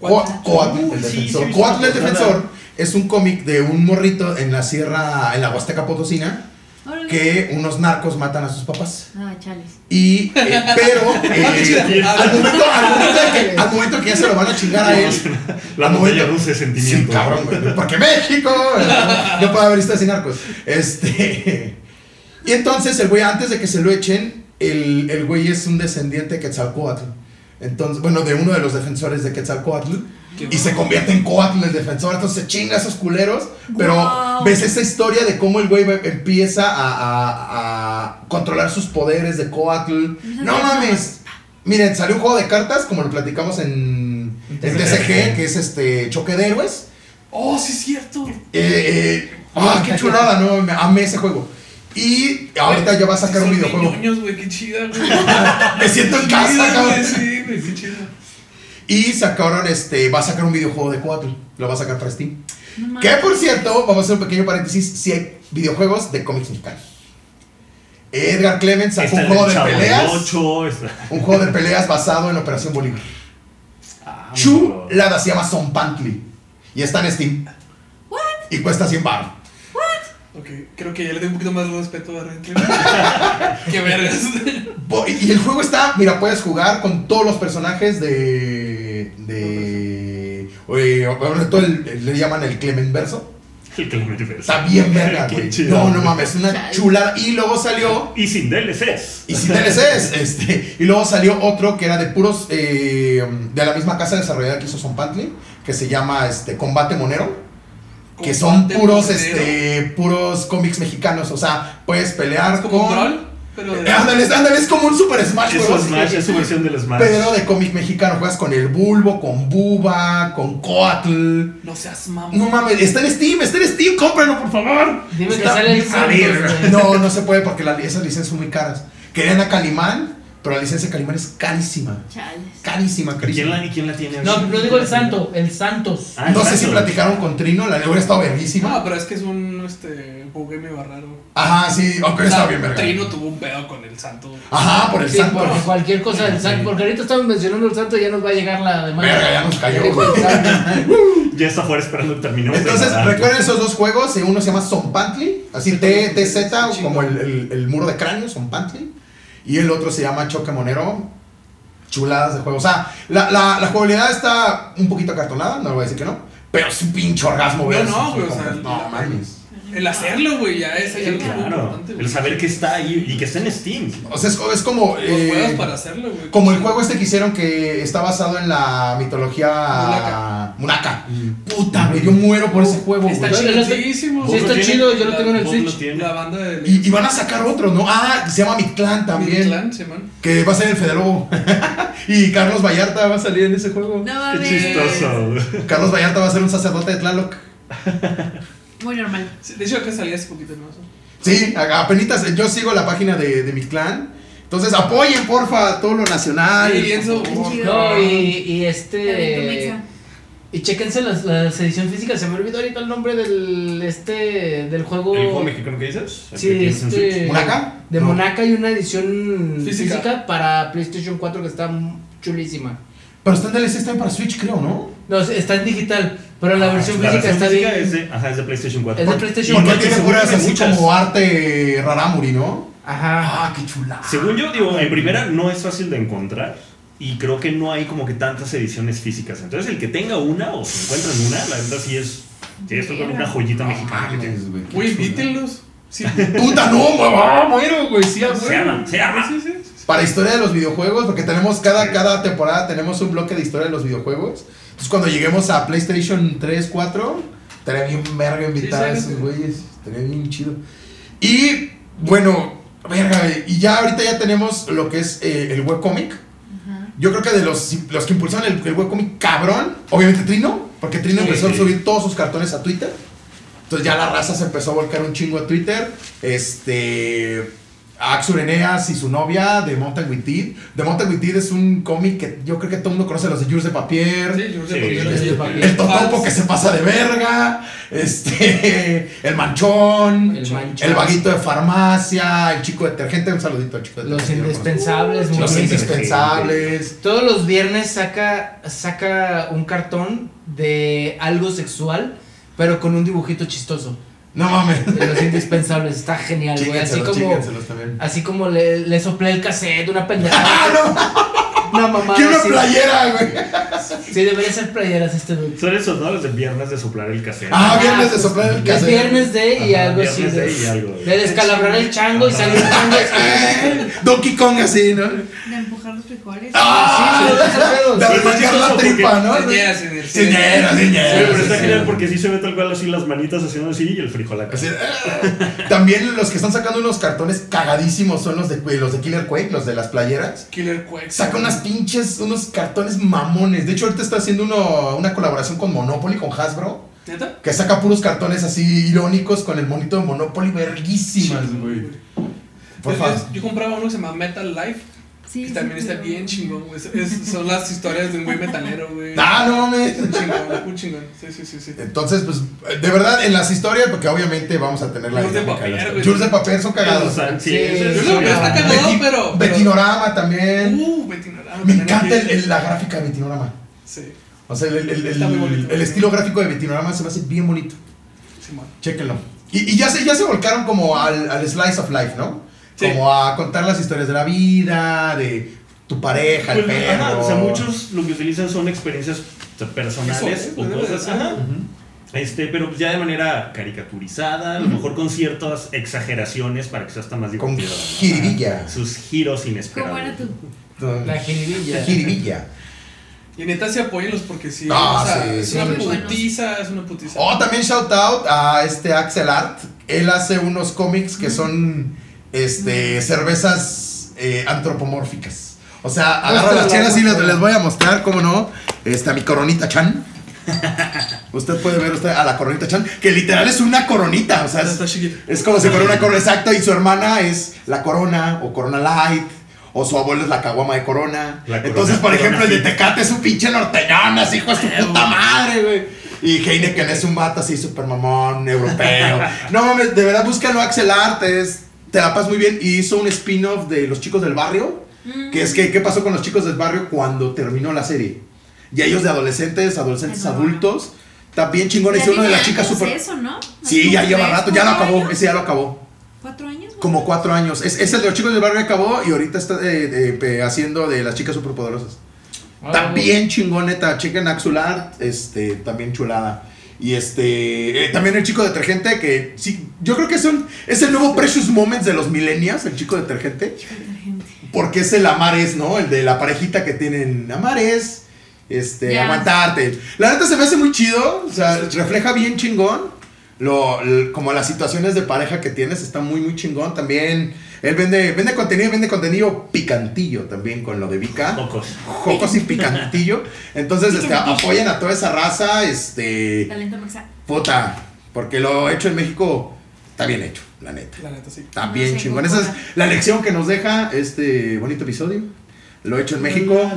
Speaker 5: Co- Coatl
Speaker 6: Uy,
Speaker 5: el
Speaker 6: sí,
Speaker 5: Defensor.
Speaker 6: sí, sí,
Speaker 5: Coatl el
Speaker 6: sí, sí.
Speaker 5: Defensor es un cómic de un morrito en la sierra, en la Huasteca Potosina,
Speaker 7: Órale.
Speaker 5: que unos narcos matan a sus papás.
Speaker 7: Ah, chales.
Speaker 5: Y, eh, pero,
Speaker 3: Ah,
Speaker 5: eh, al, momento, al, momento de que, al momento que ya se lo van a chingar a él,
Speaker 6: La
Speaker 5: Al
Speaker 6: montaña
Speaker 5: momento-
Speaker 6: rusa de
Speaker 5: Sí,
Speaker 6: sentimiento.
Speaker 5: cabrón, güey. Porque México. No, no puede haber historias sin narcos. Este. Y entonces el güey, antes de que se lo echen, el, el güey es un descendiente de Quetzalcoatl. Entonces, bueno, de uno de los defensores de Quetzalcoatl. Y se convierte en Coatl el defensor. Entonces se chinga a esos culeros. Pero
Speaker 7: Guau.
Speaker 5: ves esa historia de cómo el güey va- empieza a, a- a controlar sus poderes de Coatl. No mames. Miren, salió un juego de cartas, como lo platicamos en, en TCG, que es este choque de héroes.
Speaker 2: Oh, sí, es cierto.
Speaker 5: Eh, eh, ah, qué chulada, no, me amé ese juego. Y ahorita ya va a sacar un
Speaker 2: Son
Speaker 5: videojuego.
Speaker 2: niños, güey, qué chida, güey.
Speaker 5: Me siento en casa,
Speaker 2: Chida, güey,
Speaker 5: cabrón.
Speaker 2: Sí, güey, qué chida.
Speaker 5: Y sacaron este, va a sacar un videojuego de cuatro. Lo va a sacar para Steam.
Speaker 7: No mames.
Speaker 5: Que por cierto, vamos a hacer un pequeño paréntesis, si hay videojuegos de cómics mexicanos. Edgar Clemens
Speaker 6: Está
Speaker 5: sacó un
Speaker 6: Este el
Speaker 5: juego de
Speaker 6: Chavo del
Speaker 5: peleas,
Speaker 6: Ocho, está-
Speaker 5: un juego de peleas basado en Operación Bolívar.
Speaker 6: Ah,
Speaker 5: Chu
Speaker 6: no.
Speaker 5: la se llama Son Pantly y está en Steam. Y cuesta 100 baros.
Speaker 2: Ok, creo que ya le tengo un poquito más de respeto a Rentle. Qué vergas.
Speaker 5: Bo- Y el juego está, mira, puedes jugar con todos los personajes de. de. oye, ahora todo el- le llaman el Clement Verso.
Speaker 6: El que lo metió fue ese.
Speaker 5: Está bien verga,
Speaker 6: Qué
Speaker 5: güey.
Speaker 6: chido.
Speaker 5: No, no mames, una chulada. Y luego salió.
Speaker 6: Y sin DLCs.
Speaker 5: Y sin DLCs, este. Y luego salió otro que era de puros. eh, de la misma casa desarrollada que hizo Son Pantley, que se llama este Combate Monero. Que son
Speaker 2: Combate
Speaker 5: puros,
Speaker 2: monero.
Speaker 5: este, puros cómics mexicanos. O sea, puedes pelear
Speaker 2: Como un
Speaker 5: con.
Speaker 2: troll, pero de.
Speaker 5: Eh, Ándale, ándale, es como un Super Smash
Speaker 6: Es su
Speaker 5: Bros.
Speaker 6: Smash, es su versión del Smash.
Speaker 5: Pero de cómic mexicano, juegas con el Bulbo, con Buba, con Coatl.
Speaker 2: No seas mamón.
Speaker 5: No mames, está en Steam, está en Steam, cómpralo, por favor.
Speaker 4: Dime que
Speaker 5: Está
Speaker 4: sale el
Speaker 5: bien-
Speaker 4: Santos, güey.
Speaker 5: No, no se puede porque la- esas licencias son muy caras. Querían a Calimán, pero la licencia de Calimán es carísima.
Speaker 7: Chales.
Speaker 5: Carísima,
Speaker 6: ¿Y ¿Quién
Speaker 5: carísima.
Speaker 6: la, y quién la tiene?
Speaker 4: No, no digo el santo, el Santos.
Speaker 6: Ah,
Speaker 5: No sé
Speaker 6: exacto.
Speaker 5: si platicaron con Trino, la hubiera estado verguísima.
Speaker 2: No, pero es que es un este, bugue medio raro.
Speaker 5: Ajá, sí, aunque
Speaker 6: Ah,
Speaker 5: está bien verga.
Speaker 2: Trino tuvo un pedo con el santo.
Speaker 5: Ajá, por el
Speaker 4: Sí,
Speaker 5: santo.
Speaker 4: por cualquier cosa del santo. Porque ahorita estamos mencionando el santo y ya nos va a llegar la demanda.
Speaker 5: Verga, ya nos cayó,
Speaker 4: dijo el
Speaker 5: güey.
Speaker 4: santo.
Speaker 6: Ya está afuera esperando que terminemos. de
Speaker 5: Entonces,
Speaker 6: nadar.
Speaker 5: recuerden esos dos juegos. eh, Uno se llama Zompantli, así T- TZ,
Speaker 2: Chingo.
Speaker 5: como el, el- el muro de cráneo, Zompantli. Y el otro se llama Choque Monero. Chuladas de juego. O sea, la, la, la jugabilidad está un poquito acartonada, no le voy a decir que no. Pero es un pinche orgasmo,
Speaker 2: No,
Speaker 5: ver
Speaker 2: no,
Speaker 5: esos
Speaker 2: güey, o
Speaker 5: juegos.
Speaker 2: sea,
Speaker 5: no,
Speaker 2: la-
Speaker 5: mames.
Speaker 2: El hacerlo, güey, ya es ahí
Speaker 6: Sí,
Speaker 2: algo
Speaker 6: Claro,
Speaker 2: importante. güey.
Speaker 6: el saber que está ahí y que está en Steam.
Speaker 5: O sea, es, es como.
Speaker 2: Los juegos
Speaker 5: eh,
Speaker 2: para hacerlo, güey.
Speaker 5: Como el juego este que hicieron que está basado en la mitología. Munaca. Puta, güey, yo muero
Speaker 4: Oh,
Speaker 5: por ese juego,
Speaker 2: Está
Speaker 5: güey.
Speaker 2: chidísimo.
Speaker 4: este- Sí,
Speaker 6: ¿Vos
Speaker 4: está
Speaker 6: lo
Speaker 4: chido,
Speaker 6: tienes?
Speaker 4: yo lo tengo en el
Speaker 6: ¿Vos lo
Speaker 4: Switch.
Speaker 6: tienes?
Speaker 2: La banda de.
Speaker 5: Y, y van a sacar otro, ¿no? Ah, se llama Mi Clan también.
Speaker 2: Clan, sí, man.
Speaker 5: Que va a ser el Fede Lobo. y Carlos Vallarta va a salir en ese juego.
Speaker 7: No
Speaker 6: Qué
Speaker 7: mames.
Speaker 6: chistoso.
Speaker 5: Carlos Vallarta va a ser un sacerdote de Tlaloc.
Speaker 7: Muy normal.
Speaker 2: Sí, De hecho, acá salía hace poquito, ¿no?
Speaker 5: Sí, a- apenitas. Yo sigo la página de, de mi clan. Entonces apoyen, porfa, todo lo nacional.
Speaker 2: Sí, eso.
Speaker 5: Por favor.
Speaker 7: Qué chido.
Speaker 4: No, y, y
Speaker 3: Eh,
Speaker 7: Talento
Speaker 4: este.
Speaker 7: mexa.
Speaker 4: Y chéquense las, las ediciones físicas. Se me olvidó ahorita el nombre del. Este. Del juego.
Speaker 6: ¿El juego mexicano que dices? ¿El que
Speaker 4: Sí,
Speaker 6: tienes en Switch?
Speaker 4: este.
Speaker 5: ¿Monaca?
Speaker 4: De
Speaker 5: No.
Speaker 4: Monaca hay una edición
Speaker 2: Física.
Speaker 4: física. para PlayStation 4 que está m- chulísima.
Speaker 5: Pero está en DLC está para Switch, creo, ¿no?
Speaker 4: No, sí, está en digital, pero
Speaker 5: Ah,
Speaker 4: la versión
Speaker 6: La
Speaker 4: física
Speaker 6: versión
Speaker 4: está
Speaker 6: física
Speaker 4: bien.
Speaker 6: es de, ajá, es de PlayStation 4.
Speaker 4: Es de
Speaker 6: Porque-
Speaker 4: PlayStation
Speaker 5: Porque
Speaker 6: porque
Speaker 5: tiene
Speaker 6: seguro
Speaker 5: puras
Speaker 6: tiene
Speaker 5: así
Speaker 6: muchas.
Speaker 5: como arte rarámuri, ¿no?
Speaker 4: Ajá.
Speaker 5: Ah, qué chulada.
Speaker 6: Según yo, digo, en primera no es fácil de encontrar y creo que no hay como que tantas ediciones físicas. Entonces, el que tenga una o se encuentra en una, la verdad sí es, sí es una
Speaker 4: Ah,
Speaker 6: joyita mexicana que tienes.
Speaker 5: güey. qué
Speaker 3: Güey,
Speaker 5: chulada.
Speaker 3: invítenlos. Sí.
Speaker 5: Puta, no, güey. ah, muero, güey. Sí, ah,
Speaker 6: Se
Speaker 5: güey.
Speaker 6: arma, se arma.
Speaker 3: Sí, sí, sí.
Speaker 5: Para historia de los videojuegos, porque tenemos cada, cada temporada tenemos un bloque de historia de los videojuegos. Entonces, cuando lleguemos a PlayStation 3, 4, estaría bien verga invitar a
Speaker 3: Sí, sí,
Speaker 5: esos
Speaker 3: sí.
Speaker 5: güeyes. Estaría bien chido. Y bueno, verga, güey, y ya ahorita ya tenemos lo que es eh, el webcomic. Yo creo que de los, los que impulsaron el, el webcomic cabrón, obviamente Trino, porque Trino
Speaker 6: Sí,
Speaker 5: empezó
Speaker 6: sí.
Speaker 5: a subir todos sus cartones a Twitter. Entonces ya la raza se empezó a volcar un chingo a Twitter. Este. Axur Eneas y su novia de Mountain With It. The Mountain With It es un cómic que yo creo que todo el mundo conoce, los de Jules de Papier.
Speaker 3: Sí, yo
Speaker 6: Sí,
Speaker 3: sé por
Speaker 5: Este,
Speaker 3: qué.
Speaker 5: el Totopo que se pasa de verga, este, el manchón,
Speaker 4: El
Speaker 5: el,
Speaker 4: manchón.
Speaker 5: vaguito de farmacia, el chico detergente, un saludito al chico
Speaker 4: Los
Speaker 5: detergente. yo lo conozco.
Speaker 4: indispensables, muy
Speaker 5: Los
Speaker 4: bien.
Speaker 6: indispensables.
Speaker 5: indispensables.
Speaker 4: Todos los viernes saca, saca un cartón de algo sexual, pero con un dibujito chistoso.
Speaker 5: No mames.
Speaker 4: De los indispensables, está genial, güey. Así
Speaker 5: Chíquenselos,
Speaker 4: como,
Speaker 5: chíquenselos también.
Speaker 4: así como le, le soplé el cassette, una pendejada. Una mamada.
Speaker 5: Ah, Quiero una
Speaker 4: así.
Speaker 5: playera, güey.
Speaker 4: Sí, debería ser playeras este dude.
Speaker 6: Son esos, ¿no? Los de viernes de soplar el cassette.
Speaker 5: Ah, viernes de
Speaker 4: pues,
Speaker 5: soplar el
Speaker 4: es
Speaker 5: cassette.
Speaker 4: Viernes de y
Speaker 5: Ajá,
Speaker 4: algo así.
Speaker 6: viernes
Speaker 4: De,
Speaker 6: de y algo.
Speaker 4: de descalabrar el chango y
Speaker 6: Ajá.
Speaker 4: salir un chango.
Speaker 5: Donkey Kong así, ¿no?
Speaker 7: De empujar los frijoles.
Speaker 5: Ah,
Speaker 4: sí, sí, sí, sí.
Speaker 5: de arrancar la
Speaker 6: Porque-
Speaker 5: tripa, ¿no?
Speaker 3: Señeras, señeras.
Speaker 5: Señeras,
Speaker 6: Sí,
Speaker 5: señeras,
Speaker 6: pero está
Speaker 5: señeras.
Speaker 6: genial porque sí se ve tal cual así las manitas haciendo así y el frijol acá.
Speaker 5: Así, ah. También los que están sacando unos cartones cagadísimos son los de, los de Killer Quake, los de las playeras.
Speaker 3: Killer Quacks.
Speaker 5: Saca unas pinches, unos cartones mamones. De hecho, ahorita está haciendo uno, una colaboración con Monopoly, con Hasbro,
Speaker 3: ¿Neta?
Speaker 5: que saca puros cartones así irónicos con el monito de Monopoly, verguísimas, güey. Por
Speaker 3: Yo-
Speaker 5: favor.
Speaker 3: Yo compraba uno que se llama Metal Life,
Speaker 7: Sí,
Speaker 3: que
Speaker 7: sí,
Speaker 3: también está
Speaker 7: pero-
Speaker 3: bien chingón, güey. Es- es- son las historias de un güey metalero, güey.
Speaker 5: Ah, no mames.
Speaker 3: Un chingón, un chingón. Sí, sí, sí, sí.
Speaker 5: Entonces, pues, de verdad, en las historias, porque obviamente vamos a tener la
Speaker 3: Jules de
Speaker 5: dinámica
Speaker 3: papel,
Speaker 5: las-
Speaker 3: güey.
Speaker 5: Jules de papel son
Speaker 6: O
Speaker 5: cagados.
Speaker 6: sea, sí,
Speaker 4: Sí.
Speaker 6: ese
Speaker 3: Yo
Speaker 6: es-
Speaker 3: creo que está cagado,
Speaker 5: Beti-
Speaker 3: pero. pero-
Speaker 5: Betinorama también.
Speaker 3: Uh, Betinorama.
Speaker 5: Eh, Me encanta el- el- la gráfica de Betinorama.
Speaker 3: Sí,
Speaker 5: O sea, el, el- el-
Speaker 3: Está muy bonito.
Speaker 5: el estilo gráfico de Betinorama se me hace bien bonito.
Speaker 3: Simón.
Speaker 5: Chéquenlo. Y, y ya, se, ya se volcaron como al, al slice of life, ¿no?
Speaker 3: Sí.
Speaker 5: Como a contar las historias de la vida, de tu pareja, el
Speaker 6: Pues,
Speaker 5: perro.
Speaker 6: ajá, o sea, muchos lo que utilizan son experiencias personales
Speaker 3: Eso,
Speaker 6: o
Speaker 3: debe de
Speaker 6: cosas.
Speaker 3: ser.
Speaker 6: ajá. Este, pero pues ya de manera caricaturizada, a lo mejor con ciertas exageraciones para que sea hasta más
Speaker 5: Con
Speaker 6: divertido. ¿no?
Speaker 5: jiribilla.
Speaker 6: Sus giros
Speaker 7: ¿Cómo era
Speaker 6: inesperados.
Speaker 7: tu?
Speaker 4: La jiribilla.
Speaker 5: Jiribilla.
Speaker 3: Y neta, sí, apóyenlos porque sí.
Speaker 5: Ah,
Speaker 3: o sea,
Speaker 5: sí,
Speaker 3: es
Speaker 5: sí,
Speaker 3: una
Speaker 7: muy buenos.
Speaker 3: putiza, es una putiza.
Speaker 5: Oh, también shout out a este Axel Art. Él hace unos cómics que son este cervezas eh, antropomórficas. O sea, agarra
Speaker 4: Muéstrala,
Speaker 5: las chelas y les,
Speaker 4: muéstrala.
Speaker 5: les voy a mostrar, cómo no, este, a mi coronita Chan. Usted puede ver usted a la coronita Chan, que literal es una coronita, o sea, es,
Speaker 3: Está chiquita.
Speaker 5: es como si fuera una corona exacta y su hermana es la corona o corona light. O su abuelo es la caguama de corona.
Speaker 6: La Corona,
Speaker 5: Entonces, por
Speaker 6: Corona
Speaker 5: ejemplo, el de
Speaker 6: Fit.
Speaker 5: Tecate es un pinche norteñón, así hijo de su puta madre, güey. Y Heineken es un vato así, super mamón, europeo. No mames, de verdad, búscalo, Axel Art. es- te la pasas muy bien. Y hizo un spin-off de Los Chicos del Barrio.
Speaker 7: Mm.
Speaker 5: Que es que, ¿qué pasó con los chicos del barrio cuando terminó la serie? Y ellos de adolescentes, adolescentes,
Speaker 7: Ay, no.
Speaker 5: adultos. También chingones. Y uno de las chicas super.
Speaker 7: eso, ¿no?
Speaker 5: Sí, ya lleva
Speaker 7: Tres,
Speaker 5: rato, ya lo
Speaker 7: cuatro
Speaker 5: acabó,
Speaker 7: años.
Speaker 5: ese ya lo acabó.
Speaker 7: ¿Cuatro años? güey?
Speaker 5: Como cuatro años. Es, es el de los chicos del barrio acabó y ahorita está eh, eh, pe- haciendo de las chicas superpoderosas.
Speaker 4: Ah,
Speaker 5: También chingón, neta. Chequen Axel Art, este, también chulada. Y este, eh, también el chico detergente que sí, yo creo que es, un, es el nuevo Precious Moments de los millennials, el chico detergente. Porque es el amar es, ¿no? El de la parejita que tienen amar es, este,
Speaker 7: Ya.
Speaker 5: aguantarte. La neta se me hace muy chido, o sea, refleja bien chingón. Lo, l- como las situaciones de pareja que tienes está muy muy chingón también él vende vende contenido vende contenido picantillo también con lo de Vika
Speaker 6: Pocos.
Speaker 5: jocos y picantillo entonces este,
Speaker 7: Picantillo.
Speaker 5: apoyen a toda esa raza este
Speaker 7: Talento Maxa.
Speaker 5: puta porque lo hecho en México está bien hecho la neta
Speaker 3: La neta, sí.
Speaker 5: Está
Speaker 7: No
Speaker 5: bien
Speaker 7: sé,
Speaker 5: chingón.
Speaker 7: Coca.
Speaker 5: Esa es la lección que nos deja este bonito episodio. Lo hecho en México.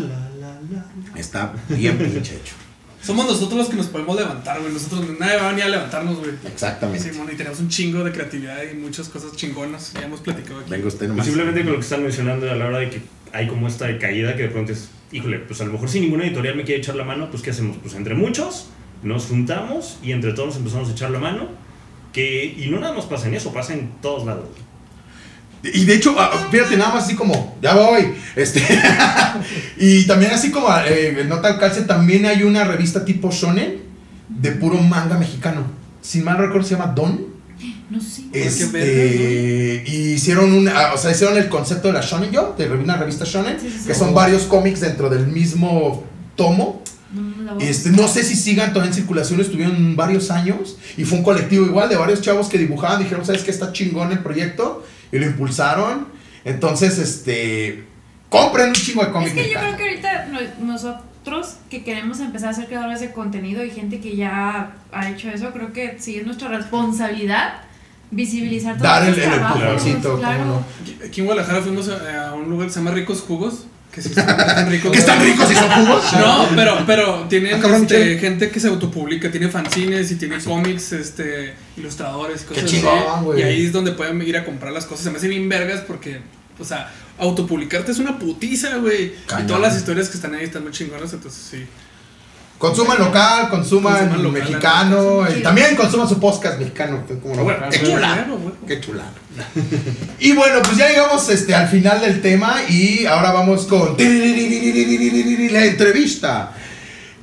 Speaker 5: Está bien pinche hecho.
Speaker 3: Somos nosotros los que nos podemos levantar, güey. Nosotros nadie va a venir a levantarnos, güey.
Speaker 5: Exactamente.
Speaker 3: Simón, y tenemos un chingo de creatividad y muchas cosas chingonas. Ya hemos platicado aquí.
Speaker 5: Venga usted
Speaker 6: Pues
Speaker 5: nomás.
Speaker 6: Simplemente con lo que están mencionando a la hora de que hay como esta caída que de pronto es, híjole, pues a lo mejor si ninguna editorial me quiere echar la mano, pues ¿qué hacemos? Pues entre muchos nos juntamos y entre todos nos empezamos a echar la mano. Que, y no nada más pasa en eso, pasa en todos lados.
Speaker 5: Y de hecho, ah, fíjate, nada más así como, ya voy. Este, y también así como eh, nota al calce, también hay una revista tipo Shonen de puro manga mexicano. Sin mal recuerdo se llama Don.
Speaker 7: No sé.
Speaker 5: Este,
Speaker 2: vergas,
Speaker 5: y hicieron un, ah, o sea, hicieron el concepto de la Shonen Yo, de una revista Shonen,
Speaker 7: Sí, sí, sí.
Speaker 5: que son varios cómics dentro del mismo tomo.
Speaker 7: No, no la voy a-
Speaker 5: Este, no sé si sigan todavía en circulación, estuvieron varios años y fue un colectivo igual de varios chavos que dibujaban, dijeron, ¿sabes qué está chingón el proyecto? Y lo impulsaron. Entonces, este, compren un chingo de cómic.
Speaker 7: Es que yo
Speaker 5: neta.
Speaker 7: creo que ahorita no- nosotros que queremos empezar a ser creadores de contenido y gente que ya ha hecho eso, creo que sí es nuestra responsabilidad visibilizar todos
Speaker 5: Dar el,
Speaker 7: esos
Speaker 5: el
Speaker 7: trabajos,
Speaker 5: empujoncito,
Speaker 7: claro.
Speaker 5: cómo
Speaker 3: Aquí en Guadalajara fuimos a, a un lugar que se llama Ricos Jugos. Que sí están ricos.
Speaker 5: no. Que están ricos y son jugos.
Speaker 3: No, pero, pero
Speaker 5: Ah,
Speaker 3: tienen
Speaker 5: cabrón,
Speaker 3: este,
Speaker 5: ¿qué?
Speaker 3: gente que se autopublica, tiene fanzines y tiene cómics, este, ilustradores y cosas
Speaker 5: Qué chingón,
Speaker 3: así.
Speaker 5: güey.
Speaker 3: Y ahí es donde pueden ir a comprar las cosas. Se me hace bien vergas porque, o sea, autopublicarte es una putiza, güey. Y
Speaker 5: Cañón.
Speaker 3: todas las historias que están ahí están muy chingonas, entonces sí.
Speaker 5: Consuman local, consuman,
Speaker 3: Consuman local,
Speaker 5: mexicano,
Speaker 7: la neta,
Speaker 5: y
Speaker 7: sí.
Speaker 5: también consuman su podcast mexicano. que como no.
Speaker 6: Bueno,
Speaker 5: Qué chulada.
Speaker 3: Bueno, bueno.
Speaker 5: Qué chulada. Y bueno, pues ya llegamos este, al final del tema y ahora vamos con la entrevista.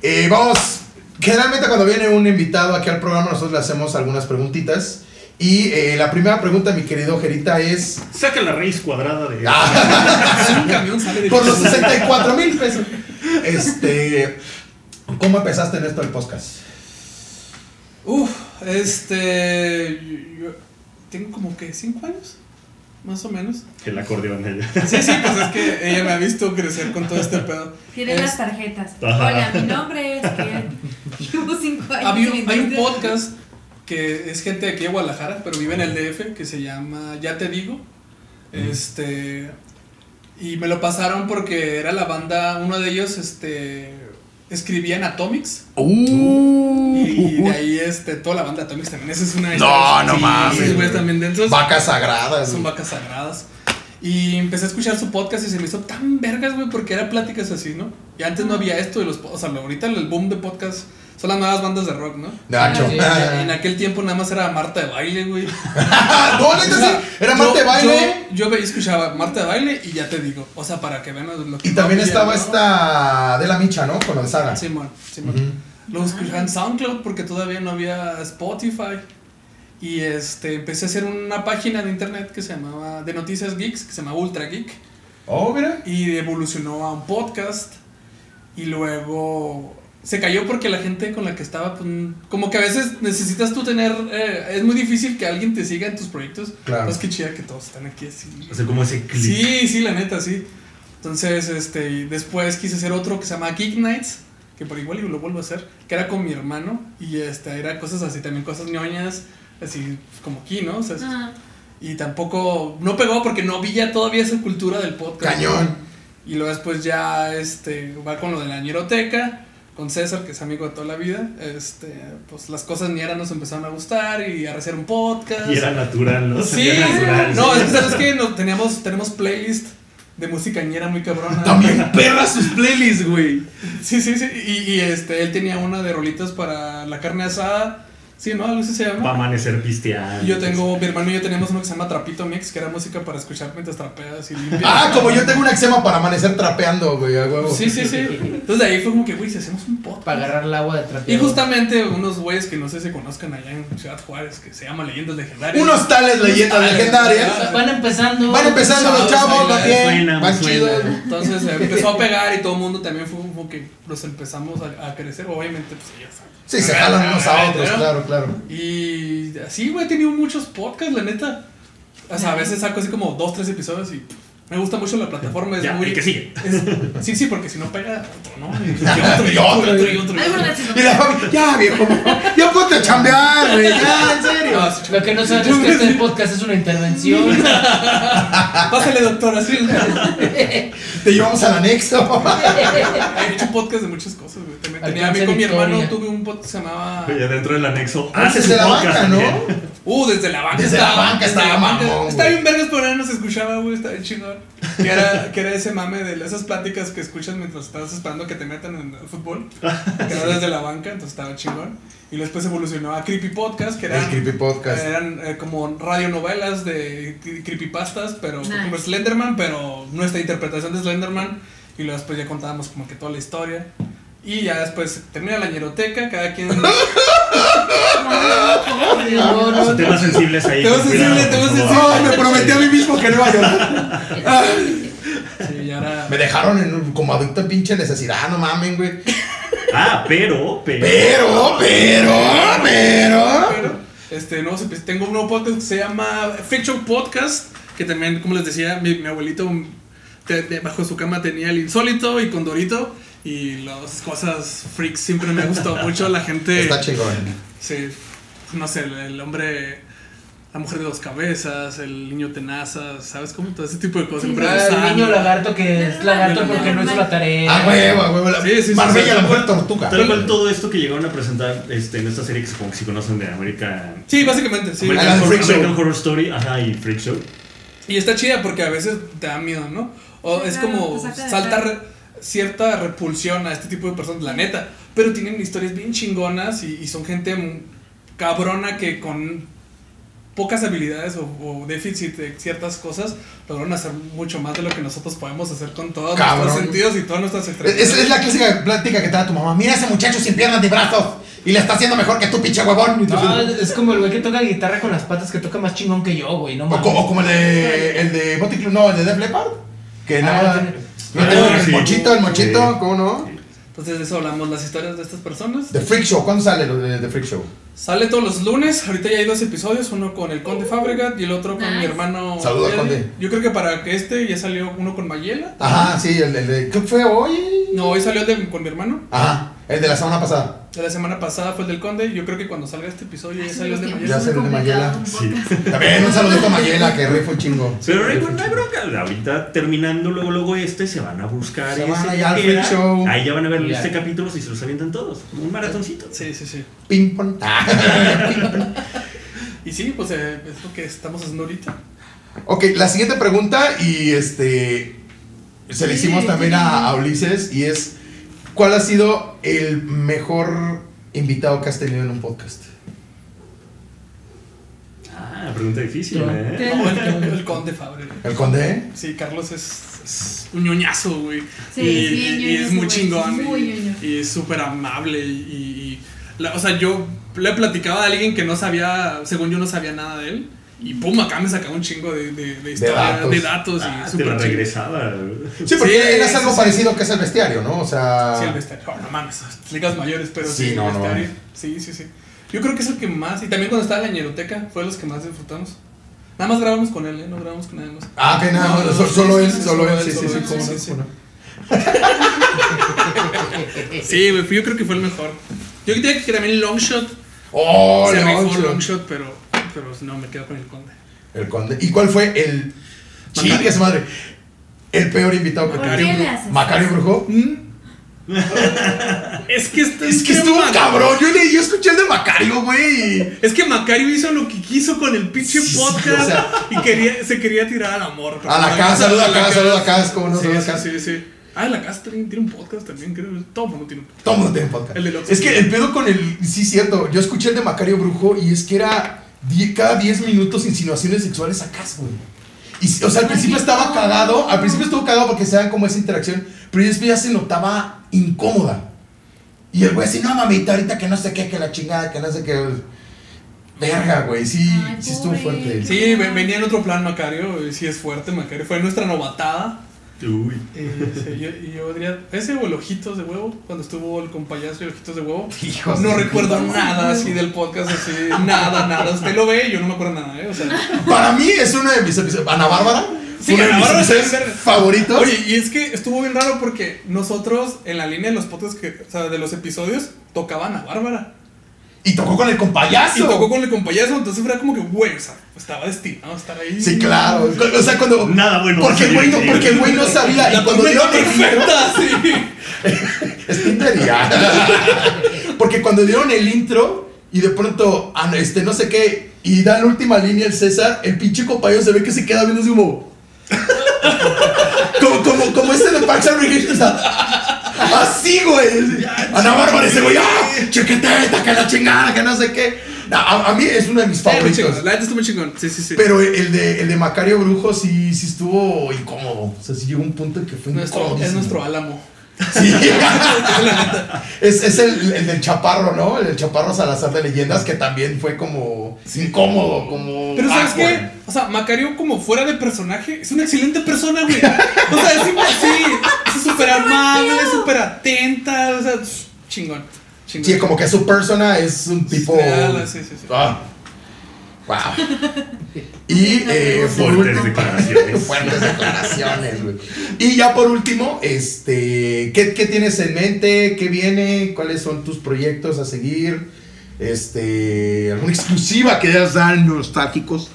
Speaker 5: Eh, vamos, generalmente cuando viene un invitado aquí al programa nosotros le hacemos algunas preguntitas y eh, la primera pregunta, mi querido Gerita, es
Speaker 6: Saca la raíz cuadrada de.
Speaker 5: Ah.
Speaker 3: Un camión sale de
Speaker 5: por los 64 mil pesos. Este, ¿Cómo empezaste en esto del podcast?
Speaker 3: Uf, este. yo- yo tengo como que 5 años, más o menos.
Speaker 6: El acordeón ella.
Speaker 3: Sí, sí, pues es que ella me ha visto crecer con todo este pedo.
Speaker 7: Tienen
Speaker 3: Es-
Speaker 7: las tarjetas.
Speaker 6: Ajá.
Speaker 7: Hola, mi nombre es Kiel. Llevo cinco años.
Speaker 3: Había-
Speaker 7: en
Speaker 3: hay un
Speaker 7: este-
Speaker 3: podcast que es gente de aquí de Guadalajara, pero vive en el DF, que se llama Ya Te Digo. Este. Y me lo pasaron porque era la banda, uno de ellos, este. Escribía en Atomics. Y de ahí, este, toda la banda Atomics también. Esa es una.
Speaker 5: No, no mames.
Speaker 3: esos güeyes también densos.
Speaker 5: Vacas sagradas.
Speaker 3: Son vacas sagradas. Y empecé a escuchar su podcast y se me hizo tan vergas, güey, porque era pláticas así, ¿no? Y antes no había esto de los... po- O sea, lo- ahorita el boom de podcast son las nuevas bandas de rock, ¿no?
Speaker 5: Nacho.
Speaker 4: Sí,
Speaker 3: En aquel tiempo nada más era Marta de baile, güey.
Speaker 5: Ah, No, Oh, neta,
Speaker 3: O sea,
Speaker 5: sí, Era
Speaker 3: yo-
Speaker 5: Marte Baile.
Speaker 3: Yo, yo veía- escuchaba Marta de baile y ya te digo. O sea, para que vean lo que...
Speaker 5: Y también
Speaker 3: no había,
Speaker 5: estaba
Speaker 3: ¿no?
Speaker 5: esta de la micha, ¿no? Con Gonzaga.
Speaker 3: Simón, Simón. Luego escuchaba en SoundCloud porque todavía no había Spotify. Y este, empecé a hacer una página de internet que se llamaba... De noticias geeks, que se llamaba Ultra Geek.
Speaker 5: Oh, mira.
Speaker 3: y evolucionó a un podcast y luego se cayó porque la gente con la que estaba pues, mm, como que a veces necesitas tú tener eh, es muy difícil que alguien te siga en tus proyectos
Speaker 5: Claro.
Speaker 3: es que chida que todos están aquí así
Speaker 6: O sea, como ese clip.
Speaker 3: sí sí la neta sí entonces este y después quise hacer otro que se llama Geek Nights que por igual y lo vuelvo a hacer que era con mi hermano y este era cosas así también cosas ñoñas así pues, como aquí no o sea,
Speaker 7: Ajá.
Speaker 3: y tampoco no pegó porque no había todavía esa cultura del podcast
Speaker 5: Cañón.
Speaker 3: y luego después ya este, va con lo de la ñeroteca, con César, que es amigo de toda la vida. Este, pues las cosas ñeras nos empezaron a gustar y a hacer un podcast.
Speaker 6: Y era natural, ¿no?
Speaker 3: Sí,
Speaker 6: Salía natural.
Speaker 3: no, es que sabes que nos teníamos, tenemos playlist de música ñera muy cabrona.
Speaker 5: También perra sus playlists, güey.
Speaker 3: Sí, sí, sí. Y, y, este, él tenía una de rolitas para la carne asada. Sí, ¿no? Algo así se
Speaker 6: Va a
Speaker 3: llama.
Speaker 6: amanecer pisteando.
Speaker 3: Y yo tengo, mi hermano y yo teníamos uno que se llama Trapito Mix, que era música para escuchar mientras trapeas y limpias.
Speaker 5: Ah, como yo tengo un eczema para amanecer trapeando, güey, a huevo.
Speaker 3: Sí, sí, sí. Entonces de ahí fue como que, güey, si hacemos un podcast.
Speaker 4: Para agarrar el agua de trapeado.
Speaker 3: Y justamente unos güeyes que no sé si conozcan allá en Ciudad Juárez, que se llama Leyendas Legendarias.
Speaker 5: Unos tales leyendas
Speaker 3: Tales.
Speaker 5: legendarias.
Speaker 4: Van empezando.
Speaker 5: Van empezando los chavos,
Speaker 6: suena,
Speaker 5: van bien,
Speaker 6: suena,
Speaker 5: van
Speaker 6: suena.
Speaker 5: chidos.
Speaker 3: Entonces eh, empezó a pegar y todo el mundo también fue como que los empezamos a, a crecer, obviamente, pues ya saben.
Speaker 5: Sí, se jalan unos a otros, claro, claro.
Speaker 3: Y así, güey, he tenido muchos podcasts, la neta. O sea, a veces saco así como dos, tres episodios y pff, me gusta mucho la plataforma. Es
Speaker 6: Ya,
Speaker 3: muy.
Speaker 6: el que sigue.
Speaker 3: es- sí, sí, porque si no pega otro, ¿no? Y otro, y otro, y otro, y otro. y
Speaker 7: Alguna
Speaker 3: otro.
Speaker 7: vez sí
Speaker 5: Y la familia, ya, viejo, ya ponte a chambear, güey, ya, en serio.
Speaker 3: Ah, sí,
Speaker 4: Lo que no saben es que este podcast es una intervención.
Speaker 3: Pásale, Ah, doctor, así.
Speaker 5: Te llevamos al anexo.
Speaker 3: Ay, un podcast de muchas cosas, güey. También tenía a
Speaker 4: Alcance
Speaker 3: mí con mi
Speaker 4: Victoria.
Speaker 3: hermano, tuve un podcast que se llamaba.
Speaker 6: Y adentro pues. del anexo.
Speaker 5: Ah,
Speaker 6: Hace
Speaker 5: desde
Speaker 6: su
Speaker 5: la
Speaker 6: podcast.
Speaker 5: banca, ¿no?
Speaker 6: también.
Speaker 3: Uh, desde la banca
Speaker 5: Desde la banca
Speaker 3: desde
Speaker 5: estaba
Speaker 3: la banca.
Speaker 5: mamón, güey.
Speaker 3: Estaba bien vergas, pero nadie nos escuchaba, güey. Estaba bien chingón. Que era, que era ese mame de esas pláticas que escuchas mientras estás esperando que te metan en el fútbol. Que era desde la banca, entonces estaba chingón. Y después evolucionó a Creepy Podcast, que eran,
Speaker 5: El Creepy Podcast.
Speaker 3: eran eh, como radionovelas de cre- creepypastas, pero por
Speaker 7: Nice.
Speaker 3: ejemplo, Slenderman, pero nuestra interpretación de Slenderman. Y luego después ya contábamos como que toda la historia. Y ya después termina la ñeroteca, cada quien. Ah,
Speaker 6: Son Temas sensibles ahí.
Speaker 3: Temas
Speaker 6: ten cuidado,
Speaker 3: sensibles,
Speaker 6: por
Speaker 3: temas
Speaker 6: favor.
Speaker 5: Ay, me prometí a mí mismo que no iba a llorar.
Speaker 3: Sí, ya era.
Speaker 5: Me dejaron en un- como adicto en pinche necesidad, no mamen, güey.
Speaker 6: Ah, pero, pero.
Speaker 5: Pero, pero, pero.
Speaker 3: Pero, este, no, se- pues, tengo un nuevo podcast que se llama Fiction Podcast, que también, como les decía, mi, mi abuelito mm, te- de- bajo su cama tenía el insólito y Condorito. Y las cosas freaks siempre me ha gustado mucho. La gente.
Speaker 5: Está chingón.
Speaker 3: Sí, no sé, el, el hombre, la mujer de dos cabezas, el niño tenazas, ¿sabes cómo? Todo ese tipo de cosas. hombre de
Speaker 4: El niño
Speaker 3: sangre.
Speaker 4: lagarto que es lagarto porque no hizo la
Speaker 5: A
Speaker 4: tarea.
Speaker 5: Ah, huevo, a huevo. la-
Speaker 3: Sí, sí, sí,
Speaker 5: Marbella,
Speaker 3: sí.
Speaker 5: la mujer tortuga.
Speaker 6: Tal cual todo esto que llegaron a presentar este, en esta serie que supongo que sí conocen de América.
Speaker 3: Sí, básicamente, sí.
Speaker 5: Ah,
Speaker 6: American, Horror,
Speaker 5: Freak Show.
Speaker 6: American Horror Story, ajá, y Freak Show.
Speaker 3: Y está chida porque a veces te da miedo, ¿no? O
Speaker 7: Sí,
Speaker 3: es
Speaker 7: claro,
Speaker 3: como
Speaker 7: te saca de
Speaker 3: salta
Speaker 7: pedo.
Speaker 3: re- cierta repulsión a este tipo de personas, la neta. Pero tienen historias bien chingonas y, y son gente mu- cabrona que con pocas habilidades o, o déficit de ciertas cosas lograron hacer mucho más de lo que nosotros podemos hacer con todos
Speaker 5: Cabrón.
Speaker 3: nuestros sentidos y todas nuestras
Speaker 5: Es,
Speaker 3: extremidades.
Speaker 5: es- es la clásica plática que te da tu mamá. Mira ese muchacho sin piernas ni brazos. Y le está haciendo mejor que tú, pinche huevón. Y tú
Speaker 4: No,
Speaker 5: dices,
Speaker 4: es como el güey que toca guitarra con las patas que toca más chingón que yo, güey. No
Speaker 5: o, co-
Speaker 4: mames.
Speaker 5: o como el de, el de Motley Crue, no, el de Def Leppard. Que
Speaker 4: Ah,
Speaker 5: nada.
Speaker 4: sí.
Speaker 5: No tengo
Speaker 6: Ah,
Speaker 5: el
Speaker 6: sí.
Speaker 5: mochito, el mochito,
Speaker 6: Sí.
Speaker 5: ¿cómo no?
Speaker 3: Entonces de eso hablamos, las historias de estas personas.
Speaker 5: The Freak Show, ¿cuándo sale lo de The Freak Show?
Speaker 3: Sale todos los lunes, ahorita ya hay dos episodios, uno con el Conde Fabregat y el otro con
Speaker 7: Nice.
Speaker 3: mi hermano.
Speaker 5: Saluda al
Speaker 3: Jerry.
Speaker 5: Conde.
Speaker 3: Yo creo que para que este ya salió uno con Mayela.
Speaker 5: Ajá, sí, el, el de. ¿Qué fue hoy?
Speaker 3: No, hoy salió el de, con mi hermano.
Speaker 5: Ajá, el de la semana pasada.
Speaker 3: La semana pasada fue el del Conde. Yo creo que cuando salga este
Speaker 7: Ah,
Speaker 3: episodio ya salió el de
Speaker 5: Ya
Speaker 3: Mayela.
Speaker 5: se-
Speaker 6: Sí.
Speaker 5: También un saludito a Mayela, que rifa un chingo.
Speaker 6: Pero Rico, no hay bronca. Ahorita terminando luego, luego este, se van a buscar.
Speaker 5: Se
Speaker 6: ese
Speaker 5: van
Speaker 6: que
Speaker 5: allá al
Speaker 6: queda.
Speaker 5: Freak Show.
Speaker 6: Ahí ya van a ver
Speaker 4: Ya.
Speaker 6: este capítulo si se los avientan todos. Un maratoncito.
Speaker 3: Sí, sí, sí.
Speaker 5: Ping pong. Ah.
Speaker 3: Y sí, pues eh, es lo que estamos haciendo ahorita.
Speaker 5: Ok, la siguiente pregunta y este se le hicimos también a, a Ulises y es ¿cuál ha sido el mejor invitado que has tenido en un podcast?
Speaker 6: Ah, pregunta difícil, ¿eh?
Speaker 3: No, el, el- el Conde Fabregat.
Speaker 5: El conde.
Speaker 3: Sí, Carlos es, es un ñoñazo, güey.
Speaker 7: Sí,
Speaker 3: y,
Speaker 7: es bien
Speaker 3: y- y
Speaker 7: ñoñazo,
Speaker 3: es muy
Speaker 7: güey,
Speaker 3: chingón.
Speaker 7: es muy
Speaker 3: y-
Speaker 7: ñoño.
Speaker 3: y, es súper amable. Y, y- y la- o sea, yo le platicaba a alguien que no sabía, según yo no sabía nada de él. Y pum, acá me sacaba un chingo de, de, de historia,
Speaker 5: datos.
Speaker 3: de datos.
Speaker 6: Ah,
Speaker 3: y
Speaker 6: te la
Speaker 3: súper chingón.
Speaker 6: regresaba.
Speaker 5: Sí, porque
Speaker 3: Sí,
Speaker 5: él hace
Speaker 3: sí,
Speaker 5: algo
Speaker 3: sí.
Speaker 5: parecido que es el bestiario, ¿no? O sea,
Speaker 3: Sí, el Vestario. "Oh, No, no mames, ligas mayores, pero
Speaker 5: Sí,
Speaker 3: sí,
Speaker 5: no,
Speaker 3: el
Speaker 5: no
Speaker 3: Vestario.
Speaker 5: mames.
Speaker 3: Sí, sí, sí. Yo creo que es el que más. Y también cuando estaba en la ñeroteca, fue los que más disfrutamos. Nada más grabamos con él, ¿eh? No grabamos con nadie más.
Speaker 5: ah, que nada,
Speaker 3: No, no,
Speaker 5: so-
Speaker 3: sí,
Speaker 5: solo
Speaker 3: sí,
Speaker 5: él,
Speaker 3: sí,
Speaker 5: solo
Speaker 3: solo
Speaker 5: él,
Speaker 3: él,
Speaker 5: sí, sí,
Speaker 3: solo
Speaker 5: sí,
Speaker 3: él,
Speaker 5: cómo
Speaker 3: sí,
Speaker 5: no,
Speaker 3: sí.
Speaker 5: cómo no.
Speaker 3: Sí, güey, fui- yo creo que fue el mejor. Yo diría que también Longshot.
Speaker 5: Oh,
Speaker 3: se rifó
Speaker 5: Leoncio.
Speaker 3: Longshot, pero, pero no, me quedo con el Conde.
Speaker 5: El conde. ¿Y cuál fue el chingue su madre? El peor invitado que
Speaker 7: ¿Por
Speaker 5: tuviste.
Speaker 7: qué le haces?
Speaker 5: Macario Brujo.
Speaker 3: ¿Mm? Es que este-
Speaker 5: Es que estuvo
Speaker 3: Mac-
Speaker 5: cabrón. Yo, le, yo escuché el de Macario, güey. y-
Speaker 3: Es que Macario hizo lo que quiso con el pinche
Speaker 5: Sí, sí,
Speaker 3: podcast
Speaker 5: o sea.
Speaker 3: y quería, se quería tirar al amor.
Speaker 5: A la casa, saluda a casa, saluda a casa, como no
Speaker 3: Sí,
Speaker 5: saluda a
Speaker 3: sí,
Speaker 5: casa.
Speaker 3: sí, sí. Ah, la casa también tiene un podcast también, creo. Todo el mundo tiene un podcast.
Speaker 5: Todo mundo tiene podcast.
Speaker 3: El del Oxxo.
Speaker 5: es que el pedo con el. Sí, cierto. Yo escuché el de Macario Brujo y es que era die- cada 10 minutos insinuaciones sexuales a casa, güey. Y, sí, o sea, al principio estaba cagado. Al principio estuvo cagado porque se dan como esa interacción. Pero después ya se notaba incómoda. Y el güey así, no mamita, ahorita que no sé qué, que la chingada, que no sé qué. Verga, güey. Sí,
Speaker 7: Ay,
Speaker 5: sí estuvo
Speaker 7: pobre.
Speaker 5: fuerte.
Speaker 3: Sí, ve- venía en otro plan Macario. y Sí, es fuerte Macario. Fue nuestra novatada.
Speaker 6: Uy.
Speaker 3: Eh, sí, yo, y yo diría, ese o el Ojitos de Huevo, cuando estuvo el compayazo y Ojitos de Huevo.
Speaker 5: Hijos
Speaker 3: No
Speaker 5: de-
Speaker 3: recuerdo nada así del podcast, así, nada, nada. Usted lo ve y yo no me acuerdo nada, ¿eh? O sea,
Speaker 5: Para mí es uno de mis episodios. Ana Bárbara.
Speaker 3: Sí,
Speaker 5: uno de
Speaker 3: Ana
Speaker 5: mis
Speaker 3: Bárbara
Speaker 5: episodios
Speaker 3: está bien verga.
Speaker 5: favoritos.
Speaker 3: Oye, y es que estuvo bien raro porque nosotros en la línea de los podcasts, que, o sea, de los episodios, tocaban a Bárbara.
Speaker 5: Y tocó con el compayazo.
Speaker 3: Y tocó con el compayazo, entonces era como que, güey, o sea, estaba destinado a estar ahí.
Speaker 5: Sí, claro. O sea, cuando.
Speaker 6: Nada bueno va a
Speaker 5: Porque el
Speaker 6: salir
Speaker 5: güey no,
Speaker 6: aquí.
Speaker 5: porque el güey no
Speaker 3: La
Speaker 5: sabía. y cuando
Speaker 3: tormenta
Speaker 5: dieron el
Speaker 3: perfecta, sí.
Speaker 5: giro- Es Tinder y ya. Porque cuando dieron el intro y de pronto, ah, no, este, no sé qué, y da la última línea el César, el pinche compañero se ve que se queda viendo así como. como, como, como este de Parks and Recreation, está Así, güey. Ana Bárbara, ese güey, ¡ah! Chiquiteta, que la chingada, que no sé qué. A, a mí es uno de mis
Speaker 3: Está muy
Speaker 5: favoritos.
Speaker 3: chingón. La neta está muy chingón. Sí, sí, sí.
Speaker 5: Pero el- el de, el de Macario Brujo sí, sí estuvo incómodo. O sea, sí llegó un punto en que fue
Speaker 3: Nuestro-
Speaker 5: incómodo.
Speaker 3: es nuestro álamo.
Speaker 5: Sí. es es el, el del chaparro, ¿no? El del chaparro Salazar de Leyendas, que también fue como incómodo, como. ah,
Speaker 3: Pero ¿sabes
Speaker 5: awkward.
Speaker 3: qué? O sea, Macario como fuera de personaje es una excelente persona, güey. O sea, es siempre así. Es súper amable, súper atenta. O sea, es chingón. Chingón.
Speaker 5: Sí, como que su persona es un tipo.
Speaker 3: Real, sí, sí, sí.
Speaker 5: Ah. Wow. Y eh, por
Speaker 6: Fuertes
Speaker 5: último-
Speaker 6: declaraciones.
Speaker 5: Fuertes declaraciones, güey. Y ya por último, este, ¿qué, qué tienes en mente? ¿Qué viene? ¿Cuáles son tus proyectos a seguir? Este, alguna exclusiva que ya dan nostálgicos.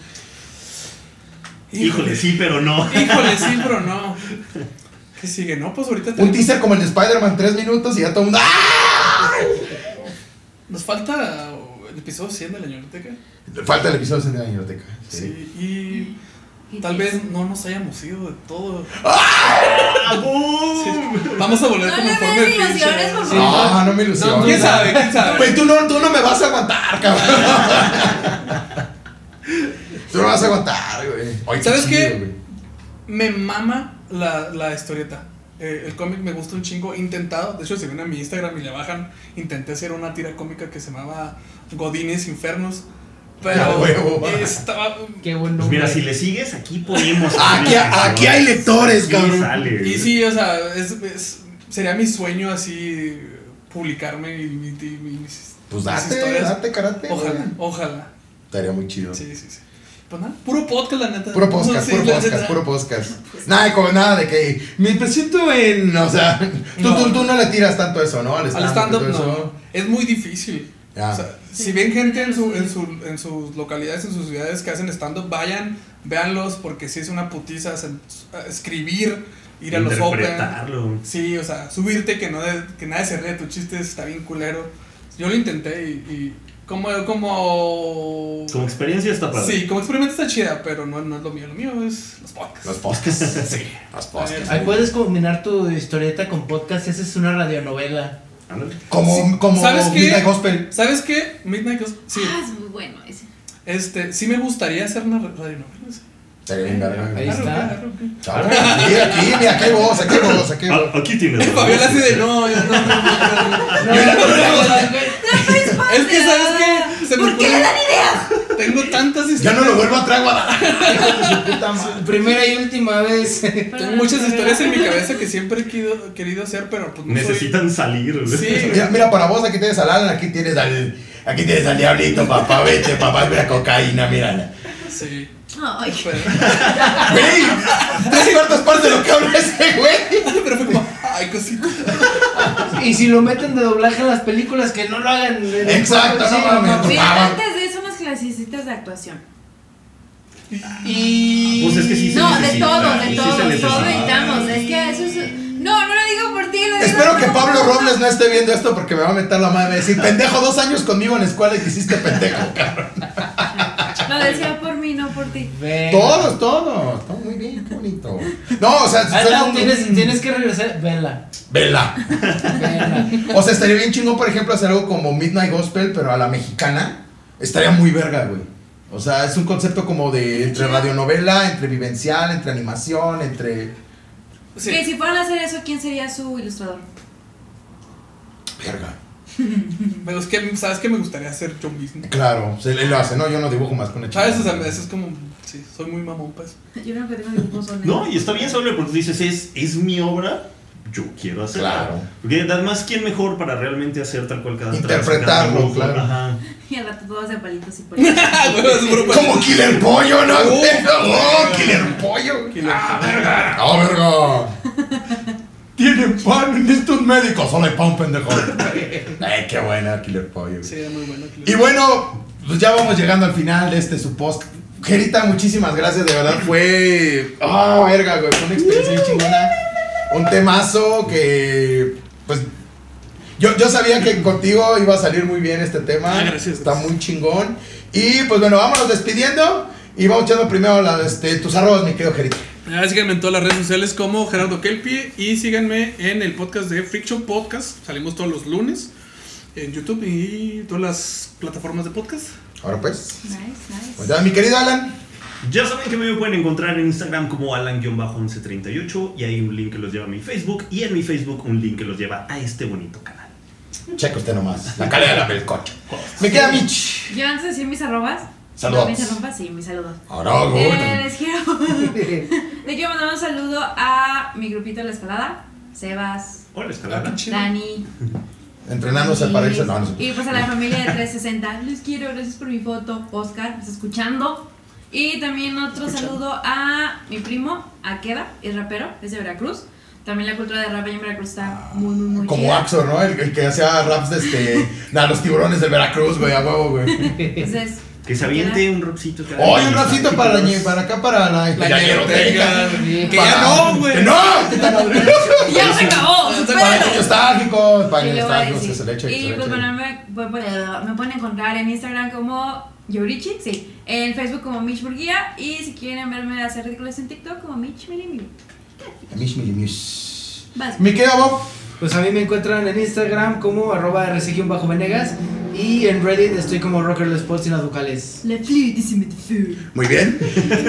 Speaker 6: Híjole, sí, pero no.
Speaker 3: Híjole, sí, pero no. ¿Qué sigue? No, pues ahorita
Speaker 5: Un
Speaker 3: tenemos-
Speaker 5: teaser como el de Spider-Man, tres minutos y ya todo el mundo. ¡ah!
Speaker 3: nos falta uh, el episodio 100 de la Ñoñoteca.
Speaker 5: Falta el episodio de la biblioteca. Sí.
Speaker 3: Sí. Y tal vez no nos hayamos ido de todo.
Speaker 6: ¡Ah,
Speaker 3: Sí. Vamos a volver
Speaker 7: No
Speaker 3: como
Speaker 7: le
Speaker 3: en forma
Speaker 7: den
Speaker 3: de pinche.
Speaker 7: ilusiones, por
Speaker 3: Sí.
Speaker 7: favor.
Speaker 5: No, no me ilusiones.
Speaker 3: ¿Quién sabe? ¿Quién sabe?
Speaker 5: Güey, tú no, tú no me vas a aguantar, cabrón. tú no vas a aguantar, güey. Ay,
Speaker 3: ¿Sabes qué?
Speaker 5: chido, güey.
Speaker 3: Me mama la, la historieta. Eh, el cómic me gusta un chingo. He Intentado, de hecho, si ven a mi Instagram y le bajan, intenté hacer una tira cómica que se llamaba Godines Infernos.
Speaker 5: Ah,
Speaker 3: Pero
Speaker 5: huevo.
Speaker 3: estaba.
Speaker 4: Qué buen
Speaker 6: Pues
Speaker 4: nombre.
Speaker 6: mira, si le sigues, aquí podemos.
Speaker 5: Aquí- aquí hay lectores,
Speaker 6: Sí,
Speaker 5: cabrón.
Speaker 6: sale.
Speaker 3: Y sí, o sea, es, es- sería mi sueño así publicarme y, y- y mis, mis
Speaker 5: Pues date, date karate. güey.
Speaker 3: Ojalá, ojalá.
Speaker 5: Estaría muy chido.
Speaker 3: Sí, sí, sí. Pues nada, puro podcast, la neta.
Speaker 5: Puro podcast,
Speaker 3: Sí,
Speaker 5: puro
Speaker 3: la
Speaker 5: podcast,
Speaker 3: neta.
Speaker 5: puro podcast. Nada, como nada de que me presento en. O sea, tú no,
Speaker 3: No.
Speaker 5: tú, tú no le tiras tanto eso, ¿no? Al
Speaker 3: Al
Speaker 5: stand-up.
Speaker 3: stand-up
Speaker 5: y todo
Speaker 3: no.
Speaker 5: eso.
Speaker 3: Es muy difícil.
Speaker 5: Ya.
Speaker 3: O sea, si ven gente en, su- en, su- en sus localidades, en sus ciudades que hacen stand-up, vayan, véanlos, porque sí es una putiza sen- escribir, ir a los open.
Speaker 6: Interpretarlo.
Speaker 3: Sí, o sea, subirte que, no de- que nadie se ríe de tus chistes está bien culero. Yo lo intenté y. y como, como.
Speaker 6: Como experiencia está padre.
Speaker 3: Sí, como experimento está chida, pero no, no es lo mío. Lo mío es los podcasts.
Speaker 5: Los podcasts. sí, los podcasts.
Speaker 4: Ahí puedes combinar tu historieta con podcast y haces una radionovela.
Speaker 6: Ándale.
Speaker 5: Como, como
Speaker 3: ¿Sabes qué?
Speaker 5: Midnight Gospel.
Speaker 3: ¿Sabes qué? Midnight Gospel. Sí,
Speaker 7: Ah, es muy bueno ese.
Speaker 3: este, sí me gustaría hacer una radionovela. sí.
Speaker 5: Estaría bien, verga, güey.
Speaker 4: Ahí está.
Speaker 3: Claro, claro, claro.
Speaker 5: Chao. Mira aquí, mira, aquí hay voz, aquí hay voz, aquí hay voz.
Speaker 6: Ah, aquí tienes.
Speaker 3: Fabiola así de no, yo no, no, no, no". Es que sabes qué? Se me
Speaker 7: Ah. ¿Por qué le
Speaker 3: ocurrió-
Speaker 7: dan ideas?
Speaker 3: Tengo tantas
Speaker 5: Ya
Speaker 3: historias.
Speaker 5: no lo vuelvo a traer a Guadalajara. hijo de su puta madre.
Speaker 4: Primera y última vez.
Speaker 3: Tengo muchas historias en mi cabeza que siempre he querido, querido hacer, pero pues no soy-
Speaker 6: Necesitan salir. güey.
Speaker 3: Sí.
Speaker 5: Mira, mira, para vos aquí tienes al Alan, aquí tienes al. Aquí tienes al diablito, papá, vete, papá, mira cocaína, mírala.
Speaker 3: Sí.
Speaker 7: pues, Ay,
Speaker 3: Pero,
Speaker 5: ¡Güey! Tres cuartas partes de lo que habla ese güey.
Speaker 3: pero fue como, ay, cosita.
Speaker 4: Y si lo meten de doblaje en las películas, que no lo hagan. en-
Speaker 5: Exacto, no
Speaker 4: Sí,
Speaker 5: mames.
Speaker 7: Mira,
Speaker 5: Ah.
Speaker 7: antes de eso unas clasecitas de actuación.
Speaker 4: Y.
Speaker 6: Pues es que sí se
Speaker 7: No, de
Speaker 6: necesita,
Speaker 7: todo,
Speaker 6: sí
Speaker 7: de
Speaker 6: se
Speaker 7: todo,
Speaker 6: necesita.
Speaker 7: todo editamos. Es que eso es. No, no lo digo por ti, lo digo
Speaker 5: Espero
Speaker 7: por
Speaker 5: que
Speaker 7: todo
Speaker 5: Pablo
Speaker 7: mundo.
Speaker 5: Robles no esté viendo esto porque me va a meter la madre y va a decir, pendejo, dos años conmigo en la escuela y te hiciste pendejo, cabrón.
Speaker 7: Lo decía por mí, no por ti.
Speaker 4: Ven.
Speaker 5: Todos, todos. Todo muy bien, qué bonito. No, o sea,
Speaker 4: Ah,
Speaker 5: suena
Speaker 4: no,
Speaker 5: un-
Speaker 4: tienes, tienes que regresar. Vela.
Speaker 5: Vela.
Speaker 4: Vela.
Speaker 5: O sea, estaría bien chingón, por ejemplo, hacer algo como Midnight Gospel, pero a la mexicana. Estaría muy verga, güey. O sea, es un concepto como de entre radionovela, entre vivencial, entre animación, entre.
Speaker 7: Que
Speaker 3: Sí.
Speaker 7: si fueran a hacer eso, ¿quién sería su ilustrador?
Speaker 5: Verga.
Speaker 3: Pero es que, ¿sabes qué me gustaría hacer yo mismo?
Speaker 5: Claro, se- él lo hace. No, yo no dibujo más con el
Speaker 4: Ah,
Speaker 3: ¿Sabes? O sea, eso es como, sí, soy muy mamón, pues.
Speaker 7: Yo no tengo dibujos son
Speaker 6: No, y está bien solo porque dices, es, es mi obra, yo quiero hacerla.
Speaker 5: Claro.
Speaker 6: Porque además, ¿quién mejor para realmente hacer tal cual cada trazo,
Speaker 5: Interpretarlo,
Speaker 6: cada dibujo?
Speaker 5: claro.
Speaker 6: Ajá.
Speaker 7: Y al rato todos de palitos y
Speaker 3: Ah,
Speaker 7: palitos.
Speaker 3: güey, seguro, pues.
Speaker 5: Como Killer Pollo, ¿no?
Speaker 3: Uh.
Speaker 5: Oh, Killer Pollo.
Speaker 3: Killer
Speaker 5: Ah, verga. Ah, verga. Tienen pan en estos médicos. Solo hay pan, pendejo. Ay, qué buena, Killer Pollo.
Speaker 3: Sí, era muy bueno.
Speaker 5: Y bueno, pues ya vamos llegando al final de este su post. Gerita, muchísimas gracias, de verdad fue. ¡Ah, verga, güey! Fue una experiencia bien chingona. Un temazo que, pues, Yo, yo sabía que contigo iba a salir muy bien este tema.
Speaker 2: Ah, gracias,
Speaker 5: Está
Speaker 2: gracias.
Speaker 5: muy chingón. Y pues bueno, vámonos despidiendo. Y vamos echando primero la, este, tus arrobas, mi querido Jerito.
Speaker 2: Ya, síganme en todas las redes sociales como Gerardo Kelpie y síganme en el podcast de Freak Show Podcast. Salimos todos los lunes en YouTube y todas las plataformas de podcast.
Speaker 5: Ahora pues.
Speaker 7: Nice,
Speaker 5: Pues
Speaker 7: nice.
Speaker 5: ya, mi querido Alan.
Speaker 6: Ya saben que me pueden encontrar en Instagram como alan-1138 y hay un link que los lleva a mi Facebook y en mi Facebook un link que los lleva a este bonito canal.
Speaker 5: Checa usted nomás. La calidad de la melcocha. Me queda Mitch.
Speaker 7: Yo antes de decir mis arrobas.
Speaker 5: Saludos.
Speaker 7: No, mis arrobas, sí, mis saludos.
Speaker 5: Ahora, güey.
Speaker 7: Eh, les quiero. Le quiero mandar un saludo a mi grupito de la escalada, Sebas,
Speaker 6: Hola, Escalada.
Speaker 7: Dani.
Speaker 5: Entrenándose
Speaker 7: Luis,
Speaker 5: para irse. No, no sé.
Speaker 7: Y pues a la familia de 360. Les quiero, gracias por mi foto, Oscar, ¿estás escuchando. Y también otro saludo a mi primo, Akeda, es rapero, es de Veracruz. También la cultura de rap allá en Veracruz está muy, muy, muy
Speaker 5: Ah, Como
Speaker 7: chida.
Speaker 5: Axo, ¿no? El, el que hacía raps de este. nah, los tiburones de Veracruz, güey, a huevo, güey.
Speaker 7: Entonces,
Speaker 6: Que se aviente un rapcito. cada
Speaker 5: Oye,
Speaker 6: vez.
Speaker 5: un rapcito para, la ñe- para acá, para la.
Speaker 2: La
Speaker 5: la
Speaker 2: ñeroteca.
Speaker 5: ñeroteca.
Speaker 2: Que ya
Speaker 5: Para-
Speaker 2: no, güey.
Speaker 5: ¡Que no! ¡Que tan-
Speaker 7: ¡Ya se acabó!
Speaker 5: Para
Speaker 7: ¡Supéralo!
Speaker 5: niños trágicos, para
Speaker 7: Y le
Speaker 5: niños
Speaker 7: voy a
Speaker 5: trágicos,
Speaker 7: decir.
Speaker 5: que se le eche, que se
Speaker 7: Y
Speaker 5: le
Speaker 7: pues
Speaker 5: eche.
Speaker 7: bueno, me, pues, bueno, me pueden encontrar en Instagram como Yorichi, sí. En Facebook como Mitch Burguía. Y si quieren verme hacer ridículos en TikTok como Mitch Milimiu.
Speaker 5: Mish, mish, mish.
Speaker 7: Vas.
Speaker 5: Mi querido Bob,
Speaker 4: Pues a mí me encuentran en Instagram como arroba bajo venegas y en Reddit estoy como rockerless post ducales.
Speaker 7: Le plus de food.
Speaker 5: muy bien.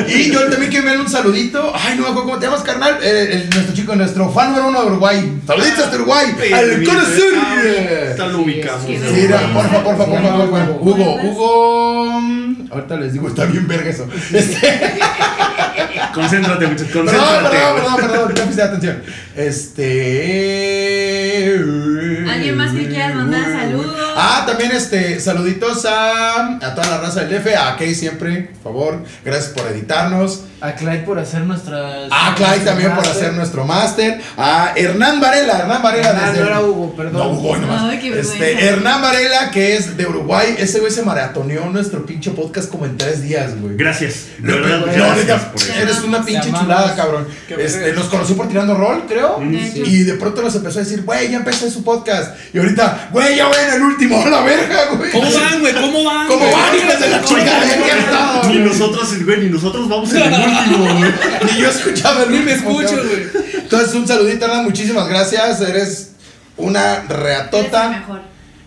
Speaker 5: Y yo también quiero ver un saludito. Ay, no me acuerdo cómo te llamas, carnal. Eh, el- nuestro chico, nuestro fan número uno de Uruguay. Saluditos hasta Uruguay. Al conocer.
Speaker 6: Ahorita Ah, lo ubicamos.
Speaker 4: Sí,
Speaker 5: Sí, no, porfa, porfa, porfa,
Speaker 4: Sí,
Speaker 5: porfa,
Speaker 4: no,
Speaker 5: Hugo,
Speaker 7: no, no.
Speaker 5: Hugo. mm, Ahorita les digo, está bien verga eso. Este,
Speaker 6: Concéntrate, muchachos.
Speaker 5: perdón,
Speaker 6: Concéntrate.
Speaker 5: perdón, perdón, perdón, no presté atención. Este.
Speaker 7: ¿Alguien más que quieras mandar saludos?
Speaker 5: Ah, también este, saluditos a, a toda la raza del F, a Kay siempre, por favor. Gracias por editarnos.
Speaker 4: A Clyde por hacer nuestras.
Speaker 5: A Ah, Clyde también por
Speaker 4: nuestras-
Speaker 5: hacer nuestro máster. A Hernán Varela, Hernán Varela
Speaker 4: Ah,
Speaker 5: desde.
Speaker 4: no era Hugo, perdón.
Speaker 5: No, Hugo, nomás.
Speaker 7: Ay, qué vergüenza.
Speaker 5: este, Hernán Varela, que es de Uruguay, ese güey se maratoneó nuestro pinche podcast como en tres días, güey.
Speaker 6: Gracias. De
Speaker 5: No,
Speaker 6: verdad,
Speaker 5: no,
Speaker 6: gracias
Speaker 5: neta,
Speaker 6: por eso.
Speaker 5: Eres una pinche
Speaker 4: Te amamos.
Speaker 5: chulada, cabrón.
Speaker 2: Qué
Speaker 5: Este,
Speaker 2: verga.
Speaker 5: nos conoció por tirando rol, creo.
Speaker 7: De hecho.
Speaker 5: Y de pronto nos empezó a decir, güey, ya empecé su podcast. Y ahorita, güey, ya voy en el último, a la verga, güey.
Speaker 2: ¿Cómo van, güey? ¿Cómo van?
Speaker 5: ¿Cómo
Speaker 2: güey?
Speaker 5: van, hijos de la chingada? Ya había estado,
Speaker 6: Ni
Speaker 5: güey.
Speaker 6: nosotros, güey, ni nosotros vamos en el último, güey.
Speaker 5: Ni yo escuchaba el
Speaker 2: Ni me
Speaker 5: último,
Speaker 2: escucho,
Speaker 5: cabrón.
Speaker 2: güey.
Speaker 5: Entonces, un saludito, Ana, muchísimas gracias. Eres una
Speaker 7: Tota.
Speaker 5: reatota.
Speaker 7: mejor.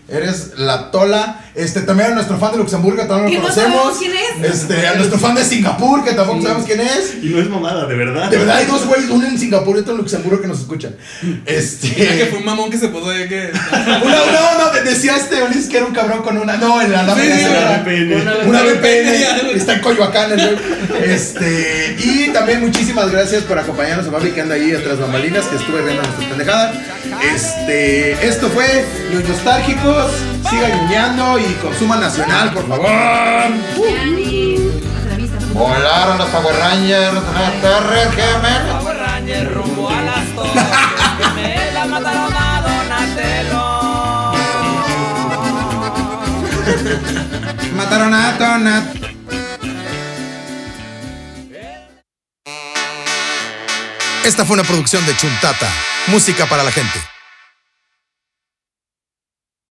Speaker 5: Eres la tola. Este, también a nuestro fan de Luxemburgo, también
Speaker 7: Que
Speaker 5: lo
Speaker 7: no sabemos
Speaker 5: conocemos.
Speaker 7: quién es.
Speaker 5: Este, a nuestro fan de Singapur, que tampoco sabemos quién es.
Speaker 6: Y no es mamada, de verdad.
Speaker 5: De verdad hay dos güeyes, uno en Singapur y otro en Luxemburgo que nos escuchan.
Speaker 2: Ya que
Speaker 5: Este.
Speaker 2: fue un mamón que se posó de que.
Speaker 5: Una, una, una, de- decía este Ulises que era un cabrón con una. No, en la lámina
Speaker 2: Sí, sí,
Speaker 5: de
Speaker 6: Era
Speaker 5: la-
Speaker 6: de pene.
Speaker 5: Una VPN. Está en Coyoacán el güey. Este. Y también muchísimas gracias por acompañarnos a Babi que anda ahí atrás bambalinas, que estuve viendo nuestras pendejadas. Este. Esto fue Ñoños Tárgicos. Sigan ñoñando y consuma nacional, por favor.
Speaker 7: Yani, hasta la vista.
Speaker 5: Volaron los Power Rangers, las torres gemelas.
Speaker 8: rumbo a las torres que me la mataron a Donatello.
Speaker 5: Mataron a Donat.
Speaker 1: Esta fue una producción de Chuntata, música para la gente.